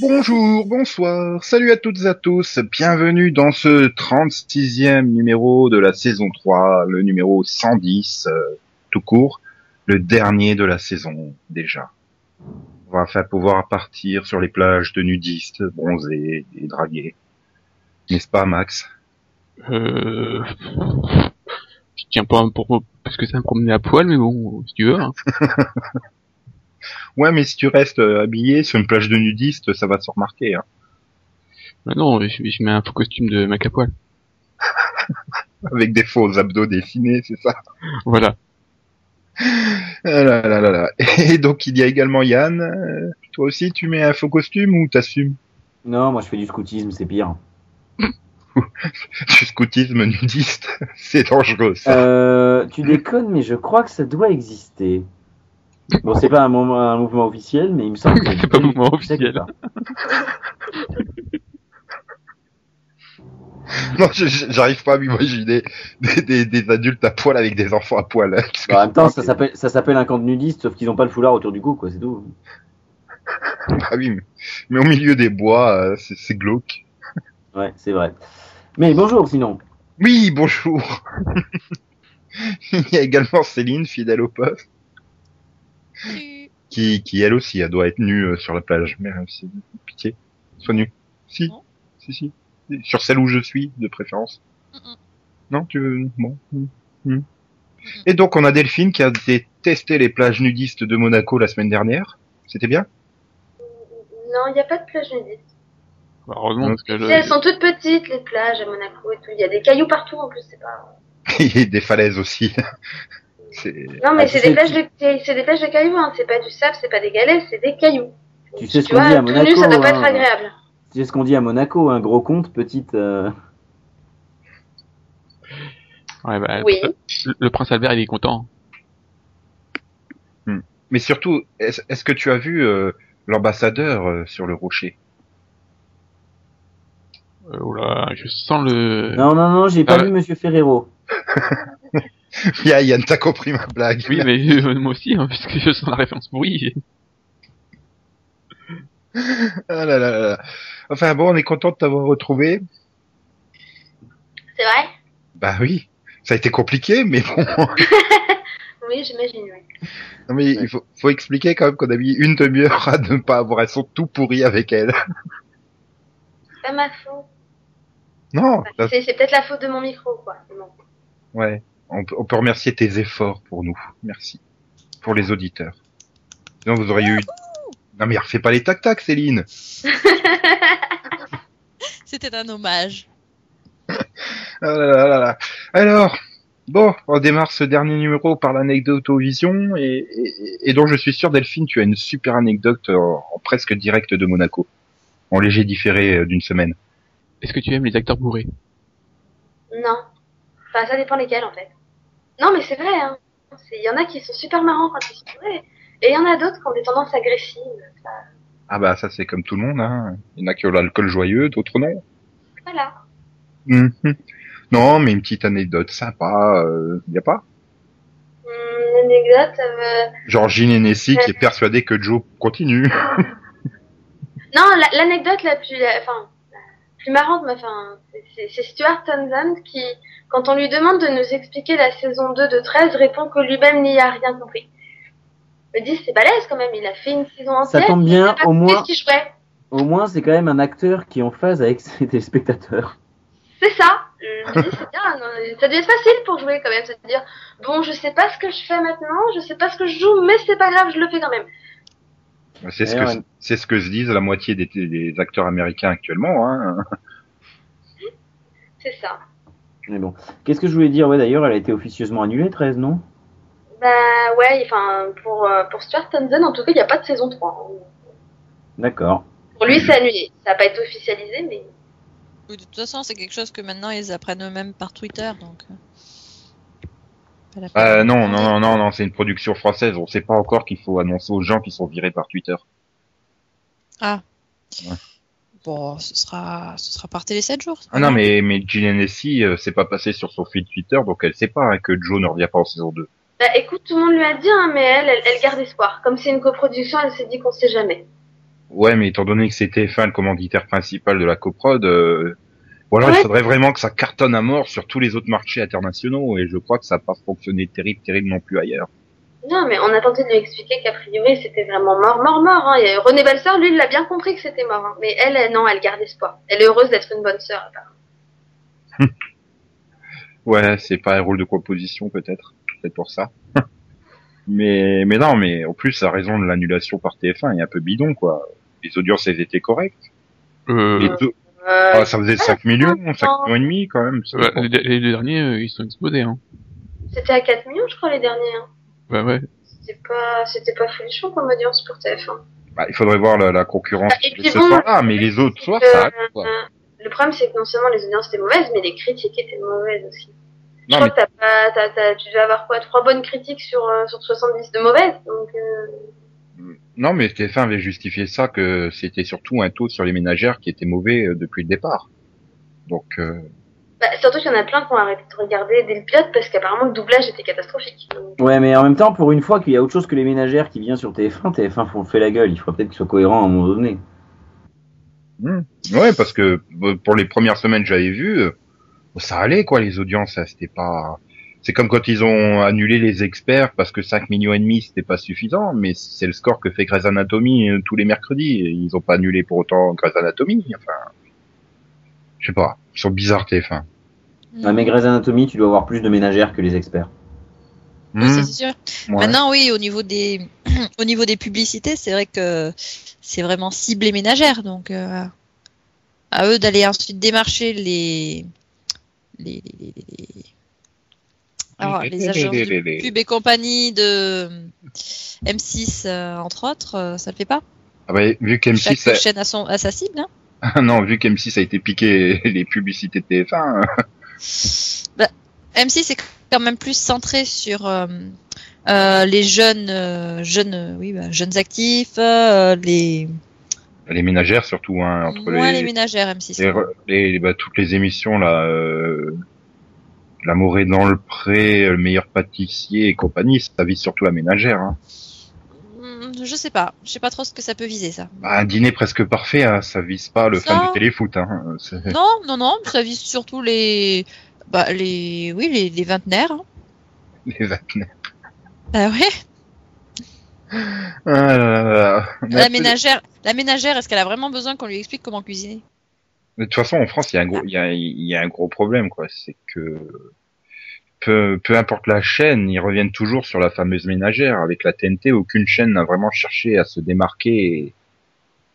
Bonjour, bonsoir, salut à toutes et à tous, bienvenue dans ce 36e numéro de la saison 3, le numéro 110 euh, tout court, le dernier de la saison déjà. On va faire pouvoir partir sur les plages de nudistes, bronzés et dragués. N'est-ce pas Max Euh... Je tiens pas un pour parce que c'est un promené à poil, mais bon, si tu veux. hein. Ouais mais si tu restes euh, habillé sur une plage de nudistes, ça va se remarquer. Hein. Mais Ah non, je, je mets un faux costume de mec à poil. Avec des faux abdos dessinés, c'est ça Voilà. Ah là là là là. Et donc il y a également Yann. Euh, Toi aussi tu mets un faux costume ou t'assumes Non, moi je fais du scoutisme, c'est pire. Du scoutisme nudiste, c'est dangereux ça. Euh, tu déconnes, mais je crois que ça doit exister. Bon, c'est pas un, moment- un mouvement officiel, mais il me semble. que- C'est pas un mouvement officiel. pas. Non, je- je- j'arrive pas à m'imaginer des, des, des adultes à poil avec des enfants à poil. hein, parce que- Bah, en même temps, ça s'appelle ça s'appelle un camp de nudistes, sauf qu'ils n'ont pas le foulard autour du cou, quoi, c'est tout. ah oui, mais, mais au milieu des bois, euh, c'est c'est glauque. Ouais, c'est vrai. Mais bonjour, sinon. Oui, bonjour. Il y a également Céline, fidèle au poste, qui, qui elle aussi, elle doit être nue euh, sur la plage. Mais euh, c'est pitié, sois nue. Si, Non. si, si. Sur celle où je suis, de préférence. Mm-mm. Non, tu veux bon. mm, mm. Et donc on a Delphine qui a testé les plages nudistes de Monaco la semaine dernière. C'était bien Non, il n'y a pas de plage nudiste. Bah, heureusement, parce que Tu sais, elles je... sont toutes petites, les plages à Monaco et tout. Il y a des cailloux partout en plus, c'est pas. Et des falaises aussi. C'est Non, mais Ah, c'est tu sais, des, plages de... c'est c'est des plages de cailloux, hein. c'est pas du sable, c'est pas des galets, c'est des cailloux. Tu sais ce Tu qu'on dit vois, à tout nu, ça Monaco. doit pas être hein. agréable. Tu sais ce qu'on dit à Monaco, un gros compte, petite. euh, ouais, bah, Oui. le- Le prince Albert, il est content. Mais surtout, est-ce est-ce que tu as vu euh, l'ambassadeur euh, sur le rocher Euh, oh là, je sens le... Non, non, non, j'ai Ah pas ouais. vu Monsieur Ferrero. Yann, Yann, t'as compris ma blague Oui, mais euh, moi aussi, hein, parce que je sens la référence pourrie. Ah là là là là. Enfin bon, on est content de t'avoir retrouvé. C'est vrai Bah oui, ça a été compliqué, mais bon. Oui, j'imagine, oui. Non, mais il faut, faut expliquer quand même qu'on a mis une demi-heure à ne pas avoir un son tout pourri avec elle. C'est pas ma faute. Non, Enfin, ça- c'est c'est peut-être la faute de mon micro, quoi. Mais bon. Ouais. On, peut- on peut remercier tes efforts pour nous. Merci. Pour les auditeurs. Sinon, vous auriez eu. Non, mais refais pas les tac-tac, Céline. C'était un hommage. Ah là là là là. Alors, bon, on démarre ce dernier numéro par l'anecdote au vision et, et, et dont je suis sûr, Delphine, tu as une super anecdote en, en presque direct de Monaco. En léger différé euh, d'une semaine. Est-ce que tu aimes les acteurs bourrés Non. Enfin, ça dépend lesquels, en fait. Non, mais c'est vrai, hein. C'est- Il y en a qui sont super marrants quand ils sont vrais. Et il y en a d'autres qui ont des tendances agressives. Ah bah, ça c'est comme tout le monde, hein. Il y en a qui ont l'alcool joyeux, d'autres non. Voilà. Mhm. Non, mais une petite anecdote sympa, euh, y a pas Hum, anecdote. euh, Georgine Hennessy qui est persuadée que Joe continue. Non, la- l'anecdote la plus, la- enfin, la plus marrante, mais enfin, c'est- c'est Stuart Townsend qui, quand on lui demande de nous expliquer la saison 2 de 13, répond que lui-même n'y a rien compris. Je me dis, c'est balèze quand même, il a fait une saison Ça entière. tombe il bien, sait pas au moins, Qu'est-ce qu'il jouait au moins, c'est quand même un acteur qui est en phase avec ses téléspectateurs. C'est ça. Je me dis, c'est bien, non, ça devait être facile pour jouer quand même, se dire, bon, je sais pas ce que je fais maintenant, je sais pas ce que je joue, mais c'est pas grave, je le fais quand même. C'est ce, Eh que- ouais. c'est ce que se disent la moitié des, des acteurs américains actuellement. Hein. C'est ça. Mais bon. Qu'est-ce que je voulais dire Ouais, d'ailleurs, elle a été officieusement annulée, 13, non Bah ouais, enfin, pour, euh, pour Stuart Townsend, en tout cas, il n'y a pas de saison 3. hein. D'accord. Pour lui, c'est annulé. Ça va pas être officialisé, mais. Oui, de toute façon, c'est quelque chose que maintenant ils apprennent eux-mêmes par Twitter, donc. euh, pas la Euh, peine. non, non, non, non, non, c'est une production française. On sait pas encore qu'il faut annoncer aux gens qui sont virés par Twitter. Bon, ce sera, ce sera par télé 7 jours. ça Ah va. non, mais, mais Jill Hennessy euh, s'est pas passé sur son fil Twitter, donc elle sait pas hein, que Joe ne revient pas en saison 2. Bah écoute, tout le monde lui a dit, hein, mais elle, elle, elle garde espoir. Comme c'est une coproduction, elle s'est dit qu'on sait jamais. Ouais, mais étant donné que c'est TF1 le commanditaire principal de la coprod, euh, voilà, il Ouais. faudrait vraiment que ça cartonne à mort sur tous les autres marchés internationaux, et je crois que ça n'a pas fonctionné terrible, terrible non plus ailleurs. Non, mais on a tenté de lui expliquer qu'a priori c'était vraiment mort, mort, mort. Hein. Et René Balseur, lui, il l'a bien compris que c'était mort. hein. Mais elle, elle, non, elle garde espoir. Elle est heureuse d'être une bonne sœur. apparemment. Ouais, c'est pas un rôle de composition peut-être, peut-être pour ça. mais mais non, mais en plus à raison de l'annulation par TF1, il est un peu bidon quoi. Les audiences elles étaient correctes. Euh, Les Ouais. deux- Euh, ah, ça faisait 5 millions, 5 millions et demi quand même. c'est ouais, bon. les, les deux derniers, euh, ils sont explosés. Hein. C'était à 4 millions, je crois, les derniers. hein. Ouais, ouais. C'était pas, c'était pas folichon comme audience pour TF1. Bah, il faudrait voir la, la concurrence Bah, et de puis ce bon, soir-là, mais les autres soirs, ça arrête, quoi. Euh, le problème, c'est que non seulement les audiences étaient mauvaises, mais les critiques étaient mauvaises aussi. Je Non, crois Ah, mais- que t'as pas, t'as- t'as- tu devais avoir quoi Trois bonnes critiques sur, euh, sur 70 de mauvaises. Donc, euh, Non, mais TF1 avait justifié ça que c'était surtout un taux sur les ménagères qui était mauvais euh, depuis le départ. Donc euh, bah, surtout qu'il y en a plein qui ont arrêté de regarder dès le pilote parce qu'apparemment le doublage était catastrophique. Donc, Ouais, mais en même temps, pour une fois qu'il y a autre chose que les ménagères qui vient sur TF1, TF1 font fait la gueule. Il faudrait peut-être qu'ils soient cohérents à un moment donné. ouais, parce que euh, pour les premières semaines, j'avais vu, euh, ça allait quoi, les audiences, ça, c'était pas. C'est comme quand ils ont annulé les experts parce que 5 millions et demi, c'était pas suffisant, mais c'est le score que fait Grey's Anatomy euh, tous les mercredis. et Ils ont pas annulé pour autant Grey's Anatomy. Enfin, je sais pas, ils sont bizarres TF1. À Mmh. Ah, Mmh. mais Grey's Anatomy, tu dois avoir plus de ménagères que les experts. Oui, Hmm, c'est sûr. ouais. Maintenant, oui, au niveau des, au niveau des publicités, c'est vrai que c'est vraiment ciblé ménagère. Donc, euh, à eux d'aller ensuite démarcher les, les, les, les, les- les- Alors, les agences de pub et compagnie de M6, euh, entre autres, euh, ça le fait pas. Ah bah, vu qu'M6 Chaque ça- chaîne a, son, a sa cible. hein. Ah non, vu qu'M6 a été piqué les publicités de TF1, euh, Bah, M6 c'est quand même plus centré sur euh, euh, les jeunes, euh, jeunes, euh, oui, bah, jeunes actifs, euh, les euh, les ménagères surtout, hein, entre moins les... les, ménagères M6. les re- les- bah, toutes les émissions là, euh, l'amour est dans le pré, euh, le meilleur pâtissier et compagnie, ça vise surtout la ménagère. Hein. Hmm, Je sais pas, je sais pas trop ce que ça peut viser ça. Bah, un dîner presque parfait, hein, ça vise pas le fan Ça. du téléfoot. Hein. euh, c'est- non, non, non, ça vise surtout les, bah, les, oui, les, les vingtenaires. hein. les vingtenaires. Bah ouais. Ah là là là. La Mais ménagère, la ménagère, est-ce qu'elle a vraiment besoin qu'on lui explique comment cuisiner De toute façon, en France, il y a un gros, il y a, il y a un gros problème, quoi. C'est que peu, peu importe la chaîne, ils reviennent toujours sur la fameuse ménagère. Avec la TNT, aucune chaîne n'a vraiment cherché à se démarquer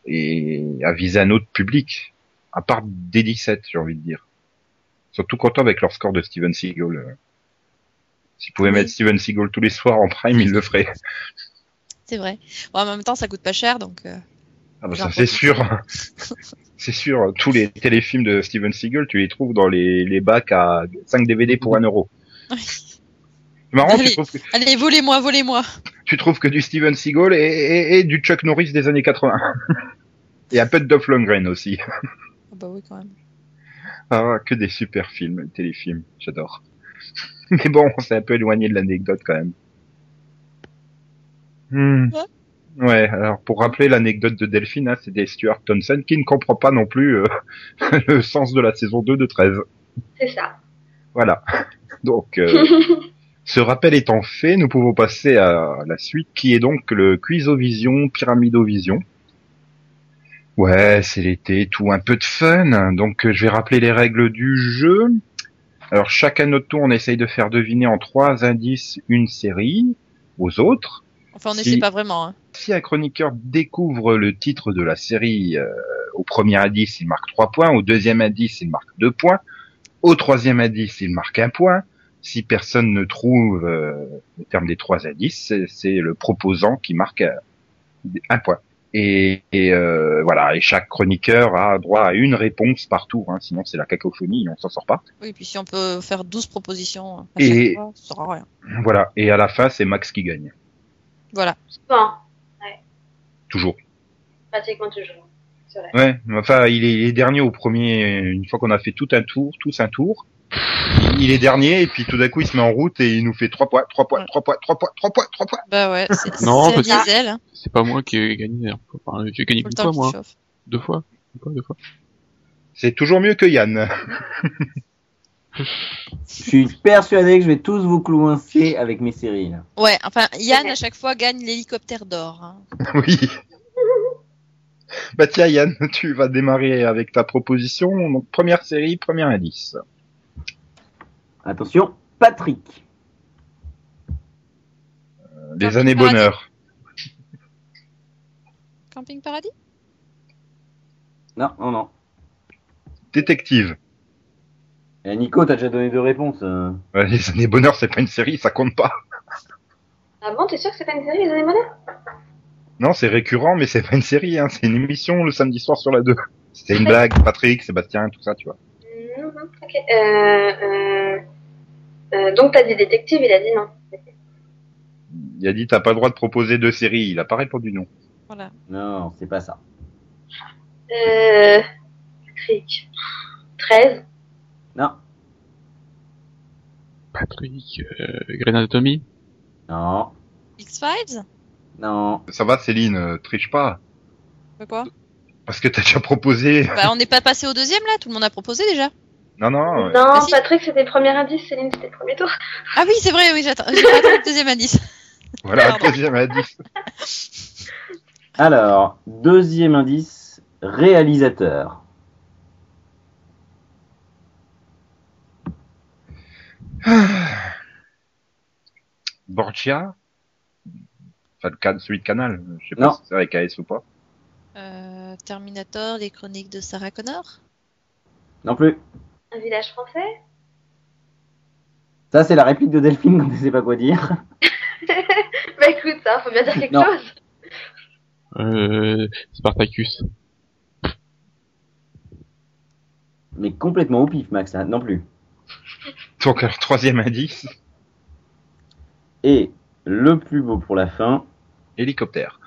et, et à viser un autre public, à part D17, j'ai envie de dire. Ils sont tout contents avec leur score de Steven Seagal. euh. S'ils pouvaient Oui. mettre Steven Seagal tous les soirs en prime, ils le feraient. C'est vrai. Bon, en même temps, ça coûte pas cher, donc. euh, Ah bah J'en ça c'est profite. sûr. c'est sûr, tous les téléfilms de Steven Seagal, tu les trouves dans les, les bacs à 5 DVD pour 1 euro. Oui. C'est marrant, tu Allez. trouves, que, Allez, volez-moi, volez-moi. tu trouves que du Steven Seagal et, et- et du Chuck Norris des années 80. et un peu de Dolph Lundgren aussi. Ah bah oui, quand même. Ah, que des super films, téléfilms, j'adore. Mais bon, on s'est un peu éloigné de l'anecdote quand même. Hmm. Ouais, alors pour rappeler l'anecdote de Delphine, hein, c'était Stuart Thompson qui ne comprend pas non plus euh, le sens de la saison 2 de 13. c'est ça. Voilà. Donc, euh, ce rappel étant fait, nous pouvons passer à la suite, qui est donc le Quizovision, Pyramidovision. Ouais, c'est l'été, tout un peu de fun. Donc, euh, je vais rappeler les règles du jeu. Alors, chacun notre tour, on essaye de faire deviner en trois indices une série aux autres. Enfin, on Si. n'essaie pas vraiment. hein. Si un chroniqueur découvre le titre de la série euh, au premier indice, il marque 3 points, au deuxième indice, il marque 2 points, au troisième indice, il marque 1 point. Si personne ne trouve euh, le terme des trois indices, c'est- c'est le proposant qui marque euh, un point. Et, et, euh, voilà, et chaque chroniqueur a droit à une réponse par tour, hein, sinon c'est la cacophonie, on s'en sort pas. Oui, puis si on peut faire 12 propositions hein, à Et- chaque fois, ça sert à rien. Voilà, et à la fin, c'est Max qui gagne, Voilà. Bon, toujours. pratiquement toujours. C'est vrai. Ouais, mais enfin, il est, il est dernier au premier. Une fois qu'on a fait tout un tour, tous un tour, Il, il est dernier et puis tout d'un coup il se met en route et il nous fait trois points, trois points, trois points, trois points, trois points, trois points. Bah ouais, c'est Non, c'est parce que- diesel, hein, C'est pas moi qui ai gagné. hein. Enfin, j'ai gagné tout le une temps fois, qu'il moi. chauffe. Deux fois. Une fois, deux fois. C'est toujours mieux que Yann. Je suis persuadé que je vais tous vous clouincer avec mes séries. là. Ouais, enfin, Yann, à chaque fois, gagne l'hélicoptère d'or. hein. oui. Bah tiens Yann, tu vas démarrer avec ta proposition. Donc première série, premier indice. Attention, Patrick. Les Parti années paradis. bonheur. Camping Paradis Non, non, non. Détective. Eh, Nico, t'as déjà donné deux réponses. euh. Euh, Les années bonheur, c'est pas une série, ça compte pas. Ah bon, t'es sûr que c'est pas une série, les années modernes Non, c'est récurrent, mais c'est pas une série, hein. c'est une émission le samedi soir sur la 2. C'était une blague, Patrick, Sébastien, tout ça, tu vois. Non, non, ok. Euh, euh, euh, donc t'as dit détective, il a dit non. Il a dit t'as pas le droit de proposer deux séries, il a pas répondu non. Voilà. Non, c'est pas ça. Euh, Patrick. 13. Non, Patrick, euh, Grey's Anatomy. non, X-Files non. Ça va Céline, euh, triche pas, De quoi parce que t'as déjà proposé. Bah, on n'est pas passé au deuxième, là Tout le monde a proposé déjà. Non, non, Non, euh, Ah, si. Patrick, c'était le premier indice, Céline, c'était le premier tour. Ah oui, c'est vrai, oui, j'attends. J'ai pas attendu le deuxième indice. voilà, Pardon. deuxième indice. Alors, deuxième indice, réalisateur. Borgia Enfin, le can- celui de Canal, je sais Non. pas si c'est avec AS ou pas. Euh, Terminator, les chroniques de Sarah Connor Non plus. Un village français Ça, c'est la réplique de Delphine quand elle sait pas quoi dire. Bah écoute, ça, faut bien dire quelque Non. chose. Euh, Spartacus. Mais complètement au pif, Max, là, non plus. Donc, alors, troisième indice, Et le plus beau pour la fin. hélicoptère.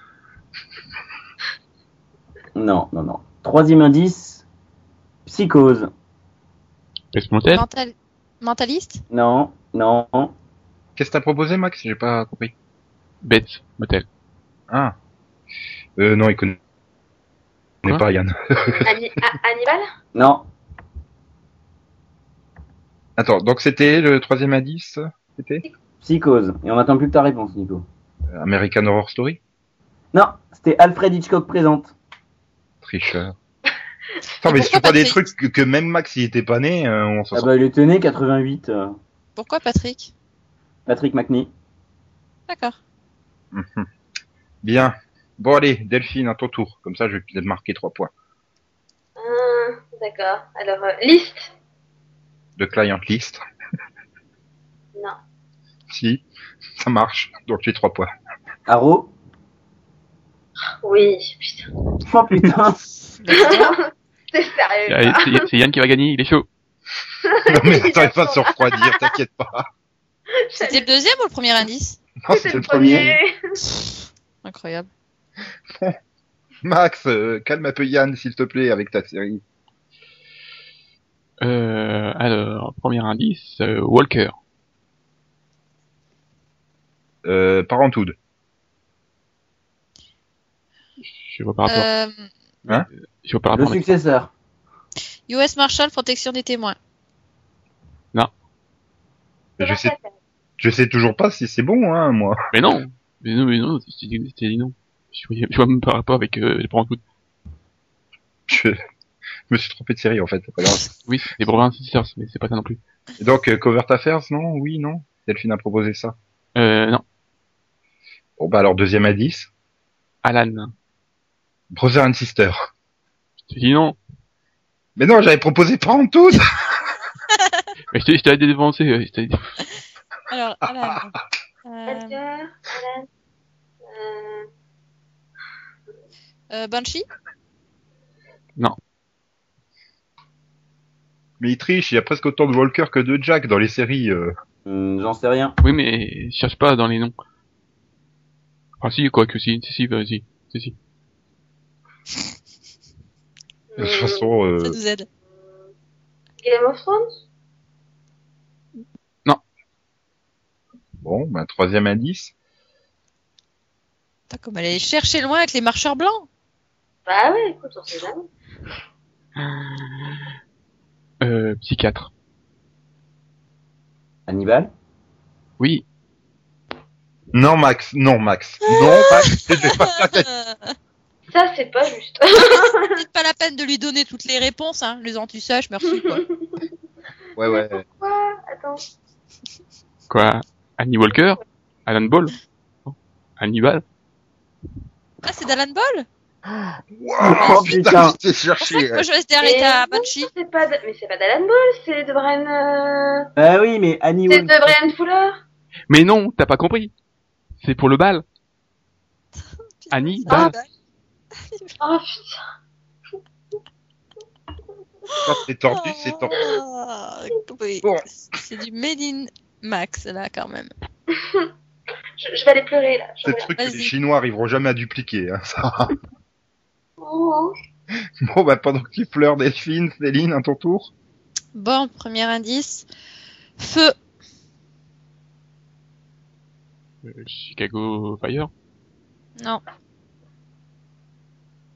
Non, non, non. Troisième indice, psychose. Pest Motel. Mental... Mentaliste Non, non. Qu'est-ce que t'as proposé, Max J'ai pas compris. Bête Motel. Ah. Euh, non, il connaît. On Quoi pas Yann. Ani- A- Hannibal Non, Attends, donc c'était le troisième indice C'était psychose. Et on attend plus que ta réponse, Nico. Euh, American Horror Story Non, c'était Alfred Hitchcock présente. Tricheur. Attends, mais pourquoi c'est pas des Patrick trucs que, que même Max, il était pas né, euh, on s'en Ah sort. bah, il était né 88, euh, Pourquoi Patrick Patrick McNee. D'accord. Mhm. Bien. Bon, allez, Delphine, à ton tour. Comme ça, je vais peut-être marquer trois points. Ah, D'accord. Alors, euh, liste De client list. Non. Si, ça marche. Donc, j'ai trois points. Arrow. Oui, putain. Oh putain. C'est sérieux. Ah, Allez, quoi. Ah, C'est c'est Yann qui va gagner, il est chaud. Non, mais Il t'arrives a pas à son- se refroidir, t'inquiète pas. C'était le deuxième ou le premier indice Non, c'était le premier. Incroyable. Max, euh, calme un peu Yann, s'il te plaît, avec ta série. Euh, alors, premier indice, euh, Walker. Euh, Parenthood. Je vois pas rapport. Euh, Je vois pas le rapport. mais- successeur. US Marshall, protection des témoins. Je sais, je sais toujours pas si c'est bon, hein, moi. Mais non. Mais non, mais non, c'était dit c'était dit non. Je vois- je vois même pas rapport avec euh, les Brotherhood. Je, je me suis trompé de série, en fait. c'est pas grave. Oui, c'est les Brotherhood Sisters, mais c'est pas ça non plus. Et Donc, euh, Covert Affairs, non Oui, non Delphine a proposé ça. Euh, non. Bon, bah alors, deuxième à 10. Alan. Brother and Sister. Je t'ai dit non. Mais non, j'avais proposé Parenthood Mais je t'ai- je t'ai dévancé. euh, je t'ai dit- Alors, Alan. Euh, Walker, Alan, euh, euh, Banshee Mais il triche, il y a presque autant de Walker que de Jack dans les séries. euh. Hum, J'en sais rien. Oui, mais je cherche pas dans les noms. Enfin, si, quoi que si. Si, si, vas-y. Si, si. De euh, toute façon, Ça euh, nous aide. hmm, Game of Thrones Bon, ben, troisième indice. Putain, comme elle allait chercher loin avec les marcheurs blancs. Bah ouais, écoute, on sait jamais. Euh, psychiatre. Hannibal Oui. Non, Max. Non, Max. Non, Max. C'était pas ça. Peut-être Ça, c'est pas juste. Euh, pas la peine de lui donner toutes les réponses, hein. Les anti-sages, merci. Quoi. Ouais, ouais. Quoi Attends. Quoi Annie Walker Alan Ball Non. Hannibal Ah, c'est d'Alan Ball Wow, Oh, putain, putain. je t'ai Pour ça que cherché. moi je reste Mais derrière à non, Banshee. c'est pas d- Mais c'est pas d'Alan Ball, c'est de Brian. euh, Ah oui, mais Annie C'est de Walker. Brian Fuller. Mais non, t'as pas compris. C'est pour le bal. Annie, Ah, bal. bah, Oh putain. Quand c'est tordu, Oh, c'est tordu. ah, oui. Bon. C'est du Made in Max, là, quand même. Je, je vais aller pleurer là. Je C'est le truc que les Vas-y. Chinois arriveront jamais à dupliquer. Hein, ça. Oh, Bon, bah, pendant que tu pleures, Delphine, Céline, à ton tour. Bon, premier indice. Feu. Euh, Chicago Fire. Non,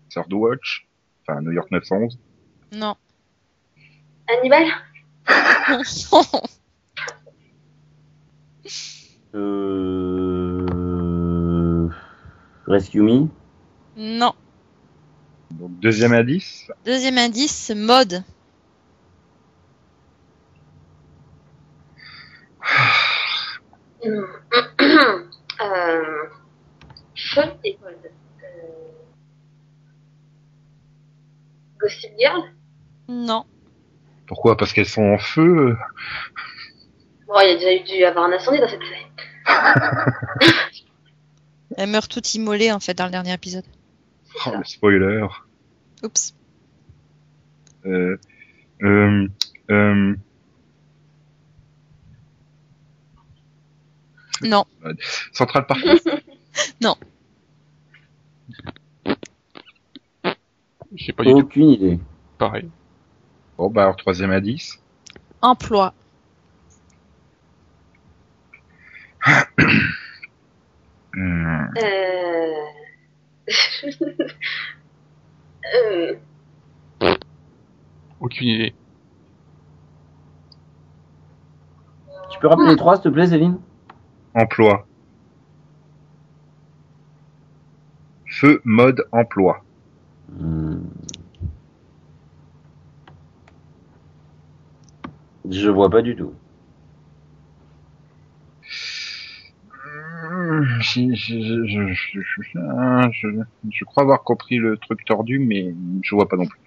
Sœur de Watch. Enfin, New York 911. non. Hannibal Euh... Rescue Me non. Donc, deuxième indice. Deuxième indice, mode. euh, feu et mode. Euh, Gossip Girl Non. Pourquoi Parce qu'elles sont en feu. Bon, il y a déjà eu dû avoir un incendie dans cette série. Elle meurt toute immolée, en fait, dans le dernier épisode. Oh, le spoiler. Oups. Euh, euh, euh, Non. Central Park. Je sais pas du tout Aucune idée. pareil. Bon, bah, alors, troisième indice. Emploi. Hum, Euh... euh, Aucune idée. Tu peux Ah. rappeler les trois, s'il te plaît, Céline emploi. Feu, mode, emploi. Hmm. Je vois pas du tout. Hum, Je, je, je, je, je, je- ah, je- je crois avoir compris le truc tordu, mais je vois pas non plus.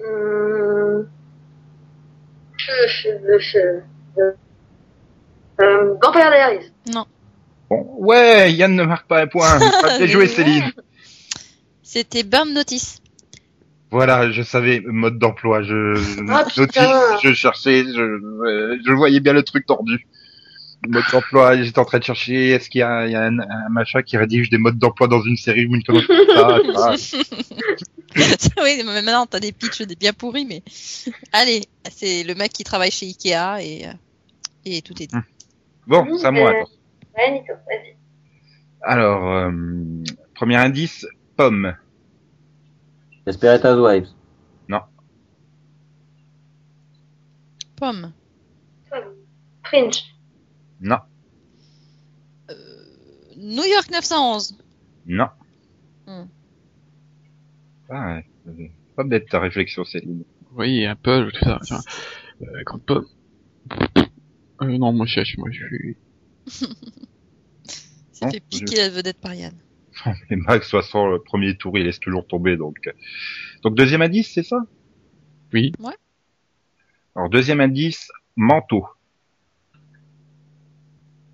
euh, feu, feu, feu, feu. Euh, Vampire Diaries. Bon, ouais, Yann ne marque pas un point. Pas bien joué, Céline. C'était Burn Notice. Voilà, je savais mode d'emploi. Je Ah, notice, putain. je cherchais, je, euh, je voyais bien le truc tordu. Mode d'emploi, j'étais en train de chercher. Est-ce qu'il y a, il y a un, un machin qui rédige des modes d'emploi dans une série ou une Ah, connerie comme ça, tu vois. oui, mais maintenant, t'as des pitchs des bien pourris, mais. Allez, c'est le mec qui travaille chez Ikea et, euh, et tout est dit. Bon, c'est à moi. Euh, alors. Ouais, Nico, vas-y. Alors, euh, premier indice, pomme. Desperate Housewives. Pomme. Fringe. Non, Euh, New York 911. non. Hmm. Ah, ouais, pas bête ta réflexion, Céline. Oui, Apple, tout ça. Enfin, euh, grande pomme. Euh, non, moi je cherche, moi je suis. Ça Bon, fait piquer la vedette par Yann. Et Max, de toute façon, le premier tour, il laisse toujours tomber. Donc, euh. donc deuxième indice, c'est ça Oui. Ouais. Alors, deuxième indice, manteau.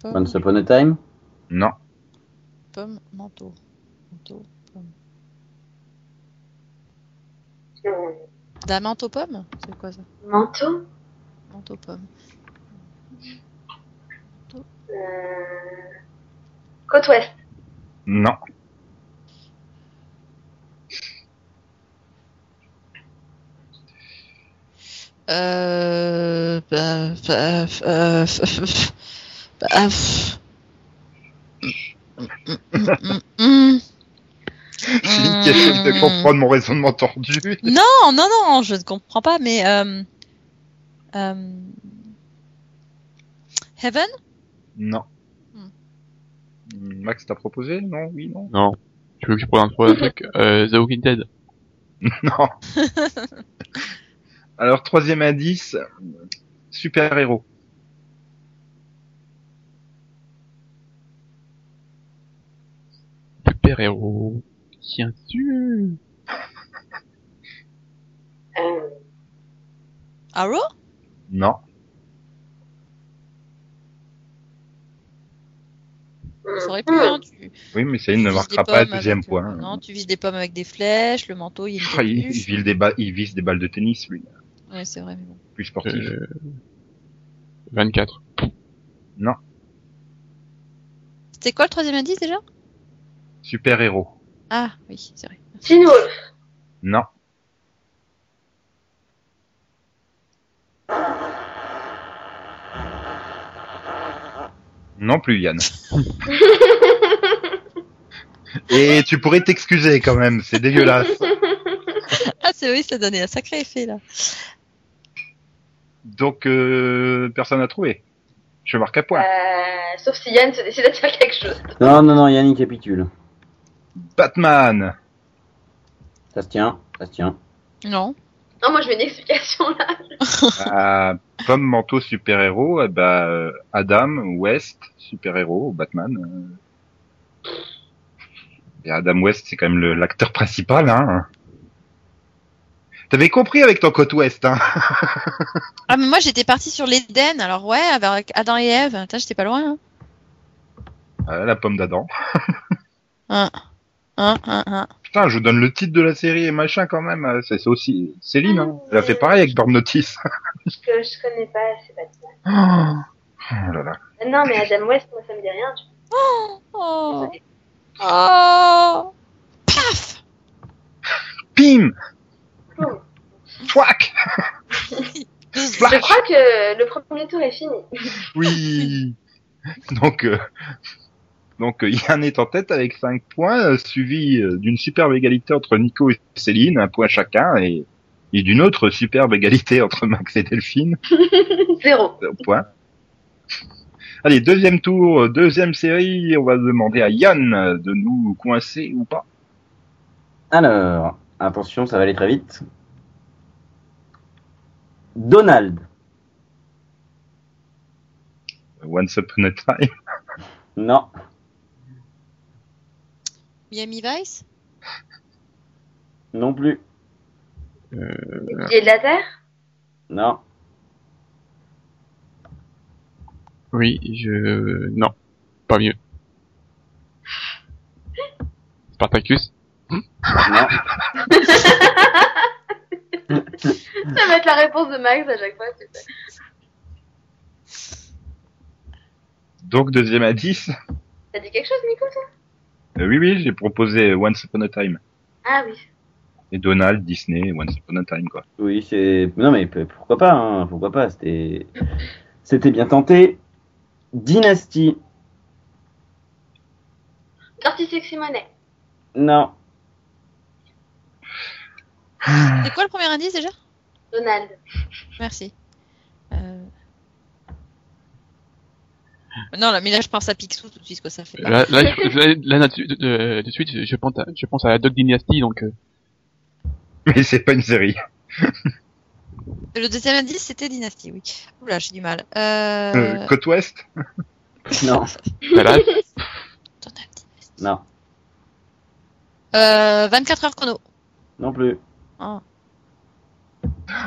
Pomme, Once Upon a Time Non, pomme, manteau. Manteau. Euh, D'un Bah, manteau pomme C'est quoi ça Manteau. Manteau pomme. Euh, Côte Ouest. non. Euh. bah, bah, euh, Bah, pff. Mm, mm, mm, mm. C'est une question de comprendre mon raisonnement tordu. Non, non, non, je ne comprends pas, mais euh, euh, Heaven, Non. Hmm. Max t'as proposé Non, oui, non. Non. Tu veux que je prenne un truc euh, The Walking Dead. Non. Alors troisième indice, super héros. Super héros. Tiens, tu. Euh, Arrow, Non. ça aurait pu. hmm. hein, tu- Oui, mais Céline tu ne vises marquera des pas le pommes deuxième avec, euh, point. Non, tu vises des pommes avec des flèches, le manteau, il y a une Ah, il, il capuche. vise des ba- il vise des balles de tennis, lui. Ouais, c'est vrai, mais bon. Plus sportif. Euh... 24. C'était quoi le troisième indice déjà Super héros. Ah oui, c'est vrai. Teen Wolf. Non. Non plus, Yann. Et tu pourrais t'excuser quand même, c'est dégueulasse. Ah c'est oui, ça donnait un sacré effet là. Donc, euh, personne à trouver. Je marque un point. Euh, sauf si Yann se décide à dire quelque chose. Non, non, non, Yannick capitule. Batman. Ça se tient, ça se tient. Non. Non, moi je veux une explication là. Ah, comme manteau super-héros, eh ben, euh, Adam West, super-héros, Batman. euh. Et Adam West, c'est quand même le- l'acteur principal. Hein. T'avais compris avec ton côte ouest. Hein. Ah mais moi j'étais partie sur l'Éden, alors ouais, avec Adam et Ève, Putain, j'étais pas loin. Hein. Ah, la pomme d'Adam. Hein, hein, hein, hein. Putain, je vous donne le titre de la série et machin quand même. euh, C'est c'est aussi Céline. Hein. Elle a fait pareil avec Burn Notice. Que je connais pas, c'est pas tout. Oh là là. Non, mais Adam West, moi ça me dit rien. tu Oh. vois. Oh. Paf. Pim Fouac Je crois que le premier tour est fini. Oui. Donc, euh, donc euh, Yann est en tête avec 5 points, euh, suivi euh, d'une superbe égalité entre Nico et Céline, un point chacun, et, et d'une autre superbe égalité entre Max et Delphine, Zéro. euh, point. Allez, deuxième tour, euh, deuxième série, on va demander à Yann euh, de nous coincer ou pas. Alors, attention, ça va aller très vite. Donald. Once Upon a Time. Non, Miami Vice non plus. Il est de la Terre Non. Oui, je. Non. Pas mieux. Spartacus. Non. Ça va être la réponse de Max à chaque fois. c'est ça. Donc deuxième à 10. T'as dit quelque chose, Nico, toi Euh, oui, oui, j'ai proposé Once Upon a Time. Ah oui. Et Donald, Disney, Once Upon a Time, quoi. Oui, c'est. Non, mais p- pourquoi pas, hein, Pourquoi pas C'était. C'était bien tenté. Dynastie. Dirty Sexy Money. Non. C'est quoi le premier indice déjà Donald. Merci. Euh... Non, là, mais là je pense à Picsou tout de suite, quoi, ça fait. Là, là, je- là, là, là, de, de- de suite, je pense à, je pense à la Dog Dynasty, donc euh, Mais c'est pas une série. Le deuxième indice c'était Dynasty, oui. Oula, j'ai du mal. Euh... Euh, côte ouest Non. voilà. Donald Dynasty. Non. Euh, 24 heures chrono. Non plus. Ah.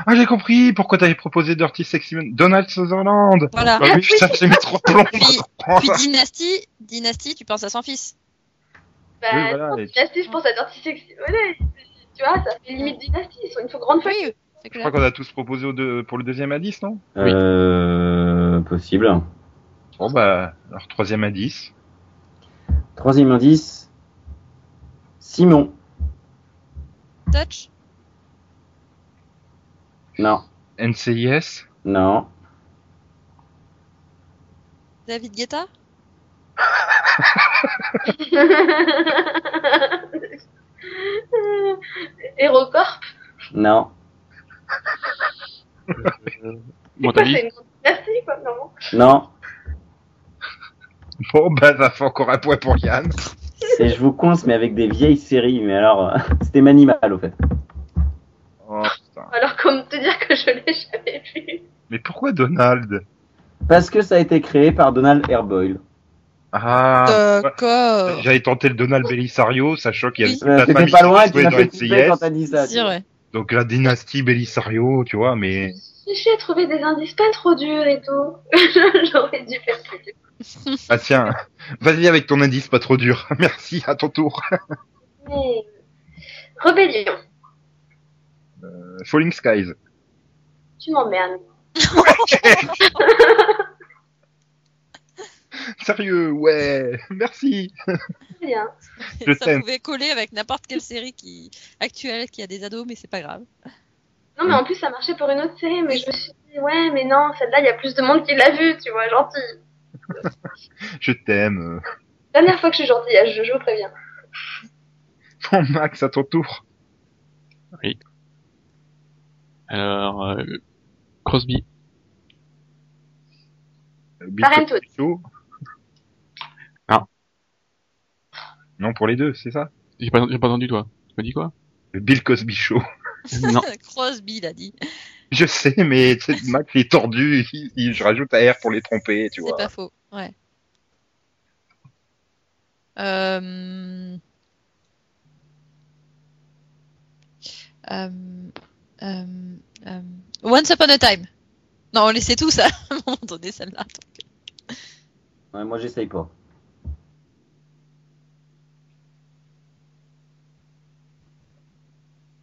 Ah, j'ai compris pourquoi t'avais proposé Dirty Sexy Man- Donald Sutherland. Voilà. Ah oui, putain, j'ai mis trois plombs. à Puis- Puis comprendre. Dynasty, Dynasty, tu penses à son fils. Bah, Oui, voilà, non, et- Dynasty, je pense à Dirty Sexy Money. Tu vois, ça fait limite Dynasty. Ils sont une grande famille. Oui, c'est Je crois clair. qu'on a tous proposé au deux- pour le deuxième indice, non Oui. Euh, possible. Bon, bah, alors troisième indice. Troisième indice. Simon. Touch. Non. NCIS Non. David Guetta Hérocorp Non. Euh, C'est quoi, Mentali c'est une grande dynastie, quoi, non Non. Bon, bah, ça fait encore un point pour Yann. Et je vous conce, mais avec des vieilles séries. Mais alors, euh, c'était Manimal, au fait. Oh, putain. Alors, comme te dire que je l'ai jamais vu Mais pourquoi Donald Parce que ça a été créé par Donald Airboyle. Ah, Euh, quoi euh, j'avais tenté le Donald Belisario, sachant qu'il y avait Oui. toute Euh, la C'était famille pas loin, qui tu jouait m'as dans fait couper quand NCIS. t'as dit ça. si, ouais. Donc la dynastie Belisario, tu vois, mais J'ai cherché à trouver des indices pas trop durs et tout. J'aurais dû faire plus. dur. ah tiens, vas-y avec ton indice pas trop dur. Merci, à ton tour. Mais... Rébellion, Euh, Falling Skies. tu m'emmerdes. Sérieux, ouais. Merci. Très bien. Je ça t'aime. pouvait coller avec n'importe quelle série qui actuelle qui a des ados, mais c'est pas grave. Non, mais en plus, ça marchait pour une autre série, mais je me suis dit, ouais, mais non, celle-là, il y a plus de monde qui l'a vue, tu vois, gentille. Je t'aime. Dernière fois que je suis gentille à ce jeu, je vous préviens. Bon Max, à ton tour. Alors, euh, Crosby. Bill Parenthood. Cosby Show. Non. Non pour les deux, c'est ça. J'ai pas, j'ai pas entendu toi. Tu m'as dit quoi Euh, Le Bill Cosby Show. Non. Crosby l'a dit. Je sais, mais tu sais, Max il est tordu. il- il- je rajoute à R pour les tromper, tu C'est vois. pas faux. Ouais. Euh... Euh... Euh... euh, Once Upon a Time. Non, on laissait tout ça. À un moment donné, celle-là. Ouais, moi, j'essaye pas.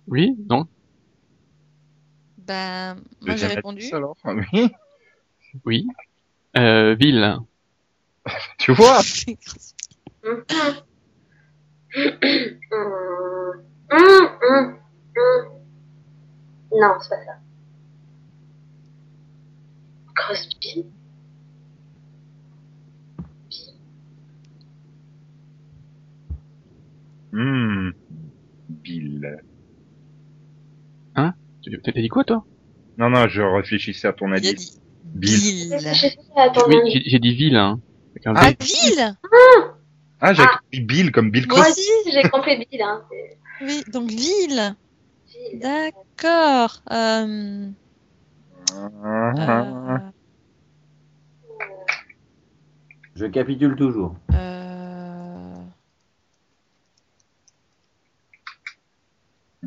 Oui Non Ben, moi j'ai Deuxième répondu. indice, alors. Oui. Oui euh, Ville. Tu vois. Hum, hum. Hum, hum, hum. Non, c'est pas ça. Crosby Hmm. Bill. Tu- T'as t'as dit quoi toi Non, non, je réfléchissais à ton Il a indice. dit Bill. Bill. Qu'est-ce que j'ai fait à ton Oui, ami j'ai- j'ai dit Ville. Hein. Avec un Ah, V. Bill Ah, j'ai Ah. compris Bill comme Bill Moi Cosby. aussi. J'ai compris Bill, hein. c'est- Oui, donc Bill. Bill. D'accord. Euh, Ah, euh, Je capitule toujours. euh,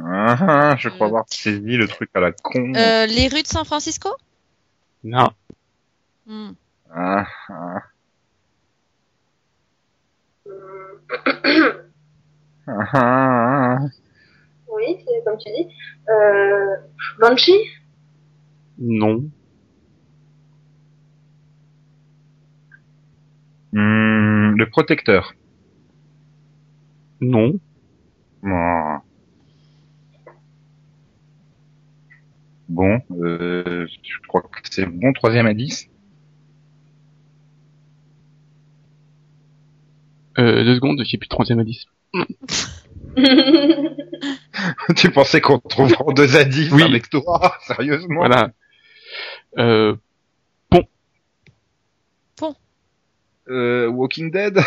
Ah, ah, je crois avoir saisi le truc à la con. euh, les rues de San Francisco Non. Hmm. Ah, ah, Euh, ah, ah, ah. Oui, c'est comme tu dis. Euh, Banshee Non. Hmm, le protecteur. Non. Oh. Bon, euh, je crois que c'est bon troisième indice. Euh, deux secondes, j'ai plus de troisième indice. tu pensais qu'on trouverait deux indices Oui. avec toi, sérieusement Voilà. Euh, Euh, Walking Dead Euh,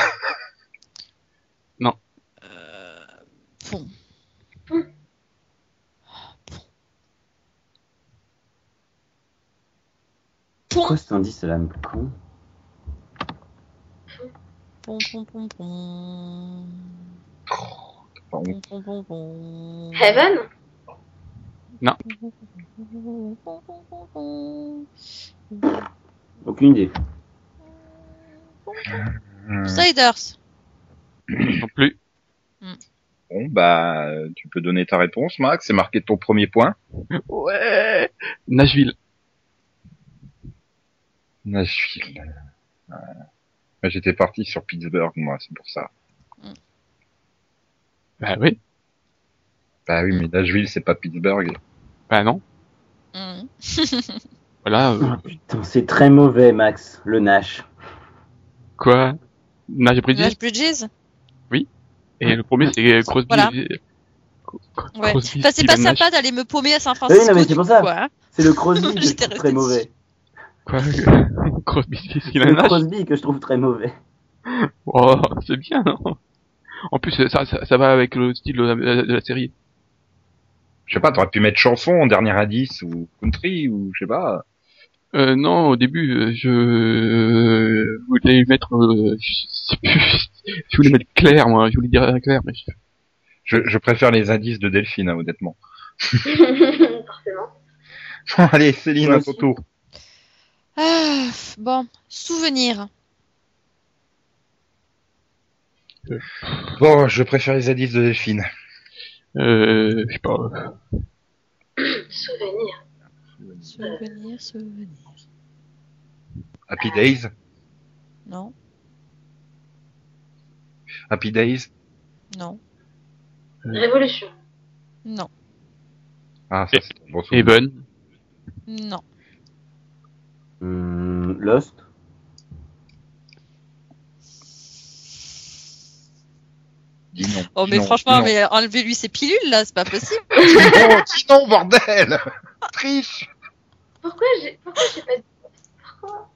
bon. Pourquoi cet indice c'est la même con Pom, pom, pom, pom. Pom, pom, pom, pom. Heaven Pom, pom, pom, pom, pom. Aucune idée. Hmm. Euh, Outsiders. non plus. Bon, bah, tu peux donner ta réponse, Max, c'est marqué ton premier point. Ouais. Nashville. Nashville. Ouais. J'étais parti sur Pittsburgh, moi, c'est pour ça. Bah oui. Bah oui, mais Nashville, c'est pas Pittsburgh. Bah non. Hmm. Voilà. euh, Putain, c'est très mauvais, Max, le Nash. Quoi Nage Bridges Nash Bridges Et le premier, c'est Crosby. Voilà. Ouais. Crosby, Enfin, c'est pas Steven Nash. sympa d'aller me paumer à San Francisco. Oui, non, mais c'est du pour coup, ça. quoi, hein. C'est le Crosby que je J'étais trouve très restée mauvais. Quoi que- Crosby, Le Steven Nash Crosby que je trouve très mauvais. Oh, c'est bien, non En plus, ça, ça, ça va avec le style de la, de la série. Je sais pas, t'aurais pu mettre chanson, dernier indice, ou country, ou je sais pas. Euh, non, au début, euh, je voulais mettre... euh, je sais plus... Je voulais mettre Claire, moi. Je voulais dire Claire, mais... je- Je, je préfère les indices de Delphine, hein, honnêtement. Forcément. Bon, allez, Céline, Moi à ton aussi. tour. Ah, pff, bon, souvenir. Bon, je préfère les indices de Delphine. Euh, je sais pas... euh, Souvenir. Souvenir, souvenir. Happy Days, Non, Happy Days. non, Révolution. non, Ah, ça, c'est un bon souvenir. Evan non, Hmm, Lost Dis non. Oh, dis mais non, dis franchement, non. mais enlevez-lui ses pilules, là, c'est pas possible. Oh, dis non, bordel Triche Pourquoi j'ai pourquoi j'ai pas dit Pourquoi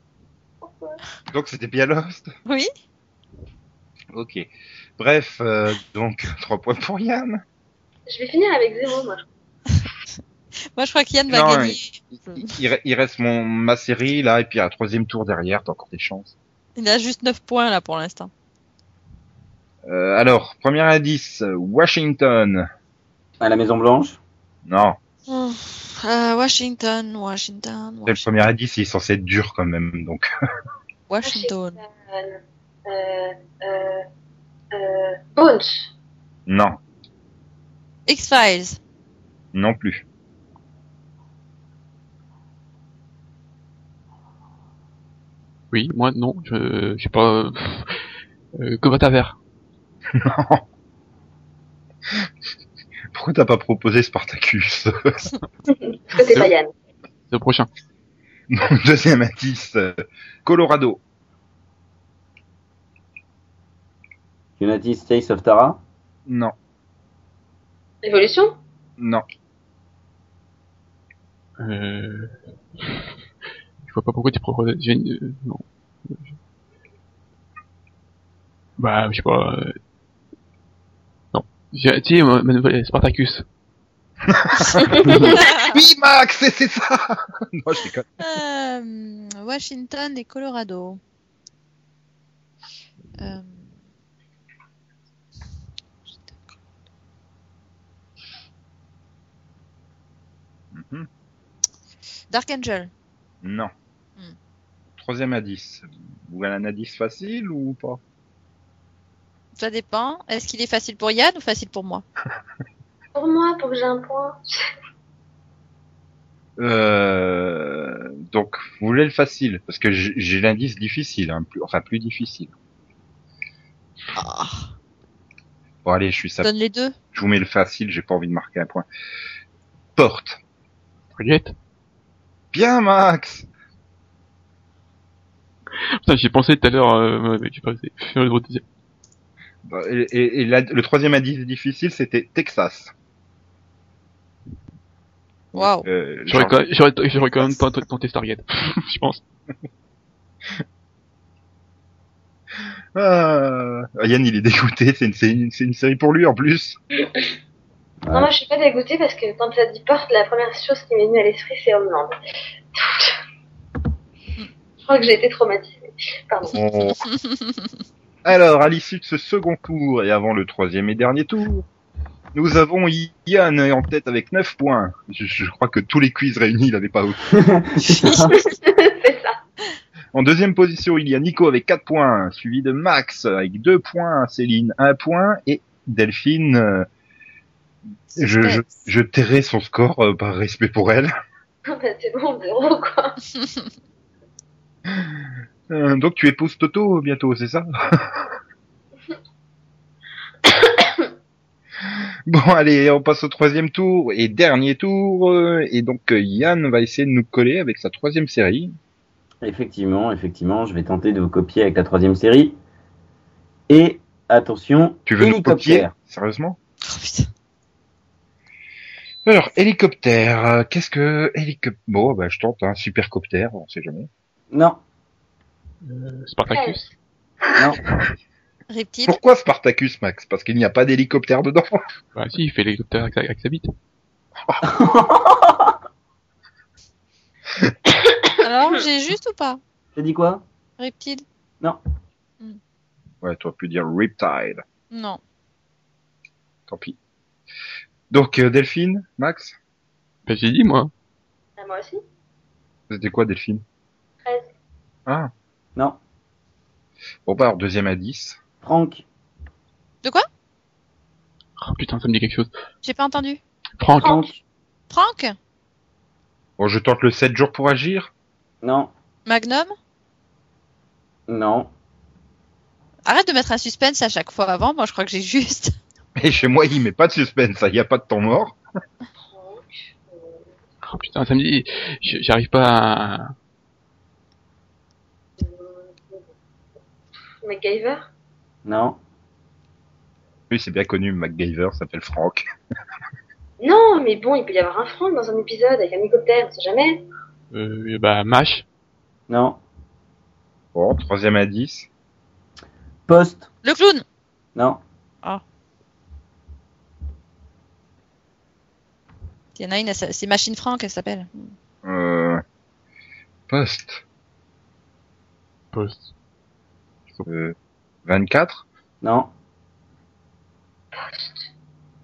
Pourquoi Donc, c'était bien Lost Oui. Ok. Bref, euh, donc, trois points pour Yann. Je vais finir avec zéro, moi. Moi, je crois que Yann va Non, gagner. Il, il re- il reste mon, ma série, là, et puis un troisième tour derrière, t'as encore des chances. Il a juste 9 points, là, pour l'instant. Euh, alors, premier indice, euh, Washington. à la Maison Blanche. Non, Euh, Washington, Washington, c'est le Washington. premier indice, il est censé être dur quand même, donc. Washington. Euh, euh, euh, euh, Bones. Non, X-Files. non plus. Oui, moi, non. Je, je sais pas... euh, Euh, Covata Vert. Pourquoi t'as pas proposé Spartacus Ça, c'est Euh. pas Yann. C'est le prochain. Deuxième indice, euh, Colorado. United States of Tara. Non, Révolution non. Euh... Je vois pas pourquoi tu proposes. j'ai une- euh, Non. Bah, je sais pas. euh, Non. J'ai- Si, ma ma nouvelle Spartacus. Oui, Max, c'est- c'est ça Non, je déconne. Euh, Washington et Colorado. Euh, Mhm. Dark Angel. Non. Hmm. Troisième indice. Vous voulez un indice facile ou pas Ça dépend. Est-ce qu'il est facile pour Yann ou facile pour moi Pour moi, pour que j'ai un point. Euh, donc, vous voulez le facile Parce que j- j'ai l'indice difficile, hein, plus, enfin plus difficile. Ah. Bon, allez, je suis ça. Donne les deux. Je vous mets le facile, j'ai pas envie de marquer un point. Porte. Juliette Bien, Max Putain, j'y ai pensé tout à l'heure. Euh, mais j'ai pas osé. Je vais le redire. Bon, Et, et- et la- le troisième indice difficile, c'était Texas. Waouh. Euh, J'aurais genre- quand j'aurais- j'aurais quand même tenté tenté Stargate. je pense. Ah, Yann, il est dégoûté, c'est une, c'est une- c'est une série pour lui en plus. Non, moi, je suis pas dégoûtée parce que quand ça dit porte, la première chose qui m'est venue à l'esprit, c'est Homeland. je crois que j'ai été traumatisée. Pardon. Bon. Alors, à l'issue de ce second tour et avant le troisième et dernier tour, nous avons Yann en tête avec 9 points. Je, je crois que tous les quiz réunis, il n'avait pas autant. c'est ça. En deuxième position, il y a Nico avec 4 points, suivi de Max avec 2 points, Céline 1 point et Delphine. euh, Je, je, je tairai son score euh, par respect pour elle. Bah, c'est bon, zéro, quoi. Euh, donc tu épouses Toto bientôt, c'est ça Bon, allez, on passe au troisième tour et dernier tour. euh, et donc euh, Yann va essayer de nous coller avec sa troisième série. Effectivement, effectivement, je vais tenter de vous copier avec la troisième série. Et attention, Tu veux nous copier hélicoptère. Sérieusement Oh putain. Alors, hélicoptère. euh, Qu'est-ce que hélicoptère Bon, bah, je tente un supercoptère, on sait jamais. Non, Spartacus. non. Reptile. Pourquoi Spartacus, Max Parce qu'il n'y a pas d'hélicoptère dedans. Bah si, il fait l'hélicoptère avec, sa- avec sa bite. Alors, j'ai juste ou pas T'as dit quoi Reptile Ouais, t'aurais pu dire Riptide. Non. Tant pis. Donc, euh, Delphine, Max Bah j'ai dit moi. Ah, moi aussi. C'était quoi, Delphine 13. Ah. Non. Bon, bah, alors, deuxième à 10. Franck, Oh putain, ça me dit quelque chose. J'ai pas entendu. Franck, Franck, Franck Bon, je tente le 7 jours pour agir. non, Magnum non. Arrête de mettre un suspense à chaque fois avant. Moi, je crois que j'ai juste. Et chez moi, il met pas de suspense, ça, il n'y a pas de temps mort. oh, putain, ça me dit... j- J'arrive pas à... Euh, MacGyver. Non. Oui, c'est bien connu, MacGyver s'appelle Frank. Non, mais bon, il peut y avoir un Franck dans un épisode avec un hélicoptère, on sait jamais. Euh, bah, Mash. Non. Bon, troisième à 10. Poste. Le clown Non. Il y en a une, elle s'a- c'est Machine Franck, elle s'appelle. Euh... Poste. Post. Euh... 24 Non.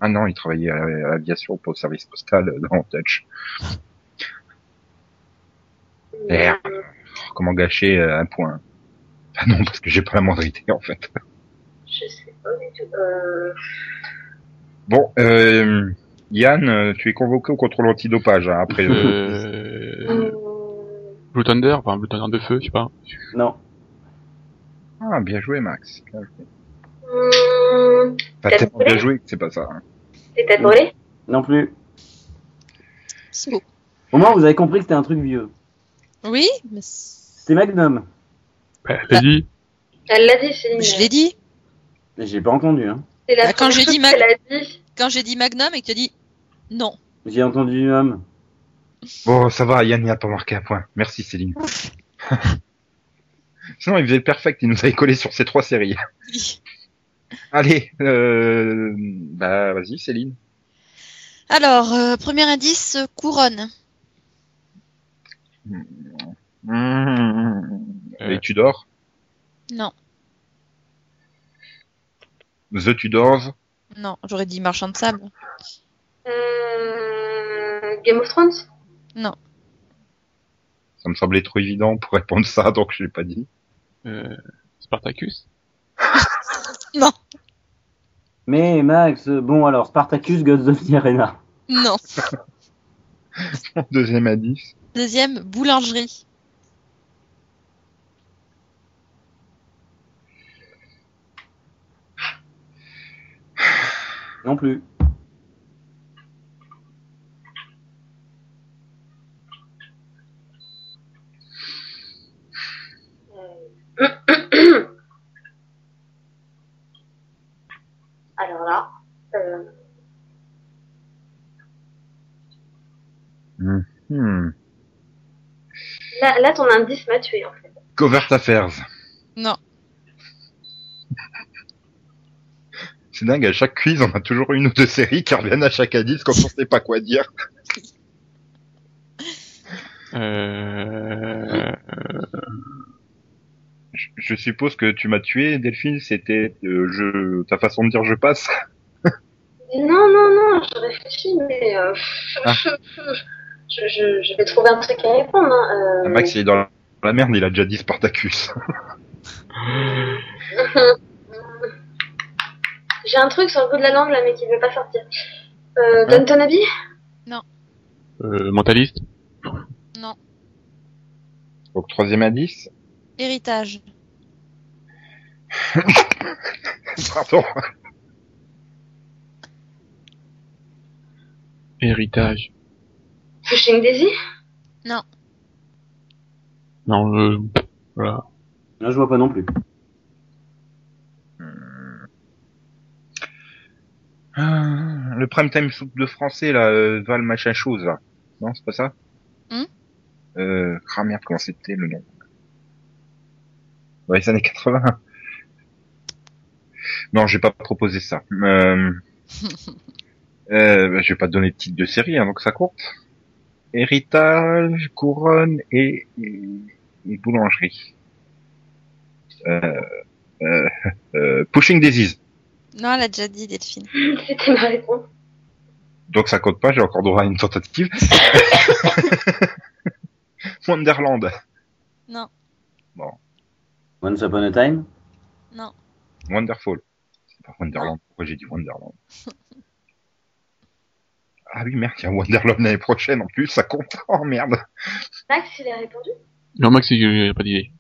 Ah non, il travaillait à à l'aviation, pas au service postal, euh, dans Touch. Merde. Euh, Pff, Comment gâcher euh, un point Ah non, parce que j'ai pas la moindre idée, en fait. Je sais pas du tout. Euh... Bon, euh... Yann, euh, tu es convoqué au contrôle antidopage, hein, après le... Euh... Blue Thunder, enfin Blue Thunder de feu, je sais pas. Non. Ah, bien joué, Max. Bien joué. Mmh... T'as T'as tellement trouvé bien joué que c'est pas ça. hein. C'est à brûler Non plus. C'est beau. Au moins, vous avez compris que c'était un truc vieux. Oui mais c'est- C'est Magnum. Bah, vas-y. Elle l'a dit, Céline. Je l'ai dit. J'ai pas entendu. Hein. C'est la Bah, quand première j'ai chose dit Mac- qu'elle a dit. Quand j'ai dit Magnum et que tu as dit non. J'ai entendu homme. Bon, ça va, Yann n'y a pas marqué un point. Merci Céline. Sinon, il faisait perfect, il nous avait collé sur ces trois séries. Allez, euh, bah vas-y Céline. Alors, euh, premier indice, euh, couronne. Les Tudors, Non, The Tudors, non, j'aurais dit marchand de sable. Euh... Game of Thrones ça me semblait trop évident pour répondre ça, donc je l'ai pas dit. Euh, Spartacus. Mais Max, euh, bon alors, Spartacus, Gods of the Arena. Non. Deuxième à 10. Deuxième, boulangerie. Non plus. Euh. Alors là, euh, Hmm. là, là, ton indice m'a tué en fait. Covert Affairs. Non. C'est dingue, à chaque quiz, on a toujours une ou deux séries qui reviennent à chaque indice quand on sait pas quoi dire. Euh... Je- Je suppose que tu m'as tué, Delphine, c'était euh, je, ta façon de dire je passe. Non, non, non, je réfléchis, mais euh, Ah. je, je, je vais trouver un truc à répondre. hein, euh. Max, il est dans la- dans la merde, il a déjà dit Spartacus. J'ai un truc sur le bout de la langue là, mais qui veut pas sortir. Euh, Hein donne ton avis Euh, mentaliste. Donc, troisième indice. Héritage. Pardon. Héritage. Pushing Daisy Non, euh, voilà. Là, je vois pas non plus. Ah, Le prime time soupe de français, là, euh, Val machin chose, là. Non, c'est pas ça Hum Euh, ah merde, comment c'était le nom Ouais, les années 80. Non, j'ai pas proposé ça. Euh... euh, bah, je vais pas te donner de titre de série, hein, donc ça compte. Héritage, couronne et, et, et boulangerie. Euh, euh, euh, pushing Disease. Non, elle a déjà dit Delphine. C'était ma réponse. Donc ça compte pas, j'ai encore droit à une tentative. Wonderland. Once Upon a Time Non. Wonderful. C'est pas Wonderland. Pourquoi j'ai dit Wonderland Ah oui, merde, il y a Wonderland l'année prochaine en plus, ça compte. Oh merde. Max, il a répondu. Non, Max, il il a pas d'idée.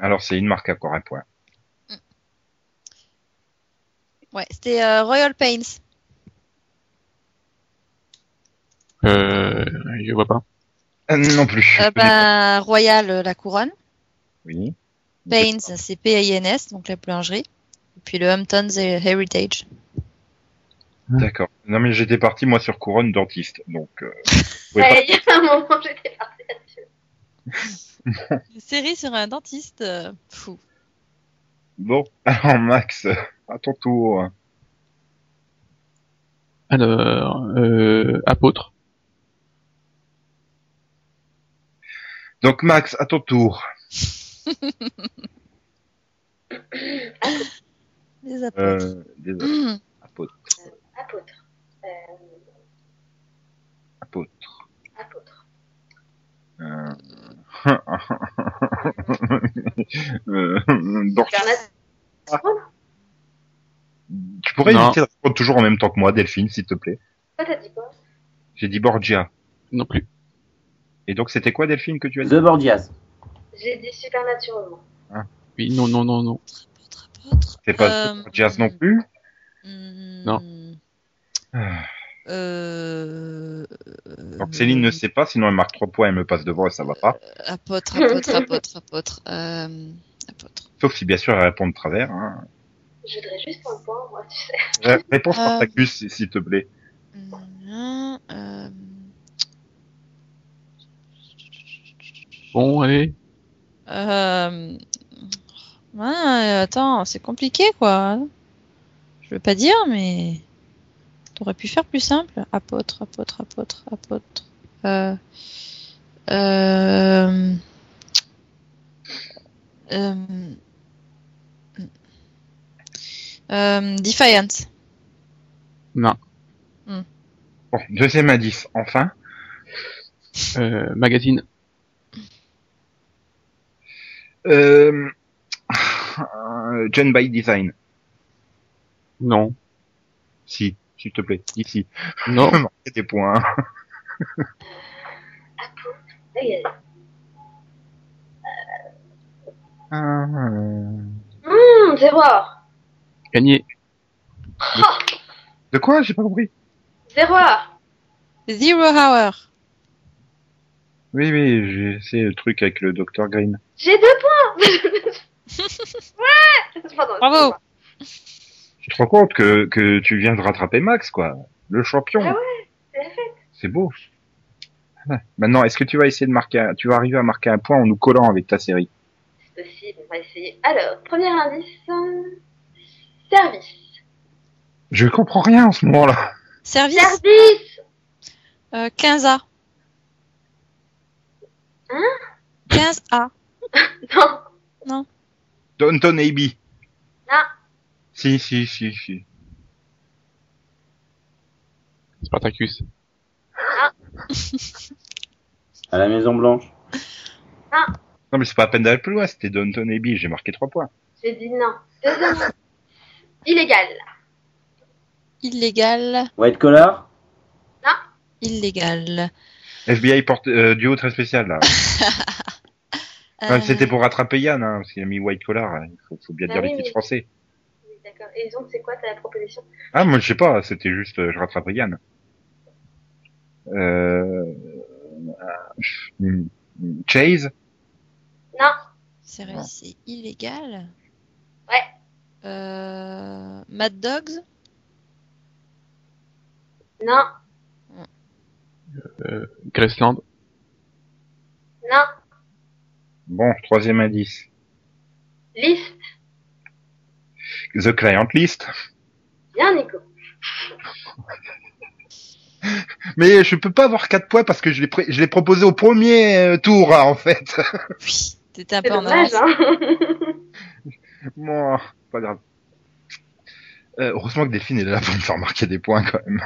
Alors c'est une marque à encore un point. Ouais, c'était euh, Royal Pains. Euh, je vois pas. Euh, non plus. Euh, ben, Royal, euh, la couronne. Oui. Pains, c'est P-A-I-N-S, donc la boulangerie. Et puis le Hamptons et Heritage. D'accord. Non mais j'étais parti moi sur couronne dentiste, donc. euh, vous pouvez Ouais, il y a un moment, j'étais partie là-dessus. Une série sur un dentiste. euh, fou. Bon, alors Max, à ton tour. Alors, euh, apôtre. Donc Max, à ton tour. Les apôtres. Euh, désolé, Mhm. apôtre, Apôtre. Euh, apôtre. apôtre. Euh... Euh, dentiste. Bernard- Tu pourrais Non. éviter de répondre toujours en même temps que moi, Delphine, s'il te plaît. Toi, t'as dit quoi J'ai dit Borgia. Non plus. Et donc, c'était quoi, Delphine, que tu as dit The Borgias. J'ai dit supernaturellement. Oui, non, non, non, non. Apôtre, apôtre. C'est pas Euh, Borgias non plus hmm, Euh, Donc, Céline ne sait pas, sinon elle marque trois points, elle me passe devant et ça va pas. Apôtre, apôtre, apôtre, apôtre. Euh, apôtre. Sauf si, bien sûr, elle répond de travers. Hein. Je voudrais juste un point, moi, tu sais. Ré- Réponse par Euh. Tacus, s'il te plaît. Mhm, euh, Bon, allez. euh, ouais, attends, c'est compliqué quoi. Je veux pas dire, mais t'aurais pu faire plus simple. Apôtre, apôtre, apôtre, apôtre. Euh, euh, euh, euh, Defiance. Non. Bon, deuxième indice, enfin. Euh, magazine. Euh... Gen by Design. Non. Si, s'il te plaît, ici. Non. Marquez des points. Aïe, aïe. Ah, euh. Hum, zéroir. Gagné. De quoi J'ai pas compris. Zéroir. Zero Hour. Oui, oui, j'ai essayé le truc avec le Dr Green. J'ai deux points. ouais. Pardon, Bravo. Tu te rends compte que, que tu viens de rattraper Max, quoi. Le champion. Ah c'est la C'est beau. Voilà. Maintenant, est-ce que tu vas essayer de marquer, un- tu vas arriver à marquer un point en nous collant avec ta série C'est possible, on va essayer. Alors, premier indice. euh, Service. Je comprends rien en ce moment-là. Service Service. euh, 15A. Hein 15A. Non. Downton Abbey. Ah. Si, si, si, si. Spartacus. À la Maison Blanche. Non, mais c'est pas à peine d'aller plus loin, c'était Downton Abbey, j'ai marqué trois points. J'ai dit non. Deuxième. indice. Illégal. Illégal. White Collar Illégal. FBI porte, euh, duo très spécial, là. Enfin, Euh, C'était pour rattraper Yann, hein, parce qu'il a mis White Collar, hein. il faut, faut bien Ah dire oui, les titres oui. français. Oui, D'accord. Et donc, c'est quoi ta proposition Ah, moi, je sais pas, c'était juste, euh, je rattrape Yann. Euh... ah, hmm. Chase Non, C'est Non. c'est illégal. Ouais. Euh, Mad Dogs. non, Graceland. non. Bon, troisième indice. Liste. The Client List. Bien, Nico. Mais je peux pas avoir quatre points parce que je l'ai pré- je l'ai proposé au premier euh, tour, hein, en fait. Oui. T'étais un C'est peu en dommage, avance. hein. Bon, pas grave. Euh, heureusement que Delphine est là pour me faire marquer des points quand même.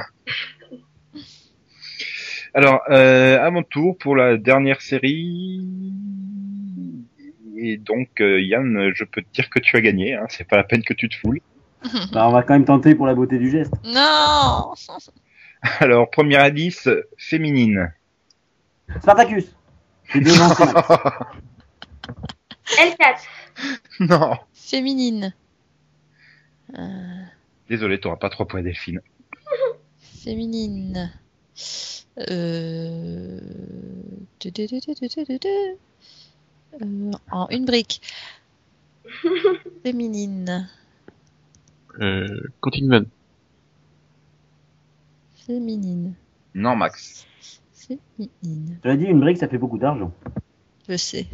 Alors, euh, à mon tour pour la dernière série. Et donc, euh, Yann, je peux te dire que tu as gagné. Hein, C'est pas la peine que tu te foules. Bah, on va quand même tenter pour la beauté du geste. hein. Non. Alors, premier indice, féminine. Spartacus J'ai deux ans, c'est mal. L4. non, Féminine. Euh, désolé, t'auras pas trois points, Delphine. Féminine. Euh... tu, tu, tu, tu, tu, tu, tu, tu. Euh, en une brique. Féminine. Euh, Continuum. Féminine. Non, Max. Féminine. J'avais dit une brique, ça fait beaucoup d'argent. Je sais.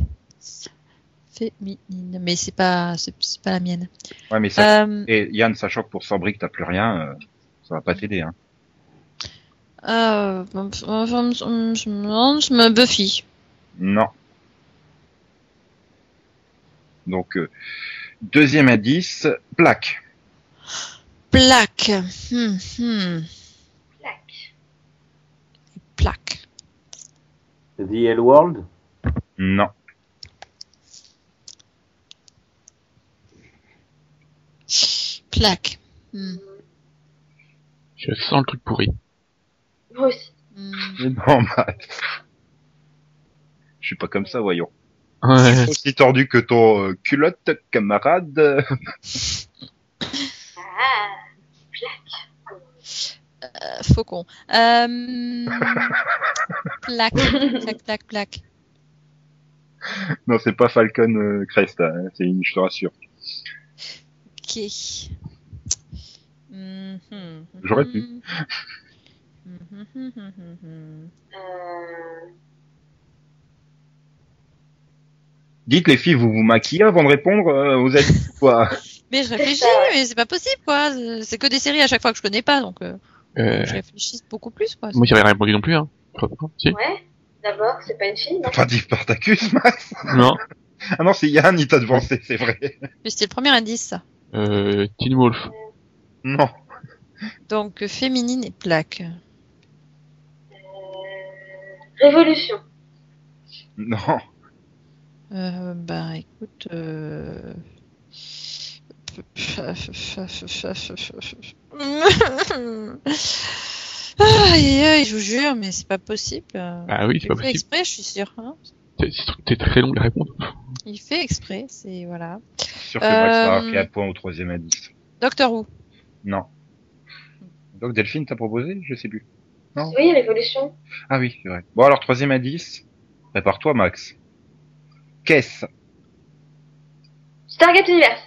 Féminine. Mais c'est pas, c'est c'est pas la mienne. Ouais, mais ça. Euh, Et Yann, sachant que pour 100 briques, t'as plus rien, euh, ça va pas t'aider. Hein. euh, bon, je me- je me demande, je me Buffy. Non. Donc, euh, deuxième indice, plaque. Plaque. Hmm, hmm. Plaque. Plaque. The L World Non. Plaque. Hmm, Je sens le truc pourri. Moi aussi. hmm. Non, Max. bah, Je suis pas comme ça, voyons. Ouais. Aussi tordu que ton euh, culotte, camarade. Ah, Euh, faucon. Euh, plaque. Plaque, plaque, plaque. non, c'est pas Falcon euh, Crest, hein, c'est une, je te rassure. Ok. Mhm. J'aurais pu. Mhm. euh, Dites les filles, vous vous maquillez avant de répondre euh, aux indices ou quoi Mais je réfléchis, ça, ouais. mais c'est pas possible, quoi. C'est que des séries à chaque fois que je connais pas, donc euh, Euh, je réfléchis beaucoup plus, quoi. moi, j'avais rien répondu non plus, hein. Je crois pas. Si. ouais. D'abord, c'est pas une fille, non T'as pas dit Spartacus, Max Non. Ah non, c'est Yann, il t'a devancé, c'est vrai. Mais c'était le premier indice, ça. Euh, Teen Wolf. Non. Donc euh, féminine et plaque. Révolution. Non. Euh, bah écoute. Euh... Aïe, aïe, je vous jure, mais c'est pas possible. Ah oui, c'est pas Il fait possible. exprès, je suis sûre. hein. C'est- c'est- C'est très long de répondre. Il fait exprès, c'est voilà. Sûr que Max va Euh, marquer un point au troisième indice. Doctor Who. Non. Donc Delphine t'a proposé Je sais plus. Oui, révolution. Ah oui, c'est vrai. Bon alors troisième indice. Prépare-toi Max. Caisse. Stargate Universe.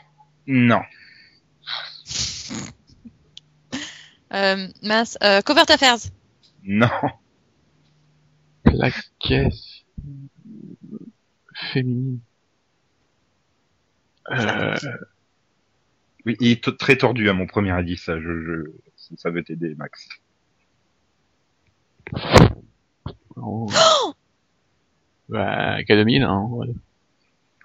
Non. Euh, mince, euh, Covert Affairs. Non. La caisse féminine. Euh, Oui, il est t- très tordu à mon premier indice. Ça, je, je- si ça veut t'aider Max. oh. Bah, Academy, là. hein, ouais.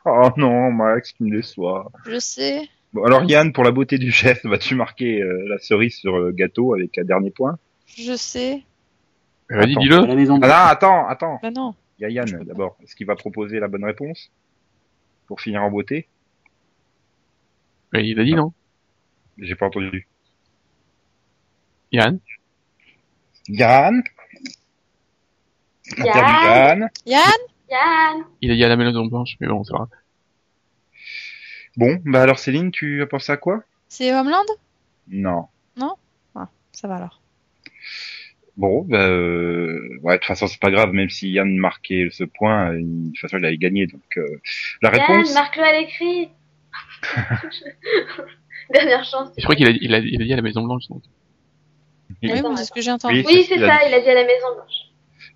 Oh non Max, tu me déçois. Je sais. Bon alors Yann, pour la beauté du geste, vas-tu marquer euh, la cerise sur le gâteau avec un dernier point Je sais. Bah, Vas-y, Attends. à dis-le. la maison Ah de... là, attends, attends. Bah non. Il y a Yann d'abord. Est-ce qu'il va proposer la bonne réponse Pour finir en beauté Mais Bah, Il a dit non. J'ai pas entendu. Yann. Yann Interview Yann. Yann. Yann Yann. Il a dit à la maison blanche, mais bon, ça va. Bon, bah alors Céline, tu as pensé à quoi C'est Homeland Non. Ça va alors. Bon, bah, euh, ouais, de toute façon, c'est pas grave, même si Yann marquait ce point, euh, de toute façon, il avait gagné. Donc, euh, la réponse, Yann, marque-le à l'écrit. Dernière chance. Je crois qu'il a, il a, il a dit à la Maison Blanche. Donc. Oui, bon, c'est ce que j'ai entendu. Oui. Oui, c'est Il a ça, il a dit à la Maison Blanche.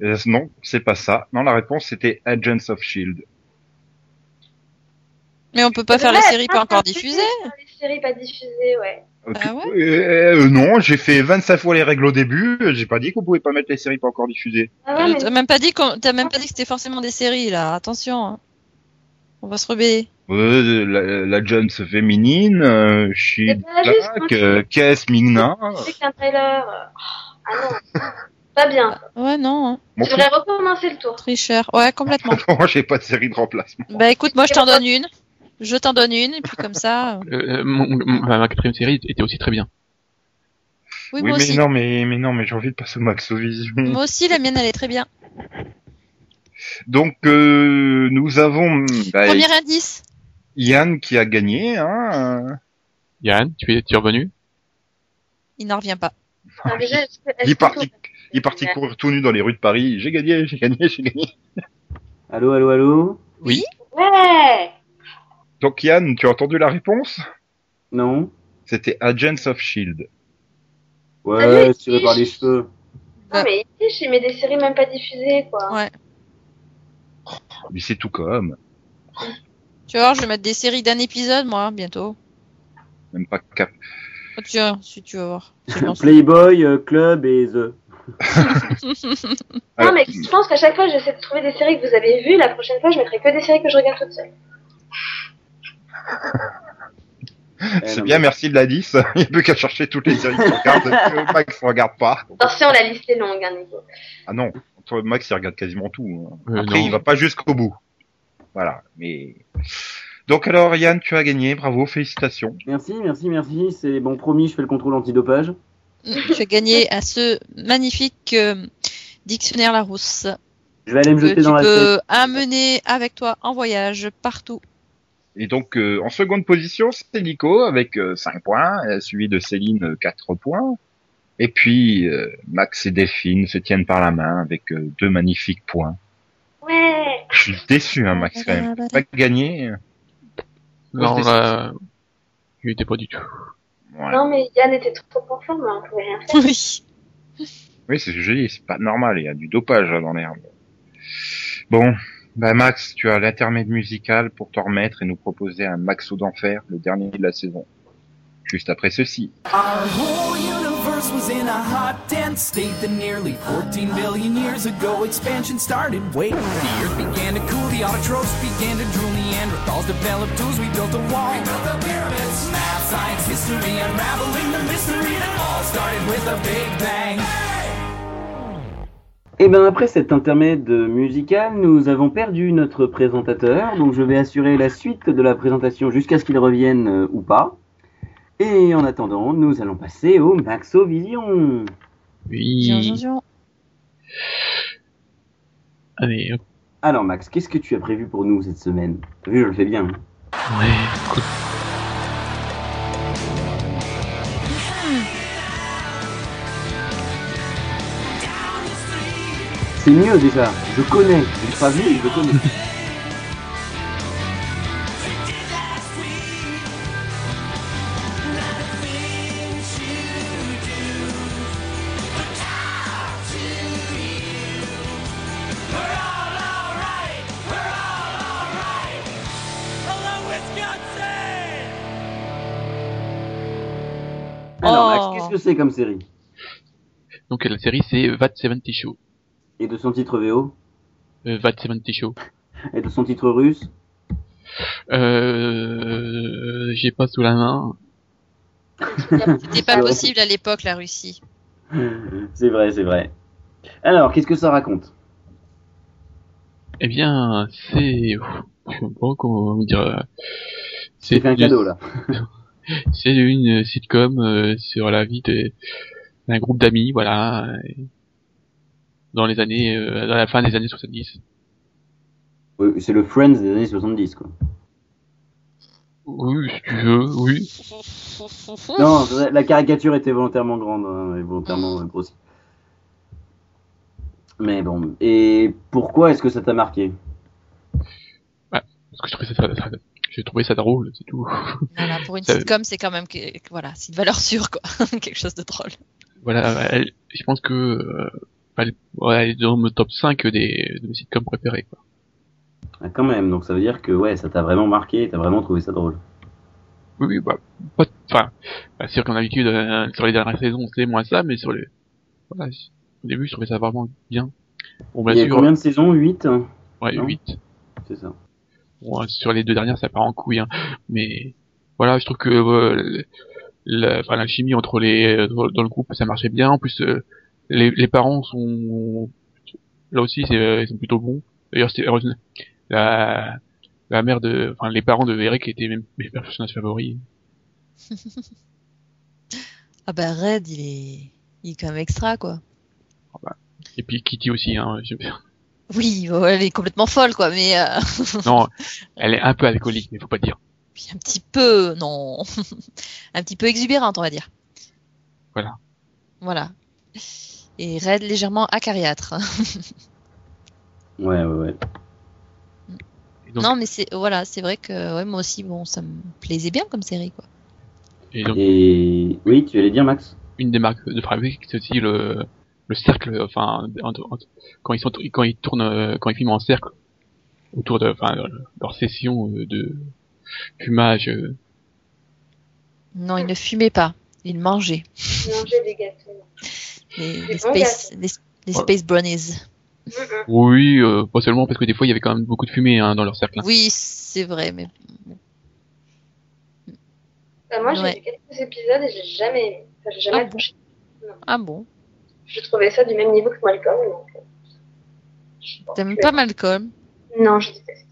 euh, non, c'est pas ça. Non, la réponse, c'était Agents of Shield. Mais on peut pas C'est faire les vrai, séries pas ah, encore c'est vrai, diffusées. faire Les séries pas diffusées, ouais. Ah ouais Euh, euh, non, j'ai fait 25 fois les règles au début. euh, J'ai pas dit qu'on pouvait pas mettre les séries pas encore diffusées. Ah ouais, mais Ah. T'as même pas dit qu'on- t'as même pas dit que c'était forcément des séries là. Attention, hein. on va se rebeller. Euh, la, la Jones féminine, euh, Shield C'est pas juste, Black, euh, Kess, Migna. c'est qu'un trailer. euh, oh, Ah non. Pas bien. Ouais, non, hein. Bon, Je devrais recommencer le tour. tricheur. Ouais, complètement. pour moi, j'ai pas de série de remplacement. bah écoute, moi je t'en donne une. Je t'en donne une et puis comme ça. euh, Euh, mon- mon- ma quatrième série était aussi très bien. Oui, moi mais aussi. non, mais, mais non, mais j'ai envie de passer au Maxovision. Moi aussi, la mienne elle est très bien. Donc, euh, nous avons bah, Premier indice. Yann qui a gagné. Hein, euh, Yann, tu es, tu es revenu Il n'en revient pas. Enfin, déjà, Ah, est-ce que- est-ce Il est qu'on parti. peut- il est parti courir tout nu dans les rues de Paris. J'ai gagné, j'ai gagné, j'ai gagné. Allô, allô, allô Ouais. Donc, Yann, tu as entendu la réponse Non C'était Agents of Shield. Ouais, Salut, tiré Stitch. par les cheveux. Non, mais ici, il met des séries même pas diffusées, quoi. Ouais. Mais c'est tout comme. Tu vois, je vais mettre des séries d'un épisode moi hein, bientôt. Même pas cap. Oh, tiens, si tu veux voir. Si je m'en souviens. Playboy, euh, Club et The. Non, Alors, mais je pense qu'à chaque fois, j'essaie de trouver des séries que vous avez vues. La prochaine fois, je mettrai que des séries que je regarde toute seule. Eh, C'est non, bien, mais- merci de la 10. Il n'y a plus qu'à chercher toutes les séries qu'on regarde, que Max regarde pas. Attention, la liste est longue, hein, Nico. Ah non, toi, Max, il regarde quasiment tout. hein. Euh, Après, non. il va pas jusqu'au bout. Voilà, mais... Donc alors, Yann, tu as gagné, bravo, félicitations. Merci, merci, merci. C'est bon, promis, je fais le contrôle antidopage. Je vais gagner à ce magnifique euh, dictionnaire Larousse Je vais aller me que jeter Euh, tu dans la tête. peux amener avec toi en voyage partout. Et donc, euh, en seconde position, c'est Nico, avec 5 points, euh, suivi de Céline, 4 points. Et puis, euh, Max et Delphine se tiennent par la main avec euh, deux magnifiques points. Ouais. Je suis déçu, hein, Max, quand même. Pas euh, gagné. Non, Grosse là, il était pas du tout. Ouais. Non, mais Yann était trop en forme, hein, on pouvait rien faire. Oui. Oui, c'est ce que je dis, c'est pas normal, il y a du dopage là, dans l'air. Bon, bah Max, tu as l'intermède musical pour t'en remettre et nous proposer un Maxo d'enfer, le dernier de la saison. Juste après ceci. Our whole universe was in a hot, dense state that nearly 14 billion years ago expansion started. Wait, the earth began to cool, the autotrophs began to drool, Neanderthals developed tools, we built a wall. We built the pyramids. Math, science, history, unraveling the mystery that all started with a big bang. Et bien Eh ben, après cet intermède musical, nous avons perdu notre présentateur, donc je vais assurer la suite de la présentation jusqu'à ce qu'il revienne euh, ou pas. Et en attendant, nous allons passer au Maxovision. Viens, Oui. viens, viens. Allez, hop. Alors Max, qu'est-ce que tu as prévu pour nous cette semaine T'as vu, je le fais bien. hein. Ouais, cool. C'est mieux déjà, je connais, je l'ai pas vu, je connais. Hello, Wisconsin! Alors Max, Oh. qu'est-ce que c'est comme série Donc, la série, c'est Vat 70 Show. Et de son titre VO Euh, Vat 70 Show. Et de son titre russe Euh, j'ai pas sous la main. C'était Ah pas possible à l'époque, la Russie. C'est vrai, c'est vrai. Alors, qu'est-ce que ça raconte Eh bien, c'est, je sais pas comment dire. euh, J'ai fait un cadeau là. C'est une sitcom euh, sur la vie de- d'un groupe d'amis, voilà, euh, dans les années, euh, dans la fin des années 70. Oui, C'est le Friends des années 70 quoi. Oui, si tu veux, oui. Non, la caricature était volontairement grande hein, et volontairement euh, grosse. Mais bon, et pourquoi est-ce que ça t'a marqué Parce que j'ai trouvé ça, ça- ça- j'ai trouvé ça drôle, c'est tout. Voilà, pour une Ça- sitcom, c'est quand même que, que- voilà, c'est une valeur sûre quoi, quelque chose de drôle. voilà, elle- je pense que euh, elle, ouais, elle est dans le top 5 des, de mes sitcoms préférés. Quoi. Ah, Quand même, donc ça veut dire que ouais, ça t'a vraiment marqué, t'as vraiment trouvé ça drôle. Oui, oui, bah, pas, enfin, bah, c'est sûr qu'en habitude, euh, sur les dernières saisons, c'est moins ça, mais sur les, voilà, c- au début, je trouvais ça vraiment bien. Bon, bien Il y a sûr, combien de saisons 8 ouais, non 8. C'est ça. Bon, euh, sur les deux dernières, ça part en couille, hein. mais voilà, je trouve que euh, la, enfin, la chimie entre les euh, dans le groupe, ça marchait bien. En plus, euh, les, les parents sont là aussi, c'est, euh, ils sont plutôt bons. D'ailleurs, c'était heureusement, la la mère de, enfin, les parents de Eric étaient même mes personnages favoris. Ah bah Red, il est, il est quand même extra quoi. Et puis Kitty aussi, hein. je- Oui, ouais, elle est complètement folle quoi, mais euh, Non, elle est un peu alcoolique, mais faut pas le dire. puis un petit peu, non, un petit peu exubérante on va dire. Voilà. Voilà. Et Red légèrement acariâtre. Ouais, ouais, ouais. Et donc, non mais c'est voilà, c'est vrai que ouais, moi aussi bon, ça me plaisait bien comme série quoi. et donc, Et oui, tu allais dire Max une des marques de Fabric, c'est aussi le, le cercle, enfin, entre- entre- quand ils sont, quand ils tournent, euh, quand ils filment en cercle, autour de, enfin, leur- leur session euh, de fumage, euh, Non, il ne fumait pas, il mangeait. manger des gâteaux. Les, Des les bons space, les, les Ouais. space brownies. Mm-mm. oui, euh, pas seulement parce que des fois il y avait quand même beaucoup de fumée, hein, dans leur cercle. hein. Oui, c'est vrai, mais Bah, moi, j'ai Ouais. vu quelques épisodes et j'ai jamais aimé. Enfin, j'ai jamais Ah bon accroché. ah bon. Je trouvais ça du même niveau que Malcolm. Donc... euh, je pense T'aimes que- pas Malcolm Non, je déteste.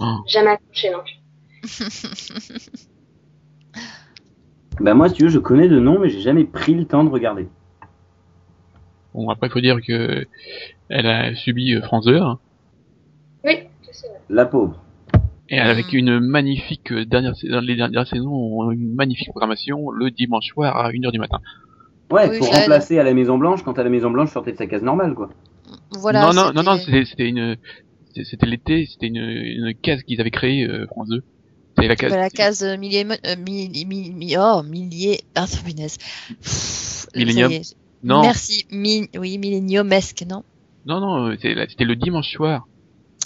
Oh. Jamais accroché non plus. Bah moi, si tu veux, je connais de nom, mais j'ai jamais pris le temps de regarder. Bon, après, il faut dire que elle a subi euh, Franzer, hein, Oui, ça, c'est vrai. La pauvre. et avec Mhm. une magnifique euh, dernière, saison- les dernières saisons ont une magnifique programmation le dimanche soir à 1h du matin. Ouais, Oui, pour je l'ai- remplacer à la Maison Blanche quand à la Maison Blanche sortait de sa case normale, quoi. Voilà. non, non, non, non, c'était c'était- c'était une, c'était- c'était l'été, c'était une, une case qu'ils avaient créée, euh, France 2. C'était la Bah, case. la case euh, millier, euh, milli- mi- mi- oh, millier, ah, ça, punaise. Pff, ça y est. Millennium. Non, Merci, mi- oui, milléniumesque, non non, non, euh, c'est la- c'était le dimanche soir.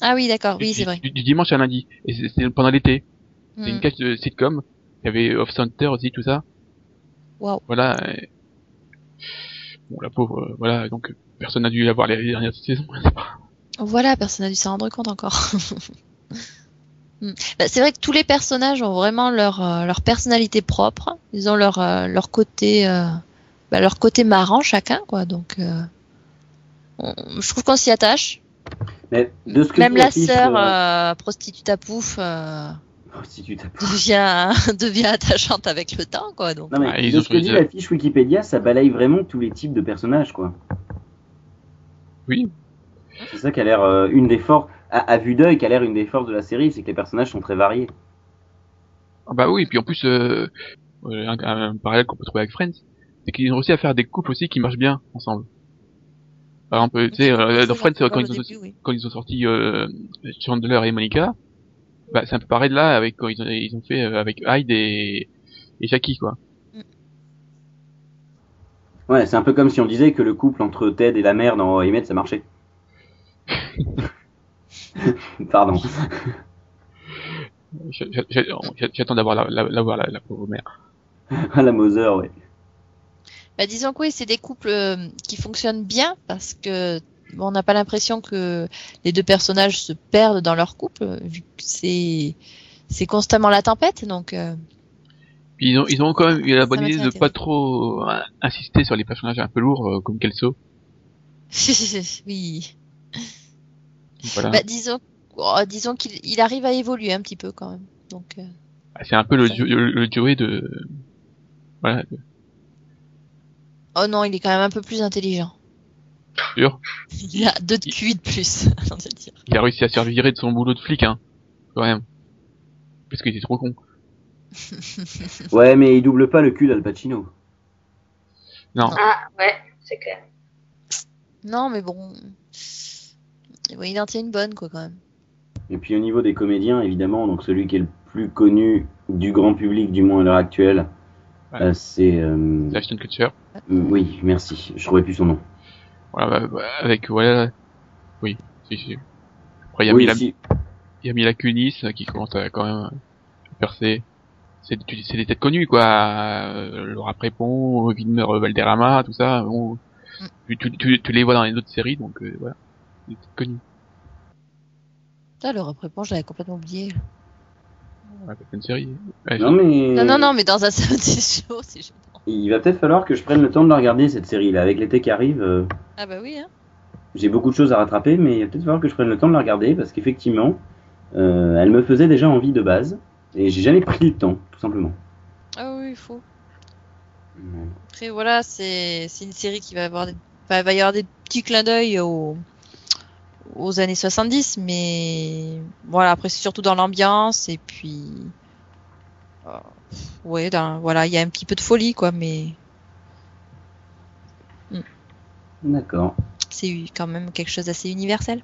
Ah oui, d'accord, Du- oui, c'est vrai. Du, du dimanche à lundi. Et c'est- c'était pendant l'été. C'est Hmm. une case de sitcom. Il y avait Off Center aussi, tout ça. Wow. Voilà. et- Bon, la pauvre, euh, voilà, donc euh, personne n'a dû la voir les dernières saisons. Voilà, personne n'a dû s'en rendre compte encore. Hmm. Bah, c'est vrai que tous les personnages ont vraiment leur, euh, leur personnalité propre. Ils ont leur, euh, leur côté euh, bah, leur côté marrant chacun, quoi. Donc, euh, on- je trouve qu'on s'y attache. Mais de ce que Même tu la affiches, sœur euh, euh, prostitute à pouf euh, oh, si tu tapes- devient devient attachante avec le temps, quoi. Donc, Non, mais Ah, ils de ont ce que dit choisi- la fiche Wikipédia, ça balaye vraiment tous les types de personnages, quoi. Oui. C'est ça qui a l'air euh, une des forces, à, à vue d'œil, qui a l'air une des forces de la série, c'est que les personnages sont très variés. Ah bah oui, et puis en plus, euh, euh, un, un parallèle qu'on peut trouver avec Friends, c'est qu'ils ont réussi à faire des couples aussi qui marchent bien ensemble. Par exemple, tu sais, euh, dans Friends, quand ils, ont, quand ils ont sorti euh, Chandler et Monica, bah, c'est un peu pareil de là avec quand ils ont, ils ont fait euh, avec Hyde et, et Jackie quoi. Ouais, c'est un peu comme si on disait que le couple entre Ted et la mère dans How I Met, ça marchait. Pardon. Je- je- je- J'attends d'avoir la, la, la, voir, la, la pauvre mère. À la Moser, ouais. Bah, disons que oui, c'est des couples euh, qui fonctionnent bien parce que bon, on n'a pas l'impression que les deux personnages se perdent dans leur couple. euh, vu que C'est c'est constamment la tempête, donc euh, Puis ils ont, ils ont quand même eu la Ça bonne m'a idée fait de intérêt. pas trop euh, insister sur les personnages un peu lourds euh, comme Kelso. oui. Voilà. Bah, disons oh, disons qu'il il arrive à évoluer un petit peu quand même. Donc euh, c'est un peu le, jo- le, le Joey de voilà de- oh non, il est quand même un peu plus intelligent. sûr. Il a deux de QI de plus. on va dire. Il a réussi à se faire virer de son boulot de flic hein quand même parce qu'il était trop con. Ouais, mais il double pas le cul d'Al Pacino. Non. Ah, ouais, c'est clair. Non, mais bon. Oui, il en tient une bonne, quoi, quand même. Et puis au niveau des comédiens, évidemment, donc celui qui est le plus connu du grand public, du moins à l'heure actuelle, Ouais. euh, c'est. euh, C'est Ashton Kutcher. oui, merci. Je trouvais plus son nom. Voilà, bah, bah, avec voilà, oui, si, si. Après il y a oui, Mila, si. il y a Mila Kunis euh, qui commence à quand même euh, percer. C'est tu- c'est des têtes connues quoi, euh, Laura Prépon, Wilmer Valderrama, tout ça. bon, tu, tu, tu- tu les vois dans les autres séries donc euh, voilà, des têtes connues. Putain, le reprépond, je l'avais complètement oublié. Voilà, pas une série. Ouais, Non, mais. Non, non, non, mais dans un salon des shows, c'est juste- Il va peut-être falloir que je prenne le temps de la regarder cette série là. Avec l'été qui arrive, euh, Ah bah oui, hein. j'ai beaucoup de choses à rattraper, mais il va peut-être falloir que je prenne le temps de la regarder parce qu'effectivement, euh, elle me faisait déjà envie de base et j'ai jamais pris le temps, tout simplement. Ah oui, il faut. Après, voilà, c'est c'est une série qui va avoir des... enfin, va y avoir des petits clins d'œil aux... aux années 70, mais voilà, après, c'est surtout dans l'ambiance, et puis. euh, Ouais, dans- voilà, il y a un petit peu de folie, quoi, mais D'accord. c'est quand même quelque chose d'assez universel.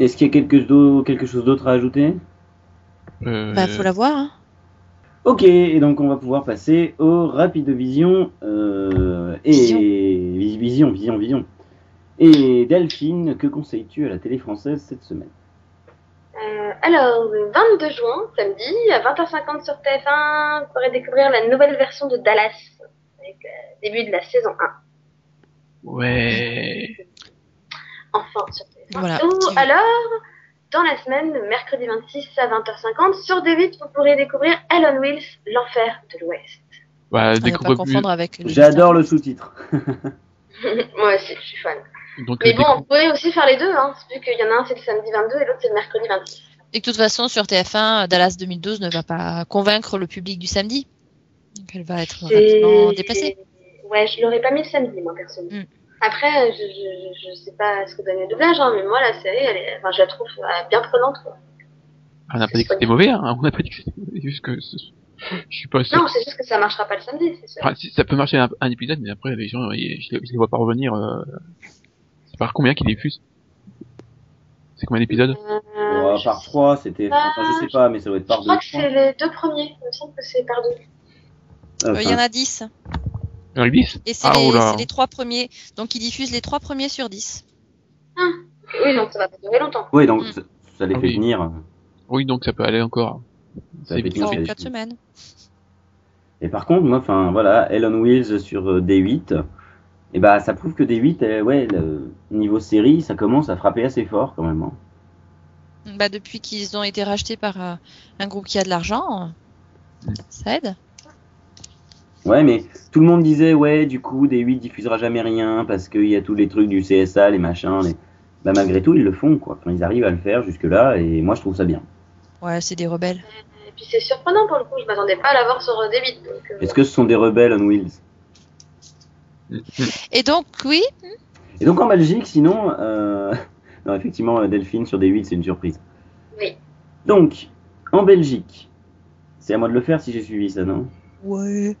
Est-ce qu'il y a quelque, do- quelque chose d'autre à ajouter euh, Bah, faut la voir, hein. Ok, et donc on va pouvoir passer au rapide vision euh, et Vision. Vi- vision, vision, vision. Et Delphine, que conseilles-tu à la télé française cette semaine Euh, alors, le 22 juin, samedi, à 20h50 sur TF1, vous pourrez découvrir la nouvelle version de Dallas, avec euh, le début de la saison 1, Ouais. enfin sur TF1. Voilà, Ou tu- alors, dans la semaine, le mercredi 26 à 20h50, sur D8, vous pourrez découvrir Ellen Wills, l'enfer de l'Ouest. Bah Ah, ne pas découvre plus. confondre avec. le- J'adore le sous-titre. Moi aussi, je suis fan. Donc Mais euh, bon, découvre- vous pouvez aussi faire les deux, hein, vu qu'il y en a un c'est le samedi 22 et l'autre c'est le mercredi 26. Et que de toute façon, sur TF1, Dallas 2012 ne va pas convaincre le public du samedi. Donc elle va être rapidement C'est- déplacée. Ouais, je l'aurais pas mis le samedi, moi, perso. Mm. Après, je, je, je- je sais pas ce que donne le doublage, hein, mais moi, la série, elle est, enfin, je la trouve euh, bien prenante. Quoi. on n'a pas dit que c'était mauvais, hein. On n'a pas dit que c'était mauvais, juste que ce- je suis pas sûr. Non, c'est juste que ça marchera pas le samedi, c'est sûr. Enfin, si, ça peut marcher un, un épisode, mais après, les gens, ils- je, les- je les vois pas revenir. Euh... C'est par combien qu'ils diffusent C'est combien d'épisodes Euh, Oh, je par sais- 3, c'était. pas. Enfin, je sais pas, mais ça doit être je par 2. crois que c'est les deux premiers, il me semble que c'est par deux. Euh, Il y en a 10. Dans les 10 Et c'est Ah, les, oula. c'est les trois premiers. Donc ils diffusent les trois premiers sur 10. Oui, donc ça va pas durer longtemps. Oui, donc Mm. ça- ça les Ah fait oui. venir. Oui, donc ça peut aller encore. C'est Ça fait vite une Sur fait. série. quatre semaines. Et par contre, moi, enfin, voilà, Hell on Wheels sur euh, D8, et bah, ça prouve que D8, euh, ouais, le niveau série, ça commence à frapper assez fort quand même. hein. Bah, depuis qu'ils ont été rachetés par euh, un groupe qui a de l'argent, Mm. euh, ça aide. Ouais, mais tout le monde disait, ouais, du coup, D8 diffusera jamais rien parce qu'il y a tous les trucs du CSA, les machins, les... Bah, malgré tout, ils le font, quoi. Enfin, ils arrivent à le faire jusque-là, et moi, je trouve ça bien. Ouais, c'est des rebelles. Et puis c'est surprenant pour le coup, je m'attendais pas à l'avoir sur euh, David. Donc, euh, Est-ce que ce sont des rebelles on Wheels Et donc, oui, Et donc, en Belgique, sinon, euh... non, effectivement, euh, Delphine sur D8, c'est une surprise. Oui. Donc, en Belgique, c'est à moi de le faire si j'ai suivi ça, non ouais.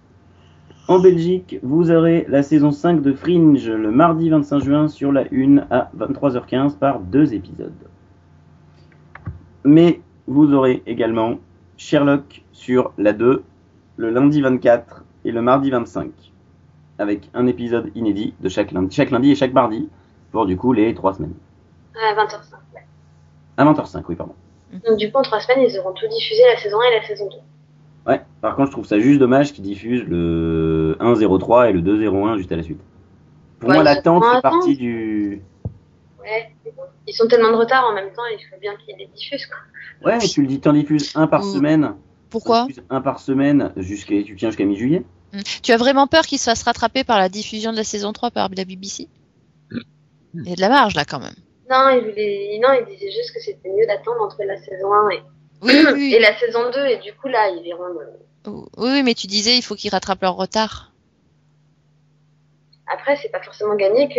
En Belgique, vous aurez la saison 5 de Fringe le mardi 25 juin sur la 1 à 23h15 par deux épisodes. Mais vous aurez également Sherlock sur la 2 le lundi 24 et le mardi 25 avec un épisode inédit de chaque lundi, chaque lundi et chaque mardi pour du coup les 3 semaines. à 20h05. ouais. À 20h05, oui, pardon. Donc du coup, en 3 semaines, ils auront tout diffusé, la saison 1 et la saison 2. Ouais, par contre, je trouve ça juste dommage qu'ils diffusent le 1.03 et le 2.01 juste à la suite. Pour Ouais, moi, ils l'attente vont fait attendre. partie du. Ouais, mais bon, ils sont tellement de retard en même temps, il faut bien qu'ils les diffusent quoi. Ouais, mais tu le dis, t'en diffuses un par Mm. Ou- semaine. T'en Pourquoi diffuses Un par semaine, jusqu'à, tu tiens jusqu'à mi-juillet. Tu as vraiment peur qu'ils se fassent rattraper par la diffusion de la saison 3 par la BBC Mm. Il y a de la marge là quand même. Non, ils voulaient, non, ils disaient juste que c'était mieux d'attendre entre la saison 1 et, Oui, oui, oui. et la saison 2, et du coup là, ils verront. euh, Oui, oui, mais tu disais il faut qu'ils rattrapent leur retard. Après, c'est pas forcément gagné que,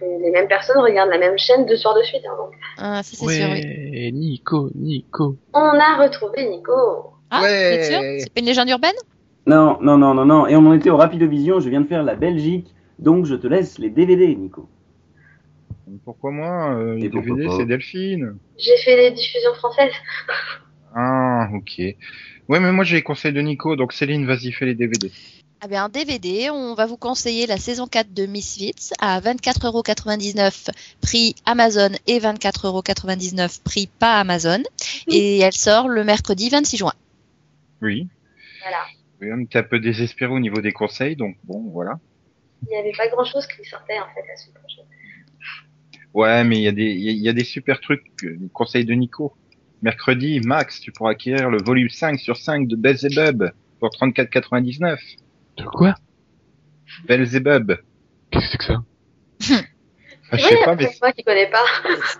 que les mêmes personnes regardent la même chaîne deux soirs de suite. hein, donc. Ah, ça c'est sûr. oui. Ouais, Nico, Nico. On a retrouvé Nico. Ah, Ouais. c'est sûr C'est pas une légende urbaine Non, non, non, non, non. Et on en était au Rapidovision, je viens de faire la Belgique. Donc je te laisse les DVD, Nico. Pourquoi moi euh, Les Et pourquoi DVD, pas c'est Delphine. J'ai fait les diffusions françaises. Ah, ok. Ouais, mais moi j'ai les conseils de Nico, donc Céline, vas-y, fais les DVD. Ah ben, un DVD, on va vous conseiller la saison 4 de Misfits à 24,99€ prix Amazon et 24,99€ prix pas Amazon. Et elle sort le mercredi 26 juin. Oui. Voilà. Oui, on était un peu désespéré au niveau des conseils, donc bon, voilà. Il n'y avait pas grand chose qui sortait en fait la semaine prochaine. Ouais, mais il y, a des- il y a- il y a des super trucs, euh, les conseils de Nico. Mercredi, Max, tu pourras acquérir le volume 5 sur 5 de Belzebub pour 34,99. De quoi Belzebub. Qu'est-ce que c'est que ça Enfin, Ah, je sais Oui, pas, après, mais moi qui connais pas.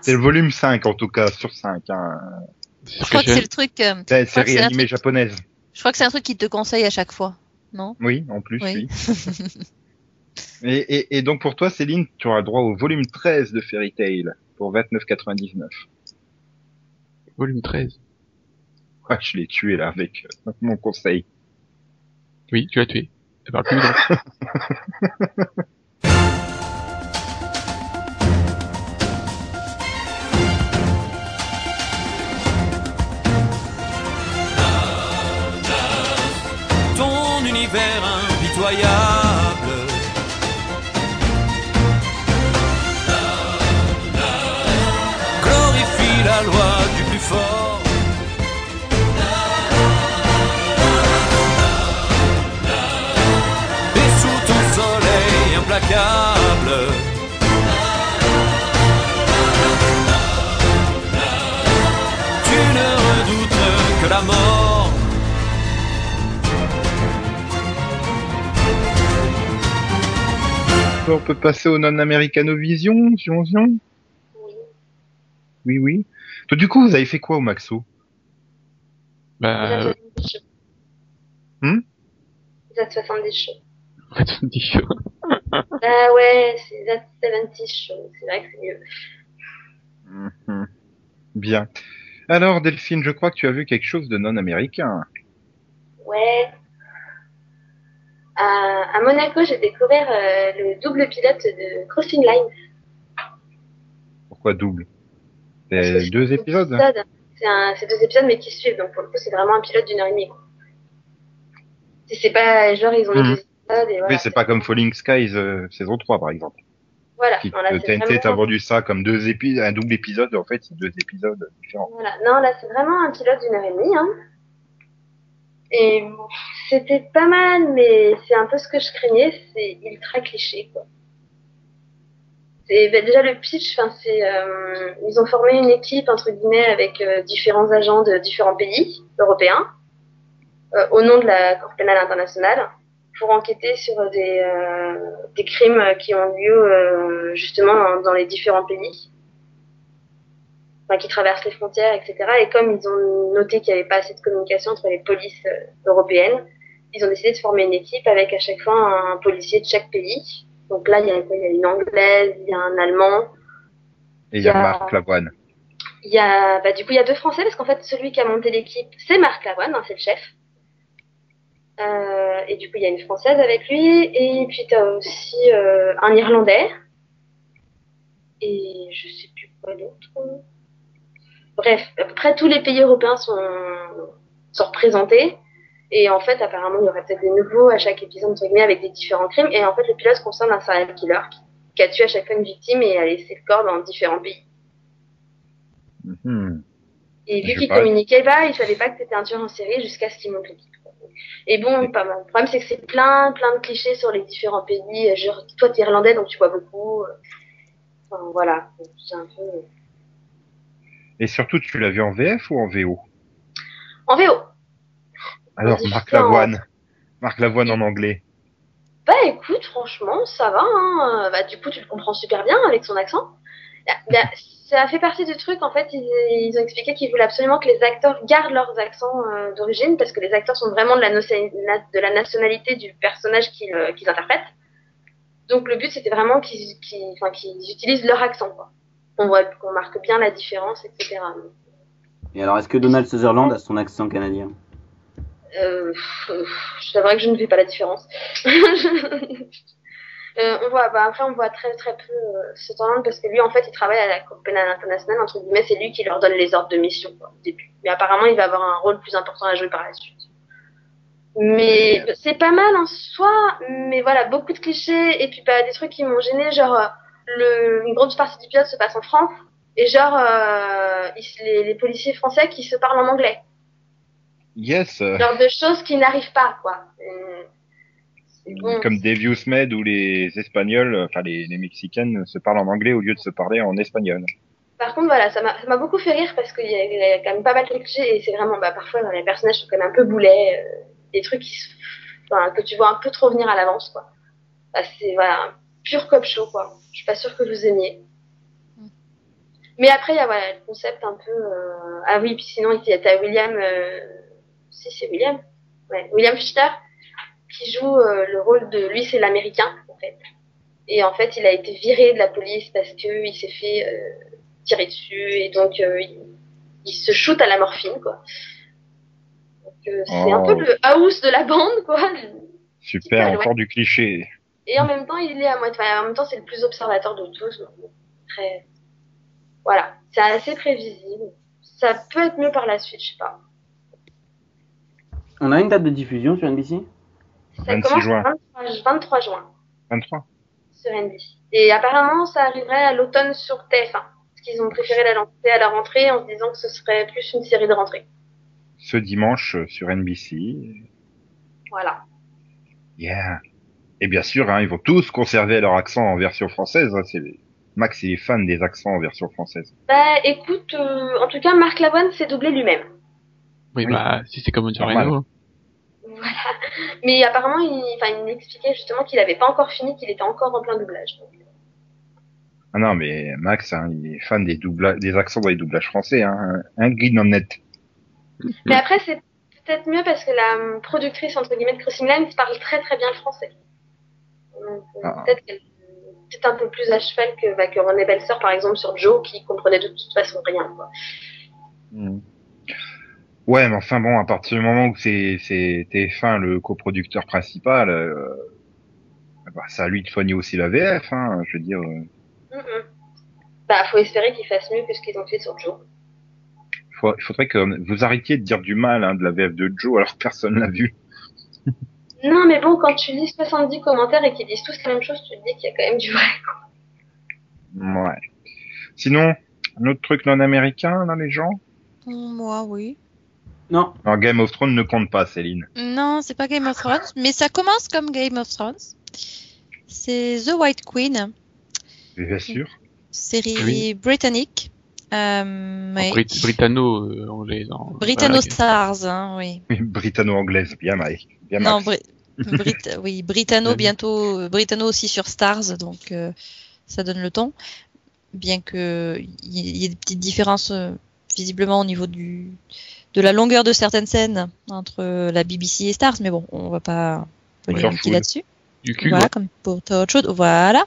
c'est le volume 5 en tout cas, sur 5. Hein. C'est Je sur crois que quelle c'est chaîne le truc. euh, C'est une crois que série c'est un animée japonaise. je crois que c'est un truc qu'ils te conseillent à chaque fois, non Oui, en plus, oui. Oui. et, et, et donc pour toi, Céline, tu auras droit au volume 13 de Fairy Tail pour 29,99. Volume 13. Ouais, Ah, je l'ai tué là avec euh, mon conseil. Oui, tu l'as tué. Elle parle plus donc. ton univers impitoyable. Glorifie la loi du plus fort. Et sous ton soleil implacable. Tu ne redoutes que la mort. On peut passer au non-americano vision, Sion Sion Oui, oui. Donc, du coup, vous avez fait quoi au Maxo Bah, euh, Les années 70 Hmm show. Les années 70 show. Red Dead Show. Ah ouais, c'est les années 70 show. C'est vrai que c'est mieux. Mhm. Bien. Alors, Delphine, je crois que tu as vu quelque chose de non-américain. Ouais. Euh, À, à Monaco, j'ai découvert euh, le double pilote de Crossing Line. Pourquoi double Parce C'est que Euh, deux c'est épisodes épisode. C'est un- c'est deux épisodes, mais qui se suivent. Donc, pour le coup, c'est vraiment un pilote d'une heure et demie. quoi. Si c'est pas genre, ils ont les Mhm. deux épisodes. Et voilà, Oui, c'est pas comme Falling Skies euh, saison 3, par exemple. Voilà, Qui, non, Ah, là, euh, c'est TNT t'a vraiment- vendu ça comme deux épisodes, un double épisode, en fait, c'est deux épisodes différents. Voilà. Non, là, c'est vraiment un pilote d'une heure et demie. Hein. Et bon, c'était pas mal, mais c'est un peu ce que je craignais. C'est ultra cliché, quoi. C'est bah, déjà le pitch. Enfin, c'est euh, ils ont formé une équipe entre guillemets avec euh, différents agents de différents pays européens euh, au nom de la Cour pénale internationale pour enquêter sur des euh, des crimes qui ont lieu euh, justement dans- dans les différents pays enfin, qui traversent les frontières, etc. Et comme ils ont noté qu'il n'y avait pas assez de communication entre les polices euh, européennes, ils ont décidé de former une équipe avec à chaque fois un policier de chaque pays. Donc là, il y a, quoi Il y a une anglaise, il y a un allemand, Et il y a Il y a- Marc Lavoine. il y a, bah, du coup, il y a deux Français parce qu'en fait, celui qui a monté l'équipe, c'est Marc Lavoine, hein, c'est le chef. Euh, et du coup, il y a une Française avec lui, et puis t'as aussi euh, un Irlandais, et je sais plus quoi d'autre. Bref, à peu près tous les pays européens sont, sont représentés, et en fait, apparemment, il y aurait peut-être des nouveaux à chaque épisode, entre guillemets, avec des différents crimes, et en fait, le pilote concerne un serial killer qui, qui a tué à chaque fois une victime et a laissé le corps dans différents pays. Mhm. Et vu Je qu'il parie. communiquait pas, il savait pas que c'était un tueur en série jusqu'à ce qu'il monte l'équipe. quoi. Et bon, pas mal. Le problème, c'est que c'est plein, plein de clichés sur les différents pays. Genre, toi, t'es irlandais, donc tu vois beaucoup. Euh, Enfin, voilà. C'est un peu- Et surtout, tu l'as vu en VF ou en VO En VO. Alors, C'est Marc différent. Lavoine. Marc Lavoine en anglais. Bah écoute, franchement, ça va. Hein. Euh, Bah, du coup, tu le comprends super bien avec son accent. Là, là, ça fait partie du truc, en fait, ils, ils ont expliqué qu'ils voulaient absolument que les acteurs gardent leurs accents euh, d'origine, parce que les acteurs sont vraiment de la, noce- na- de la nationalité du personnage qu'ils euh, qu'ils interprètent. Donc le but, c'était vraiment qu'ils qu'ils- enfin, qu'ils utilisent leur accent. Quoi. On voit qu'on marque bien la différence, etc. Et alors, est-ce que Donald Sutherland a son accent canadien Euh, pff, euh, c'est vrai que je ne fais pas la différence. Euh, on voit, bah, après, on voit très très peu euh, Sutherland parce que lui, en fait, il travaille à la Cour pénale internationale, entre guillemets, c'est lui qui leur donne les ordres de mission quoi, au début. Mais apparemment, il va avoir un rôle plus important à jouer par la suite. Mais c'est pas mal en soi, mais voilà, beaucoup de clichés et puis bah, des trucs qui m'ont gêné, genre euh, le, une grosse partie du pilote se passe en France et genre euh, ils se- les, les policiers français qui se parlent en anglais. Yes. euh, Genre de choses qui n'arrivent pas, quoi. Mm. Euh, c'est bon. Comme Devious Med où les Espagnols, euh, enfin les, les Mexicaines se parlent en anglais au lieu de se parler en espagnol. Par contre, voilà, ça m'a ça m'a beaucoup fait rire parce qu'il y, a- il y a quand même pas mal de clichés et c'est vraiment, bah, parfois, dans les personnages sont quand même un peu boulets, euh, des trucs qui se- enfin, que tu vois un peu trop venir à l'avance, quoi. Bah, c'est, voilà, un pur cop show, quoi. Je suis pas sûre que vous aimiez. Mais après, il y a, voilà, le concept un peu, euh, ah oui, puis sinon, il y a t'as William, euh, si c'est William, ouais, William Fichter, qui joue euh, le rôle de, lui, c'est l'américain, en fait. Et en fait, il a été viré de la police parce que il s'est fait, euh, tirer dessus et donc euh, il, il se shoot à la morphine quoi. Donc, euh, c'est un Oh. peu le house de la bande quoi. Super, Super, encore du cliché. Et en même temps il est à moitié, enfin, en même temps c'est le plus observateur de tous. donc, bon, Très... Voilà, c'est assez prévisible. Ça peut être mieux par la suite, je sais pas. On a une date de diffusion sur NBC Ça 26 commence juin. le 23, 23 juin 23. sur NBC. Et apparemment ça arriverait à l'automne sur TF1. Parce qu'ils ont préféré la lancer à la rentrée en se disant que ce serait plus une série de rentrée. Ce dimanche euh, sur NBC. Voilà. Yeah. Et bien sûr, hein, ils vont tous conserver leur accent en version française. hein, c'est- Max, il est fan des accents en version française. Bah écoute, euh, en tout cas Marc Lavoine s'est doublé lui-même. Oui, Oui. bah, si c'est comme Normal. Giorgio. Voilà. Mais apparemment, il, enfin, il expliquait justement qu'il n'avait pas encore fini, qu'il était encore en plein doublage. Donc, Ah non, mais Max, hein, il est fan des, doubla... des accents dans les doublages français. Hein, un guinonette. Mm. Mais après, c'est peut-être mieux parce que la euh, productrice, entre guillemets, de Crossing Lines parle très très bien le français. Donc, euh, Ah. peut-être qu'elle peut un peu plus à cheval que, bah, que René Belseur, par exemple, sur Joe, qui comprenait de toute façon rien. Quoi. Mm. Ouais, mais enfin bon, à partir du moment où c'est c'est TF1 le coproducteur principal, euh, bah, c'est à lui de soigner aussi la VF, hein, je veux dire. euh, Mm, mm. Bah, faut espérer qu'ils fassent mieux que ce qu'ils ont fait sur Joe. faut- Il faudrait que vous arrêtiez de dire du mal hein, de la VF de Joe alors que personne l'a vu. Non, mais bon, quand tu lis 70 commentaires et qu'ils disent tous la même chose, tu te dis qu'il y a quand même du vrai. Ouais. Sinon, un autre truc non américain, là, les gens Hum, Moi, oui. Non. Alors, Game of Thrones ne compte pas, Céline. Non, c'est pas Game of Thrones, mais ça commence comme Game of Thrones. C'est The White Queen, Bien sûr. série Oui. britannique. Euh, En ouais. Brit Britanno, euh, anglais. non. Britanno Voilà. Stars, hein, oui. Oui, Britanno-anglaise, bien, Mike. Bien, Non, Max. Bri- Brit- oui, Britanno Vas-y. bientôt, euh, Britanno aussi sur Stars, donc euh, ça donne le ton. Bien que il y, y ait des petites différences euh, visiblement au niveau du de la longueur de certaines scènes entre euh, la BBC et Stars, mais bon, on va pas On voler s'en un petit fout. là-dessus. Du cul, Voilà, comme pour autre chose. Voilà.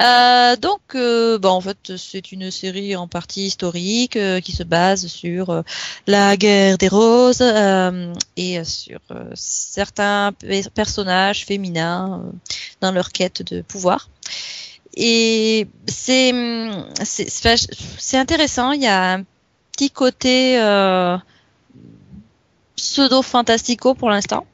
Euh, donc, euh, bah, en fait, c'est une série en partie historique euh, qui se base sur euh, la guerre des roses euh, et euh, sur euh, certains pe- personnages féminins euh, dans leur quête de pouvoir. Et c'est hum, c'est c'est fâche- c'est intéressant. Il y a un petit côté euh, pseudo fantastico pour l'instant.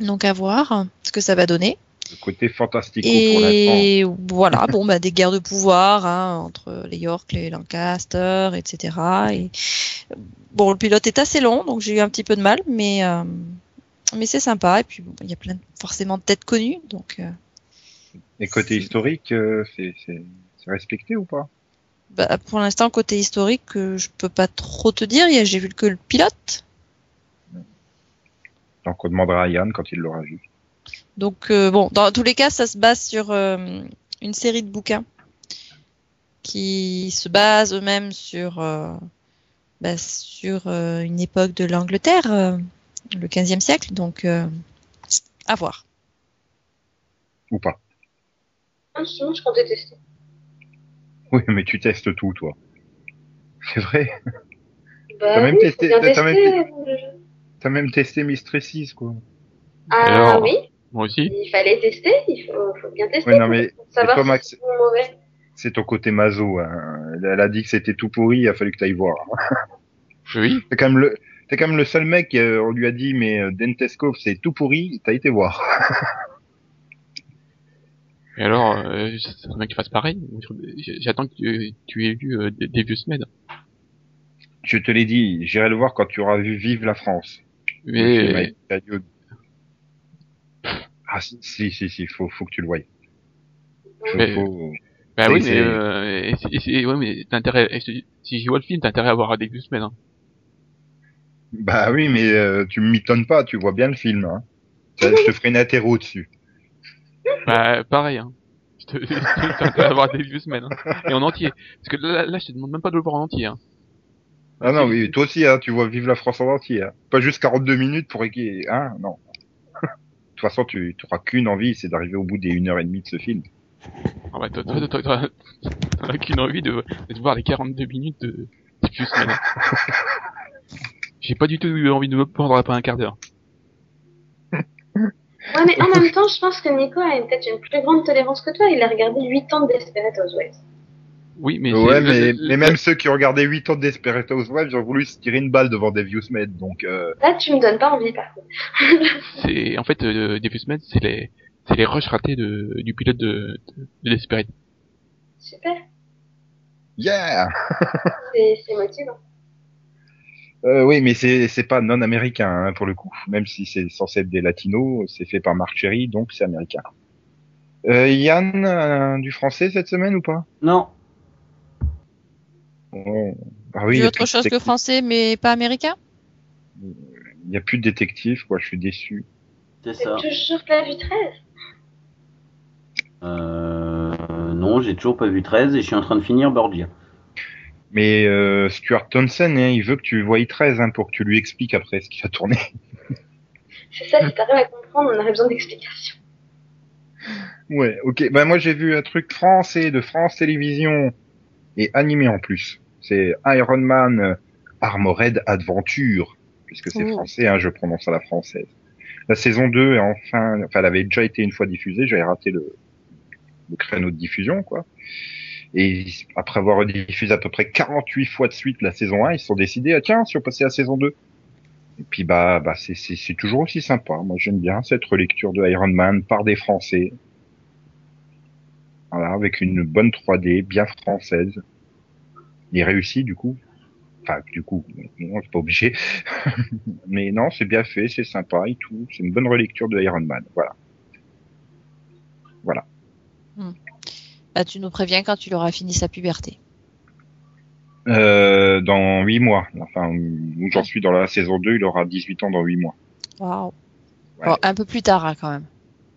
Donc à voir ce que ça va donner. Le côté fantastico pour l'instant. Et voilà, bon, bah, des guerres de pouvoir hein, entre les York, les Lancaster, etc. Et... Bon, le pilote est assez long, donc j'ai eu un petit peu de mal, mais, euh, mais c'est sympa. Et puis, bon, il y a plein de, forcément de têtes connues, donc euh, Et côté historique, euh, c'est c'est- c'est respecté ou pas bah, pour l'instant, côté historique, euh, je peux pas trop te dire. Il y a- J'ai vu que le pilote, Donc on demandera à Yann quand il l'aura vu. donc euh, bon, dans tous les cas, ça se base sur euh, une série de bouquins qui se basent eux-mêmes sur, euh, bah, sur euh, une époque de l'Angleterre, euh, le 15e siècle, donc euh, à voir. Ou pas. Ah, Sinon, je comptais tester. Oui, mais tu testes tout, toi. C'est vrai. Bah, T'as même oui, testé- faut bien t'as même tester, euh, le jeu. T'as même testé Mistress 6, quoi. Ah Alors oui, Moi aussi. Il fallait tester, il faut, faut bien tester. Oui, non, mais- pour savoir mais si Max- c'est bon ou mauvais. C'est ton côté maso. Hein. Elle a dit que c'était tout pourri, il a fallu que t'ailles voir. Oui. T'es quand même le, t'es quand même le seul mec, euh, on lui a dit, mais euh, Dentesco, c'est tout pourri, t'as été voir. Et alors, euh, ça serait bien que tu fasses pareil. J- J'attends que tu, tu aies vu euh, des, des vieux semaines. Je te l'ai dit, j'irai le voir quand tu auras vu Vive la France. Le film Mais avec Caillou. Ah, si, si, si, si, faut, faut que tu le voyes. Faut- Mais- faut- bah Et oui, mais c'est- euh, et c'est- et c'est- ouais, mais t'as intérêt. et si- Si j'y vois le film, t'as intérêt à voir des vieux semaines. Hein. Bah oui, mais euh, tu m'étonnes pas, tu vois bien le film. Hein. Ça, je te ferai une athéro dessus. Bah pareil. Hein. Je te- T'as intérêt à voir des vieux semaines. Hein. Et en entier. Parce que là, là, je te demande même pas de le voir en entier. Hein. Ah non, oui, toi aussi, hein, tu vois Vive la France en entier. hein. Pas juste 42 minutes pour équi- hein, non. De toute façon, tu n'auras qu'une envie, c'est d'arriver au bout des 1h30 de ce film. Ah bah, toi, toi, toi, toi, toi, t'en as qu'une envie de, de voir les 42 minutes de, de plus semaine. J'ai pas du tout eu envie de me pendre après un quart d'heure. Ouais, mais en même temps, je pense que Nico a une- peut-être une plus grande tolérance que toi. Il a regardé 8 ans de Desperate Housewives. Oui, mais ouais, c'est- mais, le- mais le- même ceux qui ont regardé 8 ans de Desperate Housewives ont voulu se tirer une balle devant des Viewsmed, donc euh, Là, tu me donnes pas envie, par contre. c'est en fait euh, Devious Man, c'est les c'est les rushs ratés de, du pilote de, de, de Desperate. Super, yeah c'est c'est motivant. Euh, Oui, mais c'est c'est pas non-américain, hein, pour le coup. Même si c'est censé être des latinos, c'est fait par Mark Cherry, donc c'est américain. Euh, Yann, euh, du français cette semaine ou pas Non, Ouais. Ah J'ai y a autre plus de chose que détective- français, mais pas américain. Il n'y a plus de détective, quoi, je suis déçu. c'est C'est ça. toujours pas vu 13. Euh, non, j'ai toujours pas vu 13 et je suis en train de finir Borgia. Mais euh, Stuart Thompson, hein, il veut que tu voyes 13 hein, pour que tu lui expliques après ce qu'il a tourné. C'est ça, si t'arrives à comprendre, on aurait besoin d'explications. Ouais, ok. Bah moi j'ai vu un truc français de France Télévisions et animé en plus. C'est Iron Man euh, Armored Adventure, puisque c'est Oh. français, hein, je prononce à la française. La saison 2 est enfin, enfin elle avait déjà été une fois diffusée, j'avais raté le, le créneau de diffusion quoi. Et après avoir diffusé à peu près 48 fois de suite la saison 1, ils se sont décidés ah tiens, si on passait à la saison 2. Et puis bah bah c'est c'est c'est toujours aussi sympa. Moi j'aime bien cette relecture de Iron Man par des Français. Voilà, avec une bonne 3D bien française. Il réussit du coup. Enfin, du coup, non, c'est pas obligé. Mais non, c'est bien fait, c'est sympa et tout. C'est une bonne relecture de Iron Man. Voilà. Bah, tu nous préviens quand tu l'auras fini sa puberté. Euh, dans 8 mois. Enfin, où j'en suis dans la saison 2, il aura 18 ans dans 8 mois. Waouh. Ouais. Bon, un peu plus tard hein, quand même.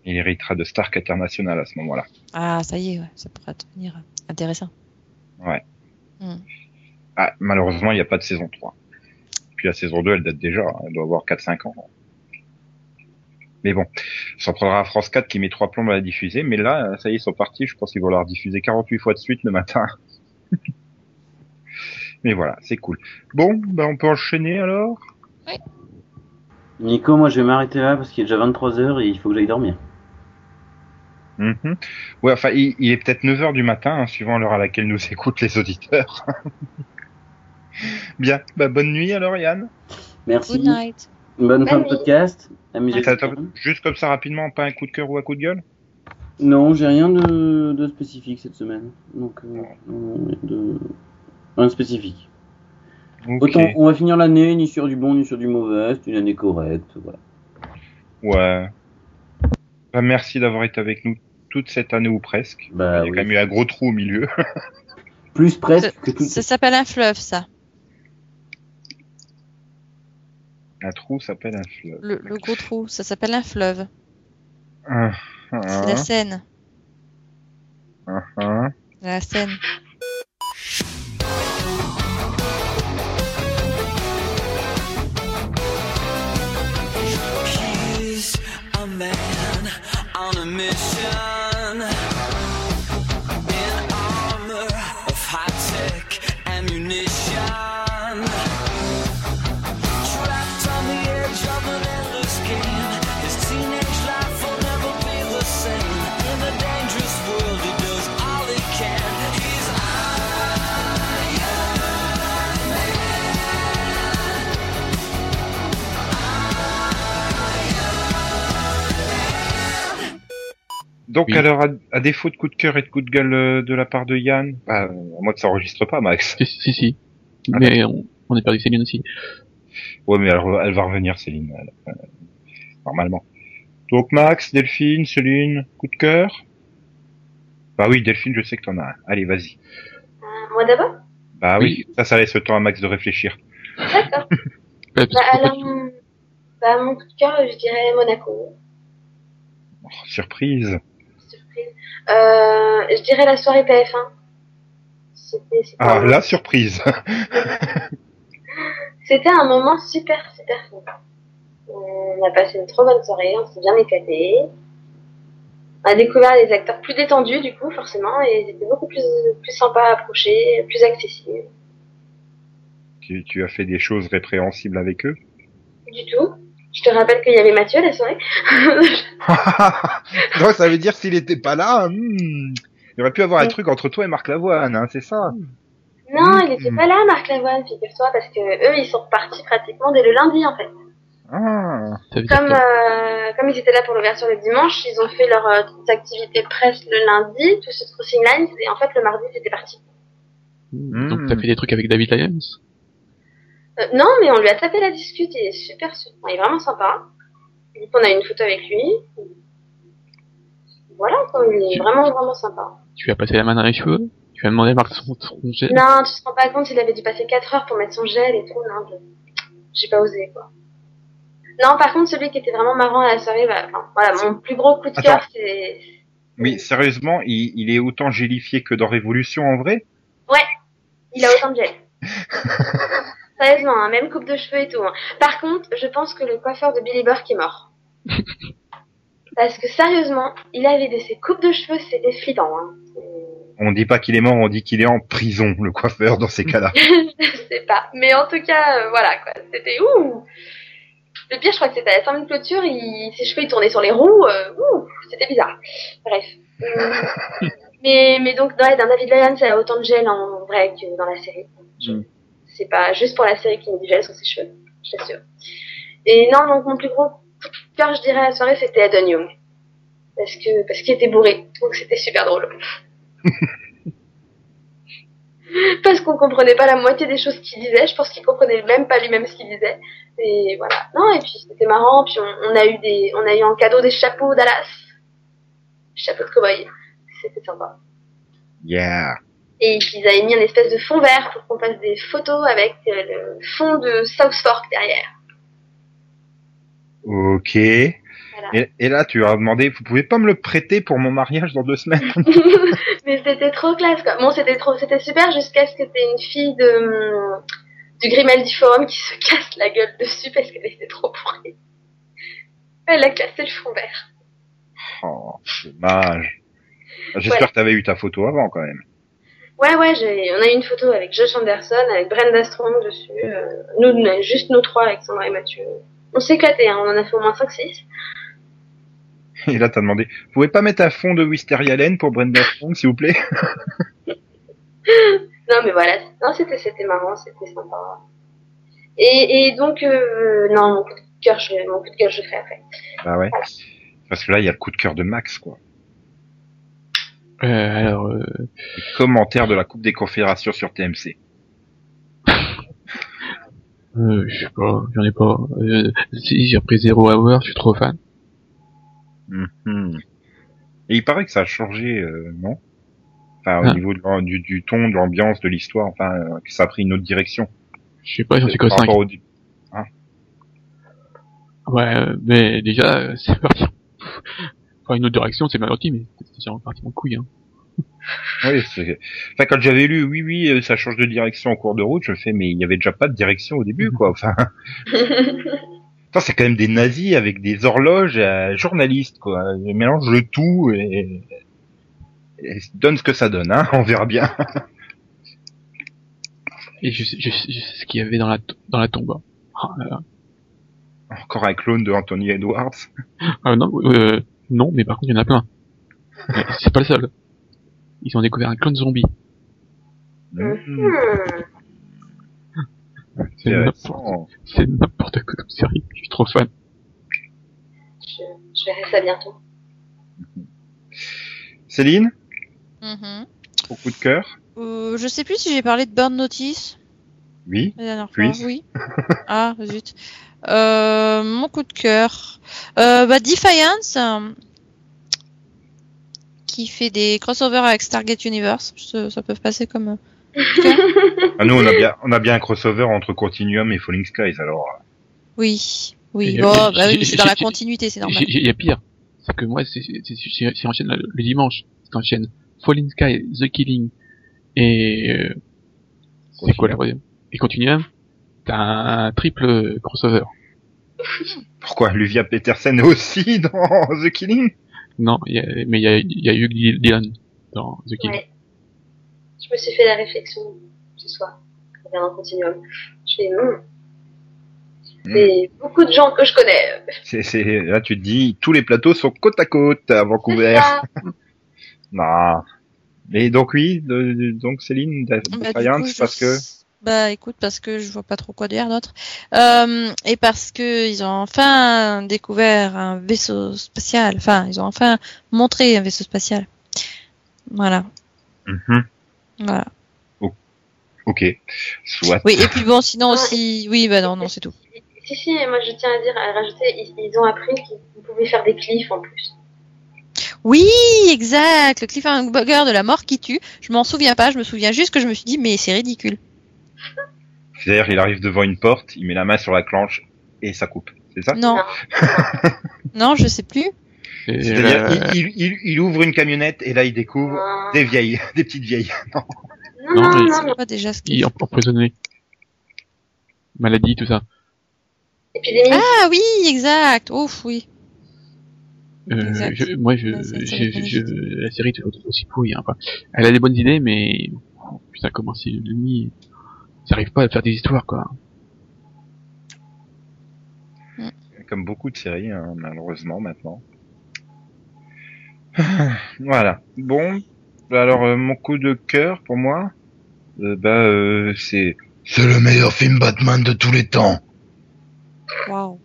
Il héritera de Stark International à ce moment-là. Ah, ça y est, ouais, ça pourrait devenir euh, intéressant. Ah, malheureusement, il n'y a pas de saison 3. Puis la saison 2, elle date déjà. hein. Elle doit avoir 4-5 ans. Mais bon, ça prendra à France 4 qui met trois plombs à la diffuser. Mais là, ça y est, ils sont partis. Je pense qu'ils vont la rediffuser 48 fois de suite le matin. mais voilà, c'est cool. Bon, ben on peut enchaîner alors Nico, moi je vais m'arrêter là parce qu'il est déjà 23h et il faut que j'aille dormir. Mhm. Ouais, enfin, il, il est peut-être 9 heures du matin, hein, suivant l'heure à laquelle nous écoutent les auditeurs. Bien, bah, bonne nuit alors Yann. Merci. Good night. Bonne fin de Bonne nuit. podcast. Et Amusez-vous t'as- t'as- bien. juste comme ça rapidement, pas un coup de cœur ou un coup de gueule Non, j'ai rien de, de spécifique cette semaine. Donc, euh, non, de... rien de spécifique. Ok. Autant, on va finir l'année ni sur du bon ni sur du mauvais. C'est une année correcte. Voilà. Ouais. Bah, merci d'avoir été avec nous toute cette année ou presque. il Bah y a oui. quand même eu un gros trou au milieu. Plus presque que Ça, tout. ça s'appelle un fleuve, ça. un trou s'appelle un fleuve. Le, le gros trou, ça s'appelle un fleuve. Hein, C'est hein, la Seine. hein, hein. La Seine. He's a man on a mission in armor of high tech ammunition. Trapped on the edge of an endless game, his teenage life on a Donc Oui. alors à, à défaut de coup de cœur et de coup de gueule euh, de la part de Yann, bah, moi que ça enregistre pas Max. Si, si, si. Ah, Mais on, on a perdu Céline aussi. Ouais mais elle, elle va revenir Céline, elle, euh, normalement. Donc Max, Delphine, Céline, coup de cœur. Bah oui Delphine, je sais que t'en as un. Allez vas-y. Euh, moi d'abord Bah oui. ça ça laisse le temps à Max de réfléchir. D'accord. Ouais, parce que bah, pourquoi alors, mon- bah, mon coup de cœur, je dirais Monaco. Oh, surprise. Surprise. Euh, je dirais la soirée PF1. C'était c'était Ah un- la surprise. c'était un moment super, super fun. On a passé une trop bonne soirée, on s'est bien éclaté. On a découvert des acteurs plus détendus, du coup, forcément, et ils étaient beaucoup plus, plus sympas à approcher, plus accessibles. tu, tu as fait des choses répréhensibles avec eux. Du tout. Je te rappelle qu'il y avait Mathieu la soirée. Donc ça veut dire s'il était pas là, hmm, il aurait pu avoir un truc entre toi et Marc Lavoine, hein, c'est ça. non, Mm. il était pas là, Marc Lavoine, figure-toi, parce que eux, ils sont repartis pratiquement dès le lundi, en fait. Ah. ça veut dire Comme, quoi euh, comme ils étaient là pour l'ouverture le dimanche, ils ont fait leur euh, petite activité presse le lundi, tout ce crossing line, et en fait, le mardi, c'était parti. Mm. Donc t'as fait des trucs avec David Lyons Euh, non, mais on lui a tapé la discute, il est super sympa, il est vraiment sympa. Du coup, on a une photo avec lui. Voilà, quoi, il est vraiment, vraiment sympa. Tu lui as passé la main dans les cheveux Tu lui as demandé à Marc son, son gel Non, tu te rends pas compte, il avait dû passer 4 heures pour mettre son gel et tout, non, je- j'ai pas osé, quoi. Non, par contre, celui qui était vraiment marrant à la soirée, bah, enfin, voilà, mon plus gros coup de Attends. cœur, c'est... Oui, sérieusement, il, il est autant gélifié que dans Révolution en vrai. Il a autant de gel. Sérieusement, hein, même coupe de cheveux et tout. hein. Par contre, je pense que le coiffeur de Billy Burke est mort. Parce que sérieusement, il avait des ses coupes de cheveux, c'était flippant. Hein. On dit pas qu'il est mort, on dit qu'il est en prison, le coiffeur dans ces cas-là. je sais pas. Mais en tout cas, euh, voilà quoi. C'était ouh. Le pire, je crois que c'était à la fin de clôture, il... ses cheveux ils tournaient sur les roues. euh, ouh, c'était bizarre. Bref. Euh, mais, mais donc, ouais, dans David Lyon, ça a autant de gel en vrai que dans la série. Je- Mm. C'est pas juste pour la série qu'il y a du gel sur ses cheveux, je t'assure. Et non, donc mon plus gros coup de cœur, je dirais, à la soirée, c'était Adam Young. Parce que parce qu'il était bourré, donc c'était super drôle. parce qu'on comprenait pas la moitié des choses qu'il disait. Je pense qu'il comprenait même pas lui-même ce qu'il disait. Et voilà. Non, et puis c'était marrant. Puis on, on a eu des, on a eu en cadeau des chapeaux Dallas, chapeaux de cowboy. C'était sympa. Yeah. Et qu'ils avaient mis un espèce de fond vert pour qu'on fasse des photos avec euh, le fond de South Fork derrière. Ok. Et, et là, tu as demandé, vous pouvez pas me le prêter pour mon mariage dans deux semaines Mais c'était trop classe quoi. Bon, c'était trop, c'était super jusqu'à ce que t'aies une fille de hum, du Grimaldi Forum qui se casse la gueule dessus parce qu'elle était trop pourrie. Elle a cassé le fond vert. Oh, dommage. J'espère Ouais. que t'avais eu ta photo avant, quand même. Ouais, ouais, j'ai- on a eu une photo avec Josh Anderson, avec Brenda Strong dessus. euh, nous, on a juste nous trois, Alexandra et Mathieu. On s'est éclaté, hein, on en a fait au moins 5-6. Et là, t'as demandé, vous pouvez pas mettre un fond de Wisteria Lane pour Brenda Strong, s'il vous plaît Non, mais voilà, non, c'était, c'était marrant, c'était sympa. Et, et donc, euh, non, mon coup de cœur, je, mon coup de cœur, je ferai après. Bah ouais. Parce que là, il y a le coup de cœur de Max, quoi. euh, Alors, euh, Les commentaires de la Coupe des Confédérations sur TMC. euh, je sais pas, j'en ai pas. Euh, si, j'ai repris Zero Hour, je suis trop fan. Mhm. Et il paraît que ça a changé, euh, non Enfin, au Ah. niveau de l'am- du, du ton, de l'ambiance, de l'histoire, enfin, euh, que ça a pris une autre direction. Je sais pas, j'en suis qu'au Par 5. rapport au- Ouais, euh, mais déjà, euh, c'est parti. Enfin, une autre direction, c'est mal gentil, mais c'est déjà parti en couille. Hein. Oui, c'est- enfin, quand j'avais lu, oui, oui, euh, ça change de direction en cours de route, je me fais, mais il n'y avait déjà pas de direction au début, quoi. Enfin, Putain, c'est quand même des nazis avec des horloges euh, journalistes, quoi. Ils mélangent le tout et, et ça donne ce que ça donne, hein. On verra bien. Et je, sais- je, sais- je sais ce qu'il y avait dans la, to- dans la tombe. Ah, là, là. Encore un clone de Anthony Edwards. Ah, non, euh, non, mais par contre, il y en a plein. Mais c'est pas le seul. Ils ont découvert un clone zombie. Mmh. Hmm. C'est n'importe Intéressant. c'est n'importe quoi comme série. Je suis trop fan. Je, je verrai ça bientôt. Céline, Mhm. au coup de cœur. Euh, je sais plus si j'ai parlé de Burn Notice Oui. la dernière fois. Puis. Oui. ah, zut. Euh, mon coup de cœur. Euh, bah, Defiance, euh, qui fait des crossovers avec Stargate Universe. Ça, ça peut passer comme. euh, Ah, nous, on a bien, on a bien un crossover entre Continuum et Falling Skies, alors. Oui. Oui, Et, bon, euh, bah oui, mais c'est dans la j'ai- continuité, c'est normal. J'ai- j'ai- Il y a pire. C'est que moi, c'est c'est- c'est- c'est enchaîne le le dimanche. C'est enchaîne Falling Sky, The Killing et euh, c'est quoi la troisième Et Continuum. T'as un triple crossover. Pourquoi Luvia Petersen est aussi dans The Killing Non, il y a- mais il y a, il y a Hugh Dillon dans The Killing. Ouais. Je me suis fait la réflexion ce soir, en regardant Continuum. Je fais, hum. C'est beaucoup de gens que je connais. C'est, c'est, là, tu te dis, tous les plateaux sont côte à côte à Vancouver. Ça, Non. Et donc oui, de- de- donc Céline, de- de Bah, du Defiance, coup, je- parce que Bah écoute, parce que je vois pas trop quoi dire d'autre. Euh, et parce que ils ont enfin découvert un vaisseau spatial. Enfin, ils ont enfin montré un vaisseau spatial. Voilà. Mhm. Voilà. ok, soit. Oui, et puis bon, sinon aussi. Oui, bah non, non, c'est tout. si, si, et moi je tiens à dire, à rajouter, ils, ils ont appris qu'ils pouvaient faire des cliffs en plus. Oui, exact. Le cliffhanger de la mort qui tue. Je m'en souviens pas. Je me souviens juste que je me suis dit, mais c'est ridicule. C'est-à-dire, il arrive devant une porte, il met la main sur la clenche et ça coupe. C'est ça Non, non, je sais plus. Et, C'est-à-dire, euh, il, il- il- il ouvre une camionnette et là, il découvre Non, des vieilles, des petites vieilles. non, Non, non, mais- non, non. Pas déjà ce qu'il- il est emprisonné. Maladie, tout ça. Épidémie. Ah oui, exact. Ouf, oui. Euh, Exact. je, moi, je, Ouais, c'est- ça je- va pas je- la série est aussi pourrie. Hein. Enfin, elle a des bonnes idées, mais putain, comment c'est demi Ils arrivent pas à faire des histoires, quoi. Comme beaucoup de séries, hein, malheureusement, maintenant. voilà. Bon, alors, euh, mon coup de cœur, pour moi, euh, bah, euh, c'est... C'est le meilleur film Batman de tous les temps Waouh.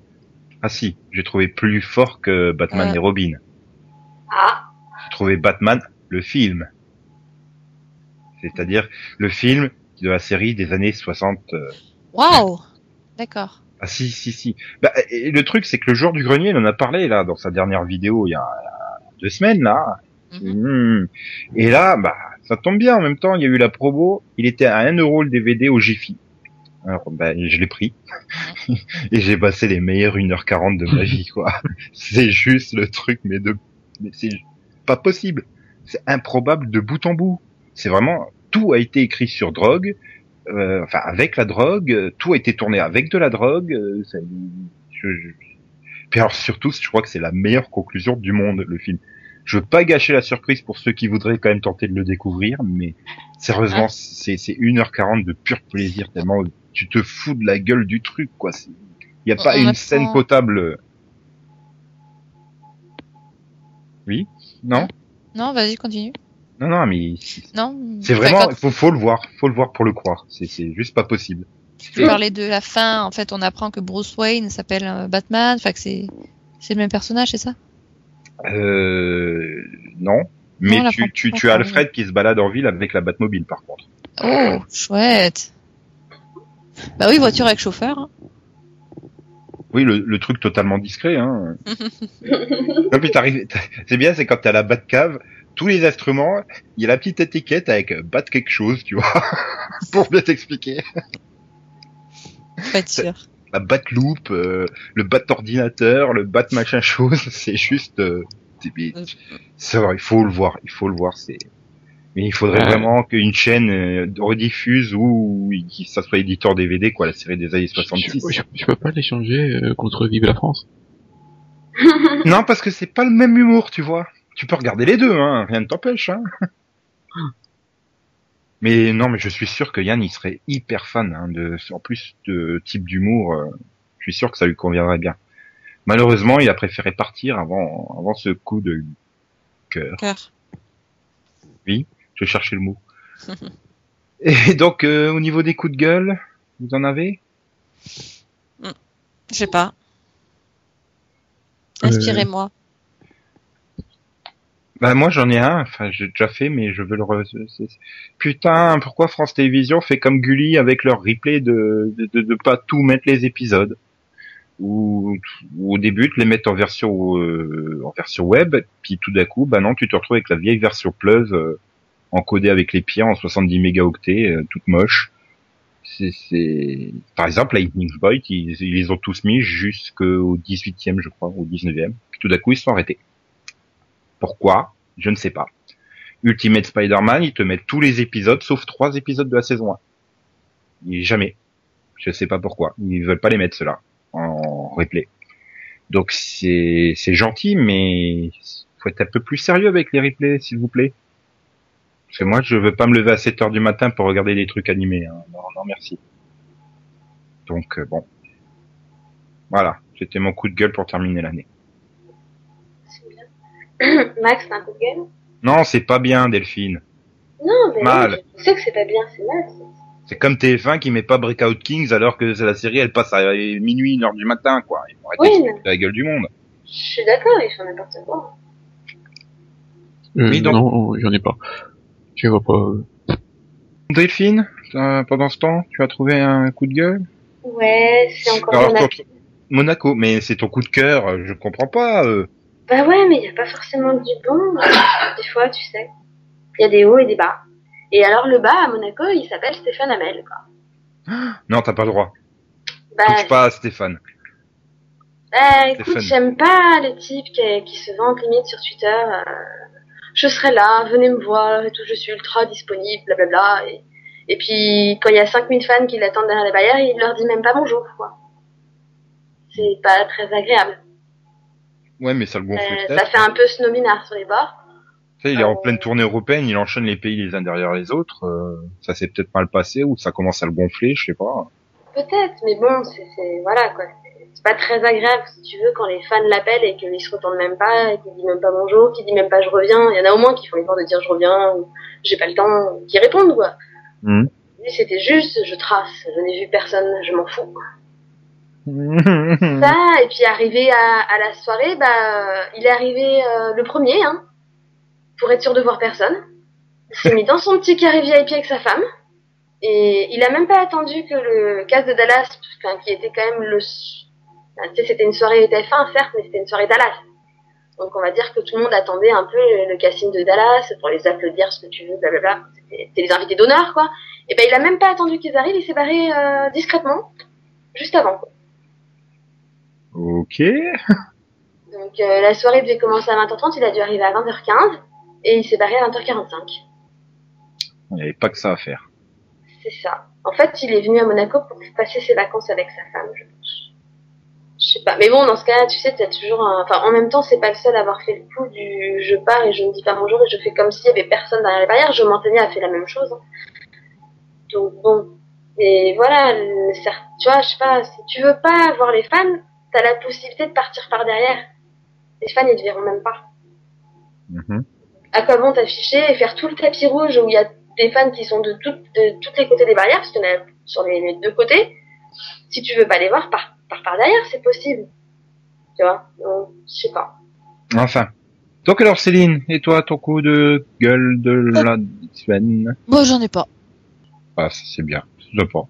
Ah si, j'ai trouvé plus fort que Batman Ah. et Robin. Ah, J'ai trouvé Batman le film. C'est-à-dire le film de la série des années 60. euh, Waouh. D'accord. Ah si, si, si. Bah, et le truc, c'est que le joueur du grenier, il en a parlé là dans sa dernière vidéo il y a euh, deux semaines là. Mhm. Mm. Et là, bah, ça tombe bien. En même temps, il y a eu la promo. Il était à 1 euro le DVD au Jiffy. Alors, bah, je l'ai pris. et j'ai passé les meilleures 1h40 de ma vie, quoi. c'est juste le truc, mais de, mais c'est pas possible. C'est improbable de bout en bout. C'est vraiment, tout a été écrit sur drogue, euh, enfin, avec la drogue, euh, tout a été tourné avec de la drogue, euh, ça- je- je- Puis alors, surtout, je crois que c'est la meilleure conclusion du monde, le film. Je veux pas gâcher la surprise pour ceux qui voudraient quand même tenter de le découvrir, mais Ah. sérieusement, c'est c'est 1h40 de pur plaisir, tellement tu te fous de la gueule du truc, quoi. C'est- Il n'y a On- pas on une attend- scène potable. Oui Non Non, vas-y, continue. Non, non, mais Non. c'est Enfin, vraiment, quand- faut, faut le voir, faut le voir pour le croire. C'est- C'est juste pas possible. Tu parlais de la fin, en fait, on apprend que Bruce Wayne s'appelle euh, Batman, enfin que c'est c'est le même personnage, c'est ça Euh, non. Mais Non, la tu, tu, Fran- tu as Alfred qui se balade en ville avec la Batmobile, par contre. Oh, chouette Bah oui, voiture avec chauffeur. hein. Oui, le, le truc totalement discret, hein. non, puis t'arrives, t'as- c'est bien, c'est quand t'as la Batcave, tous les instruments, il y a la petite étiquette avec euh, Bat quelque chose, tu vois, pour bien t'expliquer. Faut être sûr. La Batloupe, euh, le Bat ordinateur, le Bat machin chose, c'est juste, euh, c'est- mais C'est vrai, il faut le voir, il faut le voir. C'est, mais il faudrait Ouais. vraiment qu'une chaîne euh, rediffuse ou qui ça soit éditeur DVD quoi, la série des années Je, 66. je- je peux pas l'échanger euh, contre Vive la France. Non, parce que c'est pas le même humour, tu vois. Tu peux regarder les deux, hein, rien ne t'empêche. Hein. Mais non, mais je suis sûr que Yann il serait hyper fan hein, de, en plus de type d'humour. euh, je suis sûr que ça lui conviendrait bien. Malheureusement, il a préféré partir avant avant ce coup de cœur. Cœur. Je cherchais le mot. Et donc, euh, au niveau des coups de gueule, vous en avez Je sais pas. Euh, Inspirez-moi. Bah moi j'en ai un, enfin j'ai déjà fait mais je veux le re... c'est- c'est- Putain, pourquoi France Télévisions fait comme Gulli avec leur replay de de, de, de pas tout mettre les épisodes ou ou au début de les mettre en version euh, en version web puis tout d'un coup bah non, tu te retrouves avec la vieille version pleuve euh, encodée avec les pierres en 70 mégaoctets euh, toute moche. C'est c'est par exemple Lightning Bolt, ils, ils les ont tous mis jusqu'au 18e je crois, au 19e. Puis tout d'un coup ils se sont arrêtés. Pourquoi Je ne sais pas. Ultimate Spider-Man, ils te mettent tous les épisodes sauf trois épisodes de la saison 1. Et jamais. Je ne sais pas pourquoi. Ils veulent pas les mettre ceux-là en replay. Donc c'est c'est gentil, mais faut être un peu plus sérieux avec les replays, s'il vous plaît. Parce que moi, je veux pas me lever à 7 heures du matin pour regarder des trucs animés. hein. Non, non, merci. Donc euh, bon, voilà. C'était mon coup de gueule pour terminer l'année. C'est bien. Max, t'as un coup de gueule Non, c'est pas bien, Delphine. Non, mais Mal. je sais que c'est pas bien, c'est mal. ça. C'est comme TF1 qui met pas Breakout Kings alors que la série elle passe à minuit, une heure du matin, quoi. Ils vont arrêter Oui, de se mais- foutre de la gueule du monde. Je suis d'accord, ils font n'importe quoi. Euh, Oui, donc- Non, j'en ai pas. Je vois pas. euh. Delphine, euh, pendant ce temps, tu as trouvé un coup de gueule Ouais, c'est encore Alors, Monaco. contre- Monaco, mais c'est ton coup de cœur, euh, je comprends pas. euh. Bah ouais, mais il n'y a pas forcément que du bon. euh, des fois, tu sais. Il y a des hauts et des bas. Et alors, le bas à Monaco, il s'appelle Stéphane Hamel, quoi. Non, t'as pas le droit. Bah, Touche pas à Stéphane. bah, écoute, Stéphane. j'aime pas les types qui, qui se vantent limite sur Twitter. euh, je serai là, venez me voir et tout, je suis ultra disponible, blablabla. Et, et puis, quand il y a 5000 fans qui l'attendent derrière les barrières, il leur dit même pas bonjour, quoi. C'est pas très agréable. Ouais, mais ça le gonfle Euh, peut-être. ça fait un peu snobinard sur les bords. Tu sais, il est en Euh, pleine tournée européenne, il enchaîne les pays les uns derrière les autres. euh, ça s'est peut-être mal passé ou ça commence à le gonfler, je sais pas. Peut-être, mais bon, c'est c'est- voilà quoi. C'est- C'est pas très agréable si tu veux quand les fans l'appellent et qu'ils se retournent même pas, et qu'ils disent même pas bonjour, qu'ils disent même pas je reviens. Il y en a au moins qui font l'effort de dire je reviens ou j'ai pas le temps, ou qui répondent quoi. Mhm. Lui c'était juste je trace, je n'ai vu personne, je m'en fous. Hmm. Ça et puis arrivé à, à la soirée, bah euh, il est arrivé euh, le premier hein, pour être sûr de voir personne. Il s'est mis dans son petit carré VIP avec sa femme. Et il a même pas attendu que le casse de Dallas, enfin, qui était quand même le. enfin, tu sais, c'était une soirée TF1, certes, mais c'était une soirée Dallas. Donc on va dire que tout le monde attendait un peu le casting de Dallas pour les applaudir, ce que tu veux, blablabla. C'était c'était les invités d'honneur, quoi. Et ben il a même pas attendu qu'ils arrivent, il s'est barré euh, discrètement, juste avant. quoi. ok. Donc euh, la soirée devait commencer à 20h30, il a dû arriver à 20h15, et il s'est barré à 20h45. Il n'y avait pas que ça à faire. C'est ça. En fait, il est venu à Monaco pour passer ses vacances avec sa femme, je pense. Je sais pas. Mais bon, dans ce cas-là, tu sais, t'as toujours un... Enfin, en même temps, c'est pas le seul à avoir fait le coup du je pars et je ne dis pas bonjour et je fais comme s'il y avait personne derrière les barrières. Je m'entendais à faire la même chose. hein. Donc bon. Et voilà, le- cer- tu vois, je sais pas, si tu veux pas voir les fans, t'as la possibilité de partir par derrière. Les fans, ils te verront même pas Mhm. à quoi bon t'afficher et faire tout le tapis rouge où il y a des fans qui sont de, toutes de tous les côtés des barrières, parce qu'il y en a sur les, les deux côtés. Si tu veux pas les voir, par par, par derrière, c'est possible. Tu vois Donc, Je sais pas. Enfin. Donc alors Céline, et toi ton coup de gueule de la semaine Moi, j'en ai pas. Ah, ça, c'est bien, c'est sympa.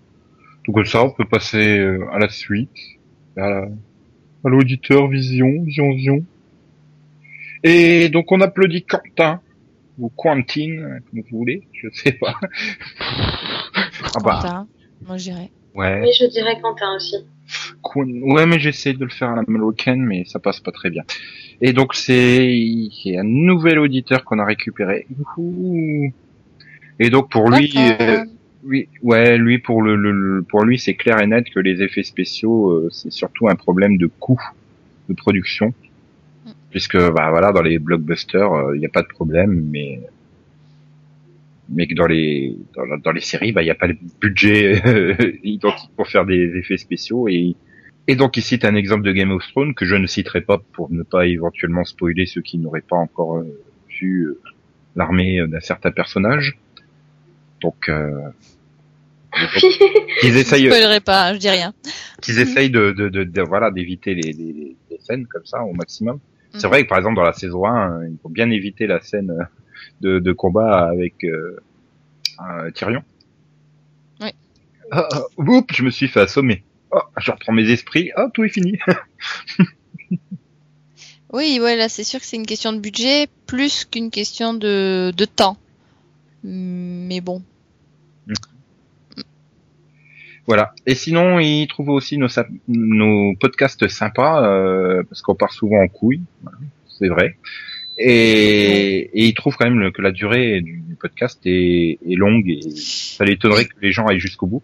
Donc comme ça, on peut passer euh, à la suite, à la- à l'auditeur Vision, Vision, Vision. Et donc on applaudit Quentin, ou Quentin, comme vous voulez, je sais pas. ah bah, Quentin, Moi, j'irai. ouais. Mais je dirais Quentin aussi. Quen- Ouais, mais j'essaie de le faire à l'américaine, mais ça passe pas très bien. Et donc c'est c'est un nouvel auditeur qu'on a récupéré. Youhou. Et donc pour lui... euh, Oui, ouais, lui pour le, le- le- pour lui c'est clair et net que les effets spéciaux euh, c'est surtout un problème de coût de production Mm. puisque bah voilà dans les blockbusters euh, il n'y a pas de problème mais mais que dans les dans, la- dans les séries bah il n'y a pas le budget euh, identique pour faire des effets spéciaux et et donc il cite un exemple de Game of Thrones que je ne citerai pas pour ne pas éventuellement spoiler ceux qui n'auraient pas encore euh, vu euh, l'armée euh, d'un certain personnage donc euh, ils Je essayent spoilerai pas, je dis rien. qu'ils essayent de, de, de, de- voilà d'éviter les, les, les- les scènes comme ça au maximum. C'est vrai que par exemple dans la saison 1, euh, il faut bien éviter la scène euh, de, de combat avec euh, euh, Tyrion. Oui. Ah, ah, oups, je me suis fait assommer. Oh, je reprends mes esprits. Ah, tout est fini. Oui, ouais, là, c'est sûr que c'est une question de budget plus qu'une question de, de temps. Mais bon. Voilà. Et sinon, ils trouvent aussi nos, sap- nos podcasts sympas, euh, parce qu'on part souvent en couille, voilà, c'est vrai. Et, et ils trouvent quand même le- que la durée du, du podcast est, est longue et ça les étonnerait que les gens aillent jusqu'au bout.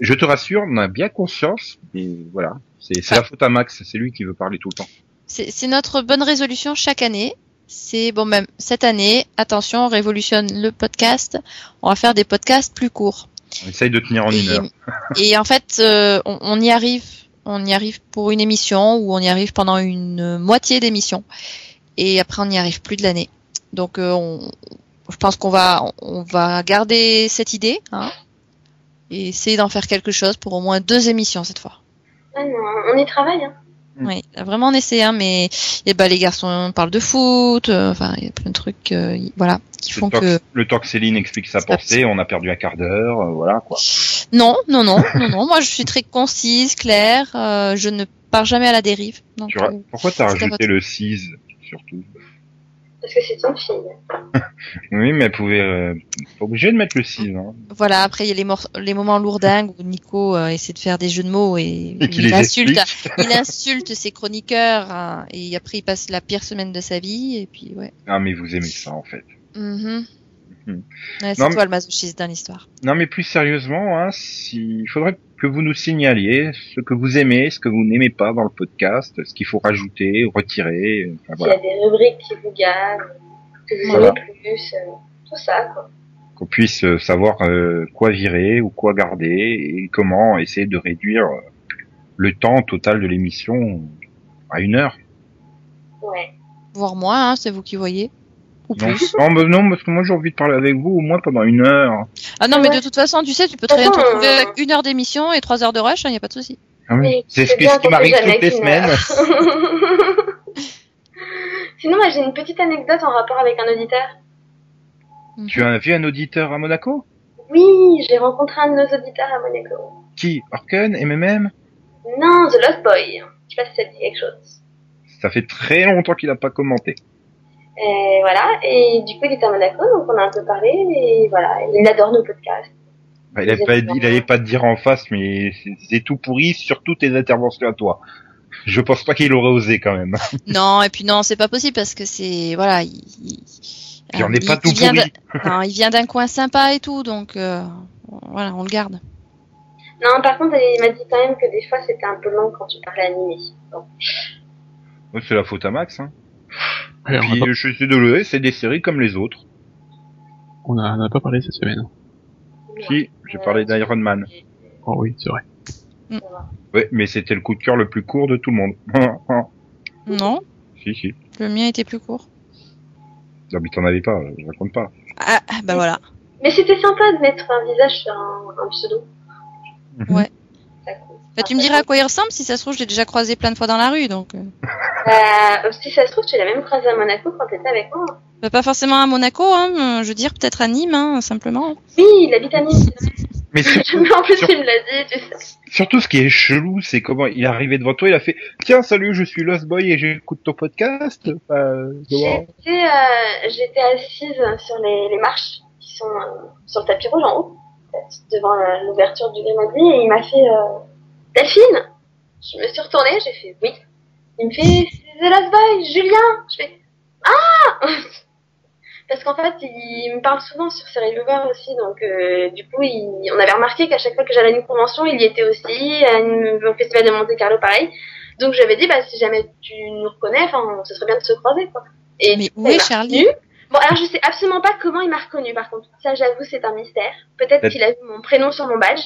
Je te rassure, on a bien conscience, mais voilà, c'est c'est la faute à Max, c'est lui qui veut parler tout le temps. C'est c'est notre bonne résolution chaque année. C'est bon, même cette année, attention, on révolutionne le podcast. On va faire des podcasts plus courts. On essaye de tenir en une heure. Et, et en fait, euh, on, on y arrive. On y arrive pour une émission ou on y arrive pendant une moitié d'émission. Et après, on n'y arrive plus de l'année. Donc, euh, on, je pense qu'on va, on va garder cette idée hein, et essayer d'en faire quelque chose pour au moins deux émissions cette fois. Ouais, mais Ah on on y travaille. Hein. Mm. Oui, là, vraiment on essaie, hein, mais eh ben, les garçons parlent de foot, euh, enfin il y a plein de trucs euh, y- voilà, qui font le, temps que... que, le temps que Céline explique sa C'est pas pensée, on a perdu un quart d'heure, euh, voilà quoi. Non, non, non, non, non, moi je suis très concise, claire, euh, je ne pars jamais à la dérive. Donc, Tu ra- euh, Pourquoi t'as c'est à rajouté votre- le 6 surtout Parce que c'est ton fille. Oui, mais elle pouvait... Euh, pas obligé de mettre le 6, hein. voilà, après il y a les, mor- les moments lourdingues où Nico euh, essaie de faire des jeux de mots et, Et qu'il il les insulte, explique. il insulte ses chroniqueurs hein, et après il passe la pire semaine de sa vie et puis ouais. Ah, mais vous aimez ça, en fait. Mhm. Mhm. Ouais, c'est Non, toi mais- le masochiste dans l'histoire. Non, mais plus sérieusement, hein, si... il faudrait que vous nous signaliez ce que vous aimez, ce que vous n'aimez pas dans le podcast, ce qu'il faut rajouter, retirer, enfin S'il y voilà, a des rubriques qui vous gavent, que vous Voilà. aimez plus, euh, tout ça. Quoi. qu'on puisse euh, savoir euh, quoi virer ou quoi garder et comment essayer de réduire euh, le temps total de l'émission à une heure. Ouais. Voire moins, hein, c'est vous qui voyez. Ou Non, plus. non, mais non, parce que moi j'ai envie de parler avec vous au moins pendant une heure. Ah non, mais Ouais. de toute façon, tu sais, tu peux très bien te Attends, retrouver euh, avec une heure d'émission et trois heures de rush, il n'y a pas de souci. Ah oui, Mais C'est ce c'est qui- bien ce qui qu'on m'arrive fait jamais toutes les qu'une semaines. Sinon, moi, j'ai une petite anecdote en rapport avec un auditeur. Tu as vu un auditeur à Monaco Oui, j'ai rencontré un de nos auditeurs à Monaco. Qui Orken MMM Non, The Lost Boy. Je sais pas si ça te dit quelque chose. Ça fait très longtemps qu'il n'a pas commenté. Et voilà, et du coup, il était à Monaco, donc on a un peu parlé, et voilà, il adore nos podcasts. Bah, il n'allait pas, il allait pas te dire en face, mais c'est- c'est tout pourri, surtout tes interventions à toi. Je pense pas qu'il aurait osé quand même. Non, et puis non, c'est pas possible parce que c'est. Voilà. Il, il, Puis on n'est il- pas il tout vient pourri. d'un- non, il vient d'un coin sympa et tout, donc euh, voilà, on le garde. Non, par contre, il m'a dit quand même que des fois, c'était un peu long quand tu parlais animé. Bon. Ouais, C'est la faute à Max. Hein. Ouais, on, Puis n'a pas, je suis désolé, c'est des séries comme les autres. on a- on a pas parlé cette semaine. Si, j'ai Euh, parlé d'Iron Man. Oh oui, c'est vrai. Ouais, mais c'était le coup de cœur le plus court de tout le monde. Non, si, si. le mien était plus court. Non, mais t'en avais pas, je raconte pas. Ah, ah, bah voilà. Mais c'était sympa de mettre un visage sur un, un pseudo. Mhm. Ouais. Ça compte. Bah, tu me diras à quoi il ressemble, si ça se trouve, je l'ai déjà croisé plein de fois dans la rue, donc. euh. Bah, si ça se trouve, tu l'as même croisé à Monaco quand t'étais avec moi. Bah, pas forcément à Monaco, hein, euh, je veux dire, peut-être à Nîmes, hein, simplement. Oui, il habite à Nice. Mais surtout, Mais en plus, Sur- il me l'a dit, tu sais. surtout, ce qui est chelou, c'est comment il est arrivé devant toi, il a fait Tiens, salut, je suis Lost Boy et j'écoute ton podcast. Euh, comment J'étais, euh, j'étais assise sur les, les marches qui sont euh, sur le tapis rouge en haut, devant la- l'ouverture du Grimaldi, et il m'a fait euh, Delphine Je me suis retournée, j'ai fait oui. Il me fait C'est The Last Boy, Julien Je fais Ah Parce qu'en fait, il me parle souvent sur ses reviewers aussi, donc euh, du coup, il- on avait remarqué qu'à chaque fois que j'allais à une convention, il y était aussi, à une- au festival de Monte Carlo pareil. Donc j'avais dit, bah, si jamais tu nous reconnais, enfin, ce serait bien de se croiser. Quoi. Et Mais du coup, où est il m'a Charlie reconnu. Bon, alors je sais absolument pas comment il m'a reconnu, par contre. Ça, j'avoue, c'est un mystère. Peut-être Peut-être. qu'il a vu mon prénom sur mon badge.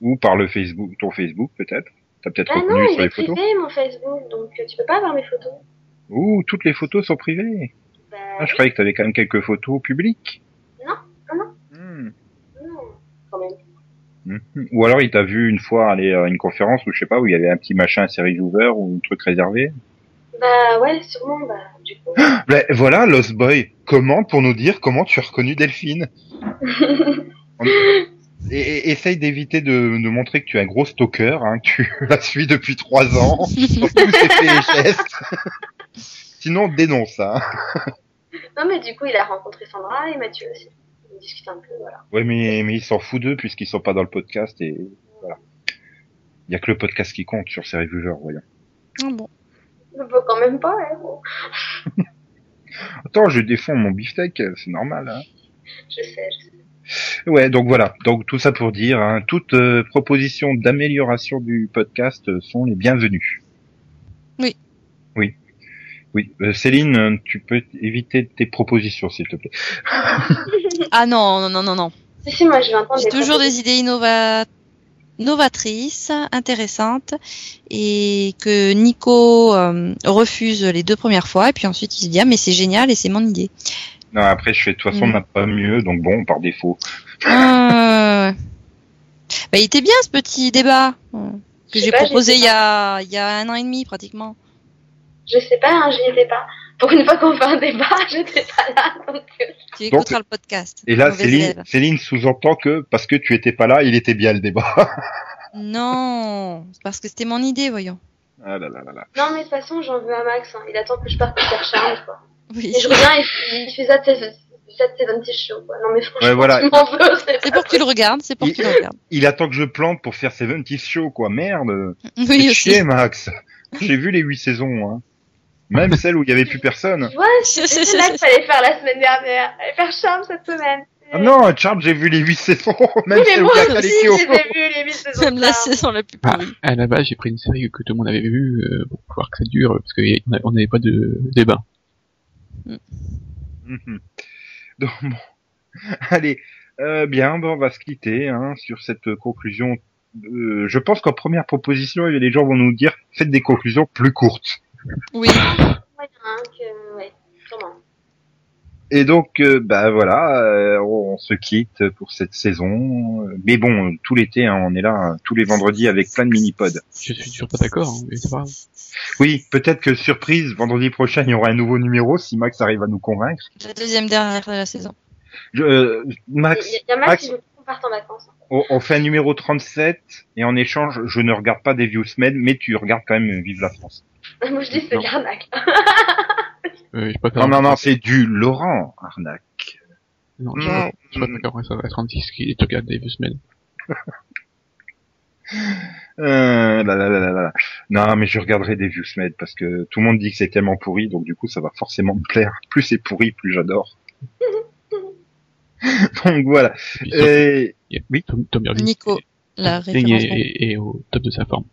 Ou par le Facebook, ton Facebook peut-être. T'as peut-être Ah non, reconnu il sur est les photos. privé, mon Facebook, donc euh, tu peux pas avoir mes photos. Ouh, toutes les photos sont privées. Bah, Ah, je croyais que t'avais quand même quelques photos publiques. Non, ah non, Hmm. non, quand même. Mhm. Ou alors il t'a vu une fois aller à une conférence ou je sais pas où il y avait un petit machin série ouvert ou un truc réservé. Bah ouais, sûrement, bah du coup. Ben, voilà, Lost Boy, comment pour nous dire comment tu as reconnu Delphine On- et, et- essaye d'éviter de, de montrer que tu es un gros stalker, hein, que tu la suis depuis trois ans, surtout ses faits et gestes. Sinon, dénonce, hein. non mais du coup, il a rencontré Sandra et Mathieu aussi. Ils discutent un peu, voilà. Ouais, mais, mais ils s'en foutent d'eux puisqu'ils sont pas dans le podcast et voilà. Il y a que le podcast qui compte sur ces reviewers, voyons. Ah bon. Faut quand même pas, hein, gros. Attends, je défends mon beefsteak, euh, c'est normal, hein. Je sais, je sais. Ouais, donc voilà. Donc tout ça pour dire, hein, toutes euh, propositions d'amélioration du podcast euh, sont les bienvenues. Oui. Oui. Oui. Euh, Céline, euh, tu peux éviter tes propositions, s'il te plaît. Ah non, non, non, non, non. Si, si, moi je vais entendre J'ai toujours propos- des idées innova... novatrices, intéressantes, et que Nico euh, refuse les deux premières fois, et puis ensuite il se dit ah mais c'est génial et c'est mon idée. Non, après, je fais de toute façon, Mm. on n'a pas mieux, donc bon, par défaut. Ah, ouais. bah, il était bien ce petit débat euh, que Je sais j'ai pas, proposé j'étais il y a il y a un an et demi pratiquement. Je sais pas, hein, j'y étais pas. Pour une fois qu'on fait un débat, j'étais pas là. Donc... euh, Tu Donc- écouteras le podcast. Et là, mauvais Céline, élève. Céline sous-entend que parce que tu étais pas là, il était bien le débat. Non, c'est parce que c'était mon idée, voyons. ah là là là là. Non mais de toute façon, j'en veux à Max. hein. Il attend que je parte faire Charles, quoi. Oui. Et je reviens et il fait ça de ses ça de ses petits shows, quoi. Non mais franchement, Ouais, voilà. je m'en veux. c'est C'est pour que tu le regardes, c'est pour que tu le regardes. Il attend que je plante pour faire Seven Teeth Show, quoi. Merde. Oui Fais aussi. chier, Max. J'ai vu les huit saisons, hein. Même celles où il y avait plus personne. Tu vois, c'est là qu'il fallait faire la semaine dernière. Fallait faire Charme cette semaine. Ah non, Charles, j'ai vu les huit saisons. Même Oui, mais celles où moi il y a aussi, Calicchio. j'ai vu les 8 saisons. Même de la Charme. saison la plus Ah. pourrie. À la base, j'ai pris une série que tout le monde avait vue euh, pour pouvoir que ça dure, parce qu'on n'avait pas de débat. Mhm. Donc, bon. Allez, euh, bien, bon, on va se quitter hein, sur cette conclusion. Euh, je pense qu'en première proposition, les gens vont nous dire faites des conclusions plus courtes. Oui. Ouais, hein, que- ouais, sûrement. Et donc, euh, bah voilà, euh, on, on se quitte pour cette saison. Mais bon, tout l'été, hein, on est là hein, tous les vendredis avec plein de mini-pods. Je suis toujours pas d'accord, hein, mais c'est pas grave. Oui, peut-être que surprise, vendredi prochain, il y aura un nouveau numéro si Max arrive à nous convaincre. La deuxième dernière de la saison. Je- euh, Il y Max, a- il y a Max Max. qui veut qu'on parte en vacances. on, on fait un numéro 37 et en échange, je ne regarde pas des views Med, mais tu regardes quand même euh, Vive la France. Moi, je dis c'est Non. de l'arnaque. Euh, j'ai pas Non, non, non, c'est du Laurent Arnaque. Non, je suis pas- je suis pas d'accord avec ça, la 36 qui te regarde des deux semaines. Euh, là, là, là, là, là. Non, mais je regarderai des views Med parce que tout le monde dit que c'est tellement pourri, donc du coup, ça va forcément me plaire. Plus c'est pourri, plus j'adore. donc voilà. Puis, Et... Tom, Tom Irving, Nico, la est, référence. est, est au top de sa forme.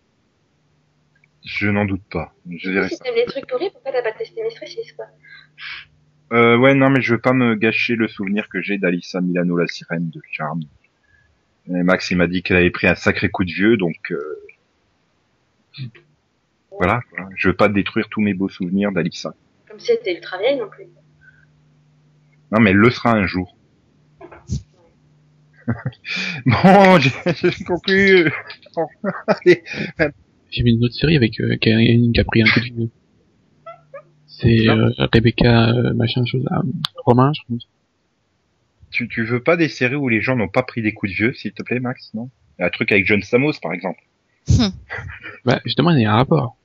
Je n'en doute pas. Je verrai Si ça. t'aimes les trucs pourris, pourquoi t'as pas testé Mistress 6, quoi Euh, ouais, non, mais je veux pas me gâcher le souvenir que j'ai d'Alissa Milano, la sirène de Charme. Et Max, il m'a dit qu'elle avait pris un sacré coup de vieux, donc euh, voilà. quoi. Je veux pas détruire tous mes beaux souvenirs d'Alissa. Comme si c'était ultra vieille non plus. Non, mais elle le sera un jour. bon, j'ai j'ai conclu. J'ai vu une autre série avec euh, Karine qui a pris un coup de vieux. C'est Non. euh, Rebecca, euh, machin, chose, ah, Romain, je pense. Tu, tu veux pas des séries où les gens n'ont pas pris des coups de vieux, s'il te plaît, Max Non. Un truc avec John Samos, par exemple. Bah, justement, il y a un rapport.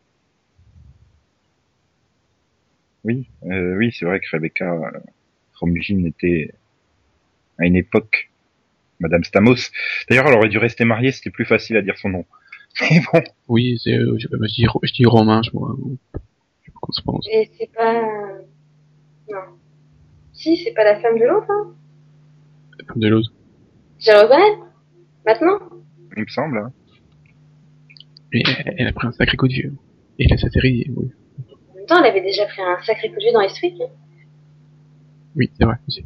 Oui, euh, oui, c'est vrai que Rebecca euh, Romijn était à une époque Madame Stamos. D'ailleurs, elle aurait dû rester mariée, c'était plus facile à dire son nom. Mais bon, Oui, c'est, euh, je, bah, je dis, Ro- je dis Romain, je crois, ou- je sais pas comment ça se prononce. Et c'est pas. euh, Non. Si, c'est pas la femme de l'autre, hein. Comme de l'autre. Je la reconnais. Maintenant il me semble. hein. Et elle, elle a pris un sacré coup de vieux. Et là, sa série, oui. En même temps, elle avait déjà pris un sacré coup de vue dans les suites. hein. Oui, c'est vrai, aussi.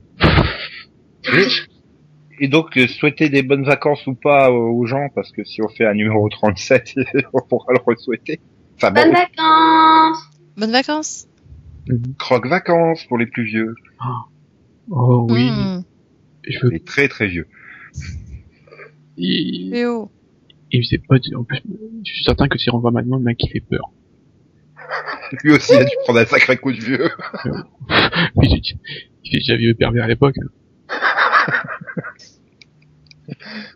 Et donc, euh, souhaiter des bonnes vacances ou pas euh, aux gens, parce que si on fait un numéro 37, on pourra le re-souhaiter. Enfin bon, Bonnes vacances Bonnes vacances. croque-vacances pour les plus vieux, Oh oui, Mmh. je veux. les très très vieux. Il, Eh oh. il me sait pas. En plus, je suis certain que si on voit maintenant, le mec il fait peur. Lui aussi a dû prendre un sacré coup de vieux. Il était- il était déjà vieux pervers à l'époque.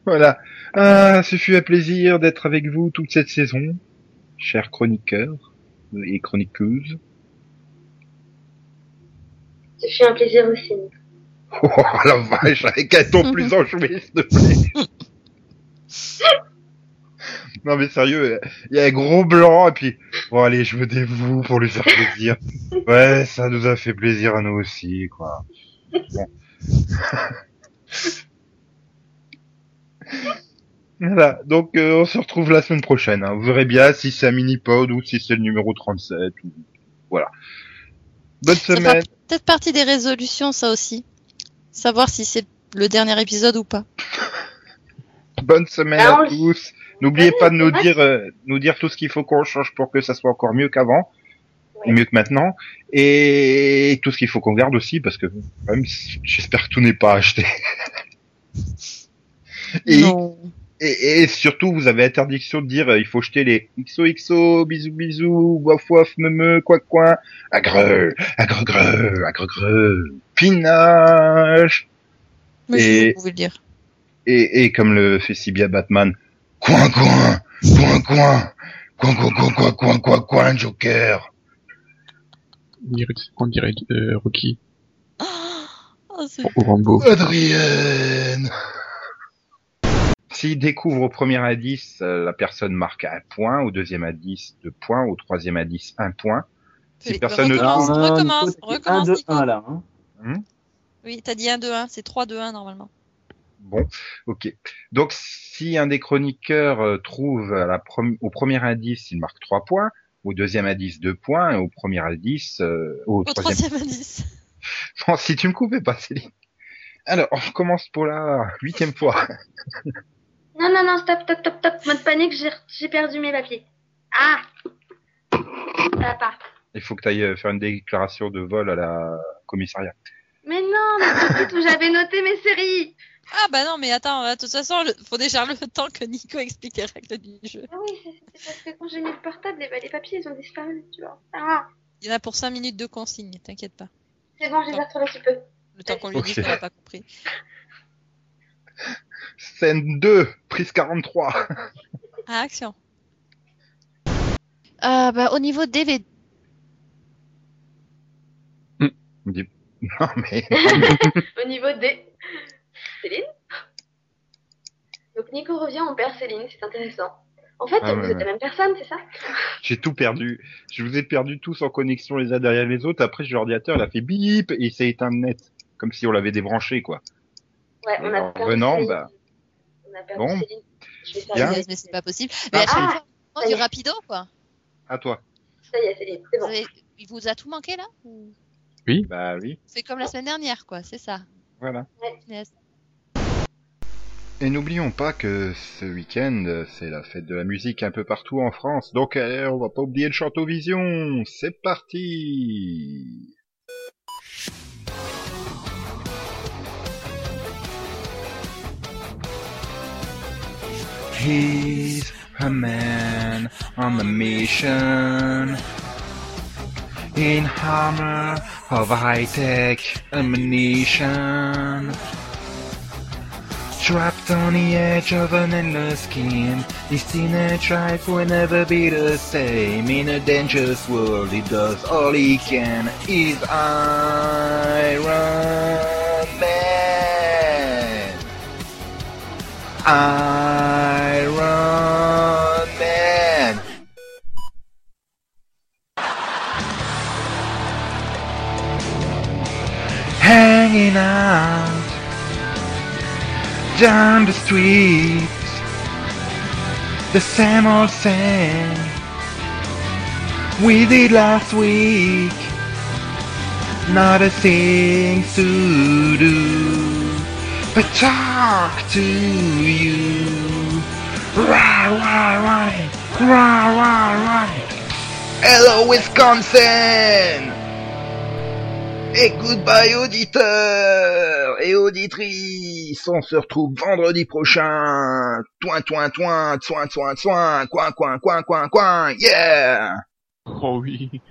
Voilà. Ah, ce fut un plaisir d'être avec vous toute cette saison, chers chroniqueurs et chroniqueuses. Ce fut un plaisir aussi. Oh la vache, avec un ton plus enjoué, s'il te plaît. Non mais sérieux, il y a un gros blanc et puis bon allez, je me dévoue pour lui faire plaisir. Ouais, ça nous a fait plaisir à nous aussi, quoi. Bon. Voilà, donc euh, on se retrouve la semaine prochaine. hein. Vous verrez bien si c'est un mini-pod ou si c'est le numéro 37. Ou... Voilà. Bonne Ça semaine. fera peut-être partie des résolutions, ça aussi. Savoir si c'est le dernier épisode ou pas. Bonne semaine Bah, à on le- tous. N'oubliez Ouais, pas de nous c'est dire, euh, nous dire tout ce qu'il faut qu'on change pour que ça soit encore mieux qu'avant, Ouais. mieux que maintenant, et tout ce qu'il faut qu'on garde aussi, parce que quand même, c- j'espère que tout n'est pas acheté. et, Non. et, et surtout, vous avez interdiction de dire, euh, il faut jeter les XOXO, bisous bisous, waf waf, me me, quoi quoi, agreux, agreux greux, agreux greux, pinage. Mais Et- vous pouvez le dire. Et, et comme le fait si bien Batman, coin coin, coin coin, coin coin coin coin coin coin coin Joker. On dirait, on dirait euh, Rocky Oh, c'est- ou Rambo. Adrienne. S'il découvre au premier indice, euh, la personne marque un point, au deuxième indice deux points, au troisième indice un point. Si Allez, personne ne recommence, trouve, Alors, euh, recommence, Nico, c'était un, recommence. deux, Nico. un, là. hein. Oui, t'as dit 1-2-1, c'est 3-2-1 normalement. bon, ok. Donc si un des chroniqueurs euh, trouve à la prom- au premier indice, il marque trois points, au deuxième indice deux points, et au premier indice, euh, au Au troisième troisième indice. Bon, si tu me coupais pas, Céline. Alors, on recommence pour la huitième fois. Non, non, non, stop, stop, stop, stop. Mode panique, j'ai- j'ai perdu mes papiers. Ah Ça part. Il faut que tu ailles faire une déclaration de vol à la commissariat. Mais non, mais c'est le site où j'avais noté mes séries. Ah bah non, mais attends, de toute façon, le- faut déjà le temps que Nico explique les règles du jeu. Ah oui, c'est- c'est parce que quand j'ai mis le portable, les, les papiers, ils ont disparu, tu vois. Ah, Il y en a pour 5 minutes de consigne, t'inquiète pas. c'est bon, je les ai retrouvés tu peux. Le temps qu'on lui dise Ok. qu'on n'a pas compris. Scène 2, prise 43. Ah, action. Euh, bah, au niveau DVD, Non, mais Au niveau des... Céline Donc Nico revient, on perd Céline, c'est intéressant. En fait, Ah, vous ouais, êtes ouais. la même personne, c'est ça j'ai tout perdu. Je vous ai perdu tous en connexion les uns derrière les autres. Après, j'ai l'ordinateur, il a fait bip et il s'est éteint de net. Comme si on l'avait débranché, quoi. Ouais, on Et en a perdu revenant, Céline. bah, On a perdu bon. Céline. Je vais faire Bien. une- mais c'est pas possible. Mais à Ah, chaque fois, ça y du est. rapido, quoi. À toi. Ça y est, Céline, c'est Vous bon. avez- Il vous a tout manqué, là ou- Bah oui, C'est comme la semaine dernière, quoi, c'est ça. voilà. Punaise. Et n'oublions pas que ce week-end, euh, c'est la fête de la musique un peu partout en France, donc allez, on va pas oublier le Chantovision, c'est parti He's a man on a mission In armor of high-tech ammunition Trapped on the edge of an endless scheme, his teenage life will never be the same. In a dangerous world, he does all he can. He's Iron Man. Iron Man. Hanging out down the streets. The same old same we did last week. Not a thing to do but talk to you. Right, right, right, right, right, right. Hello, Wisconsin! Et goodbye auditeurs et auditrices, on se retrouve vendredi prochain. Toin toin toin, toin toin toin, coin coin coin coin coin, yeah. Oh oui.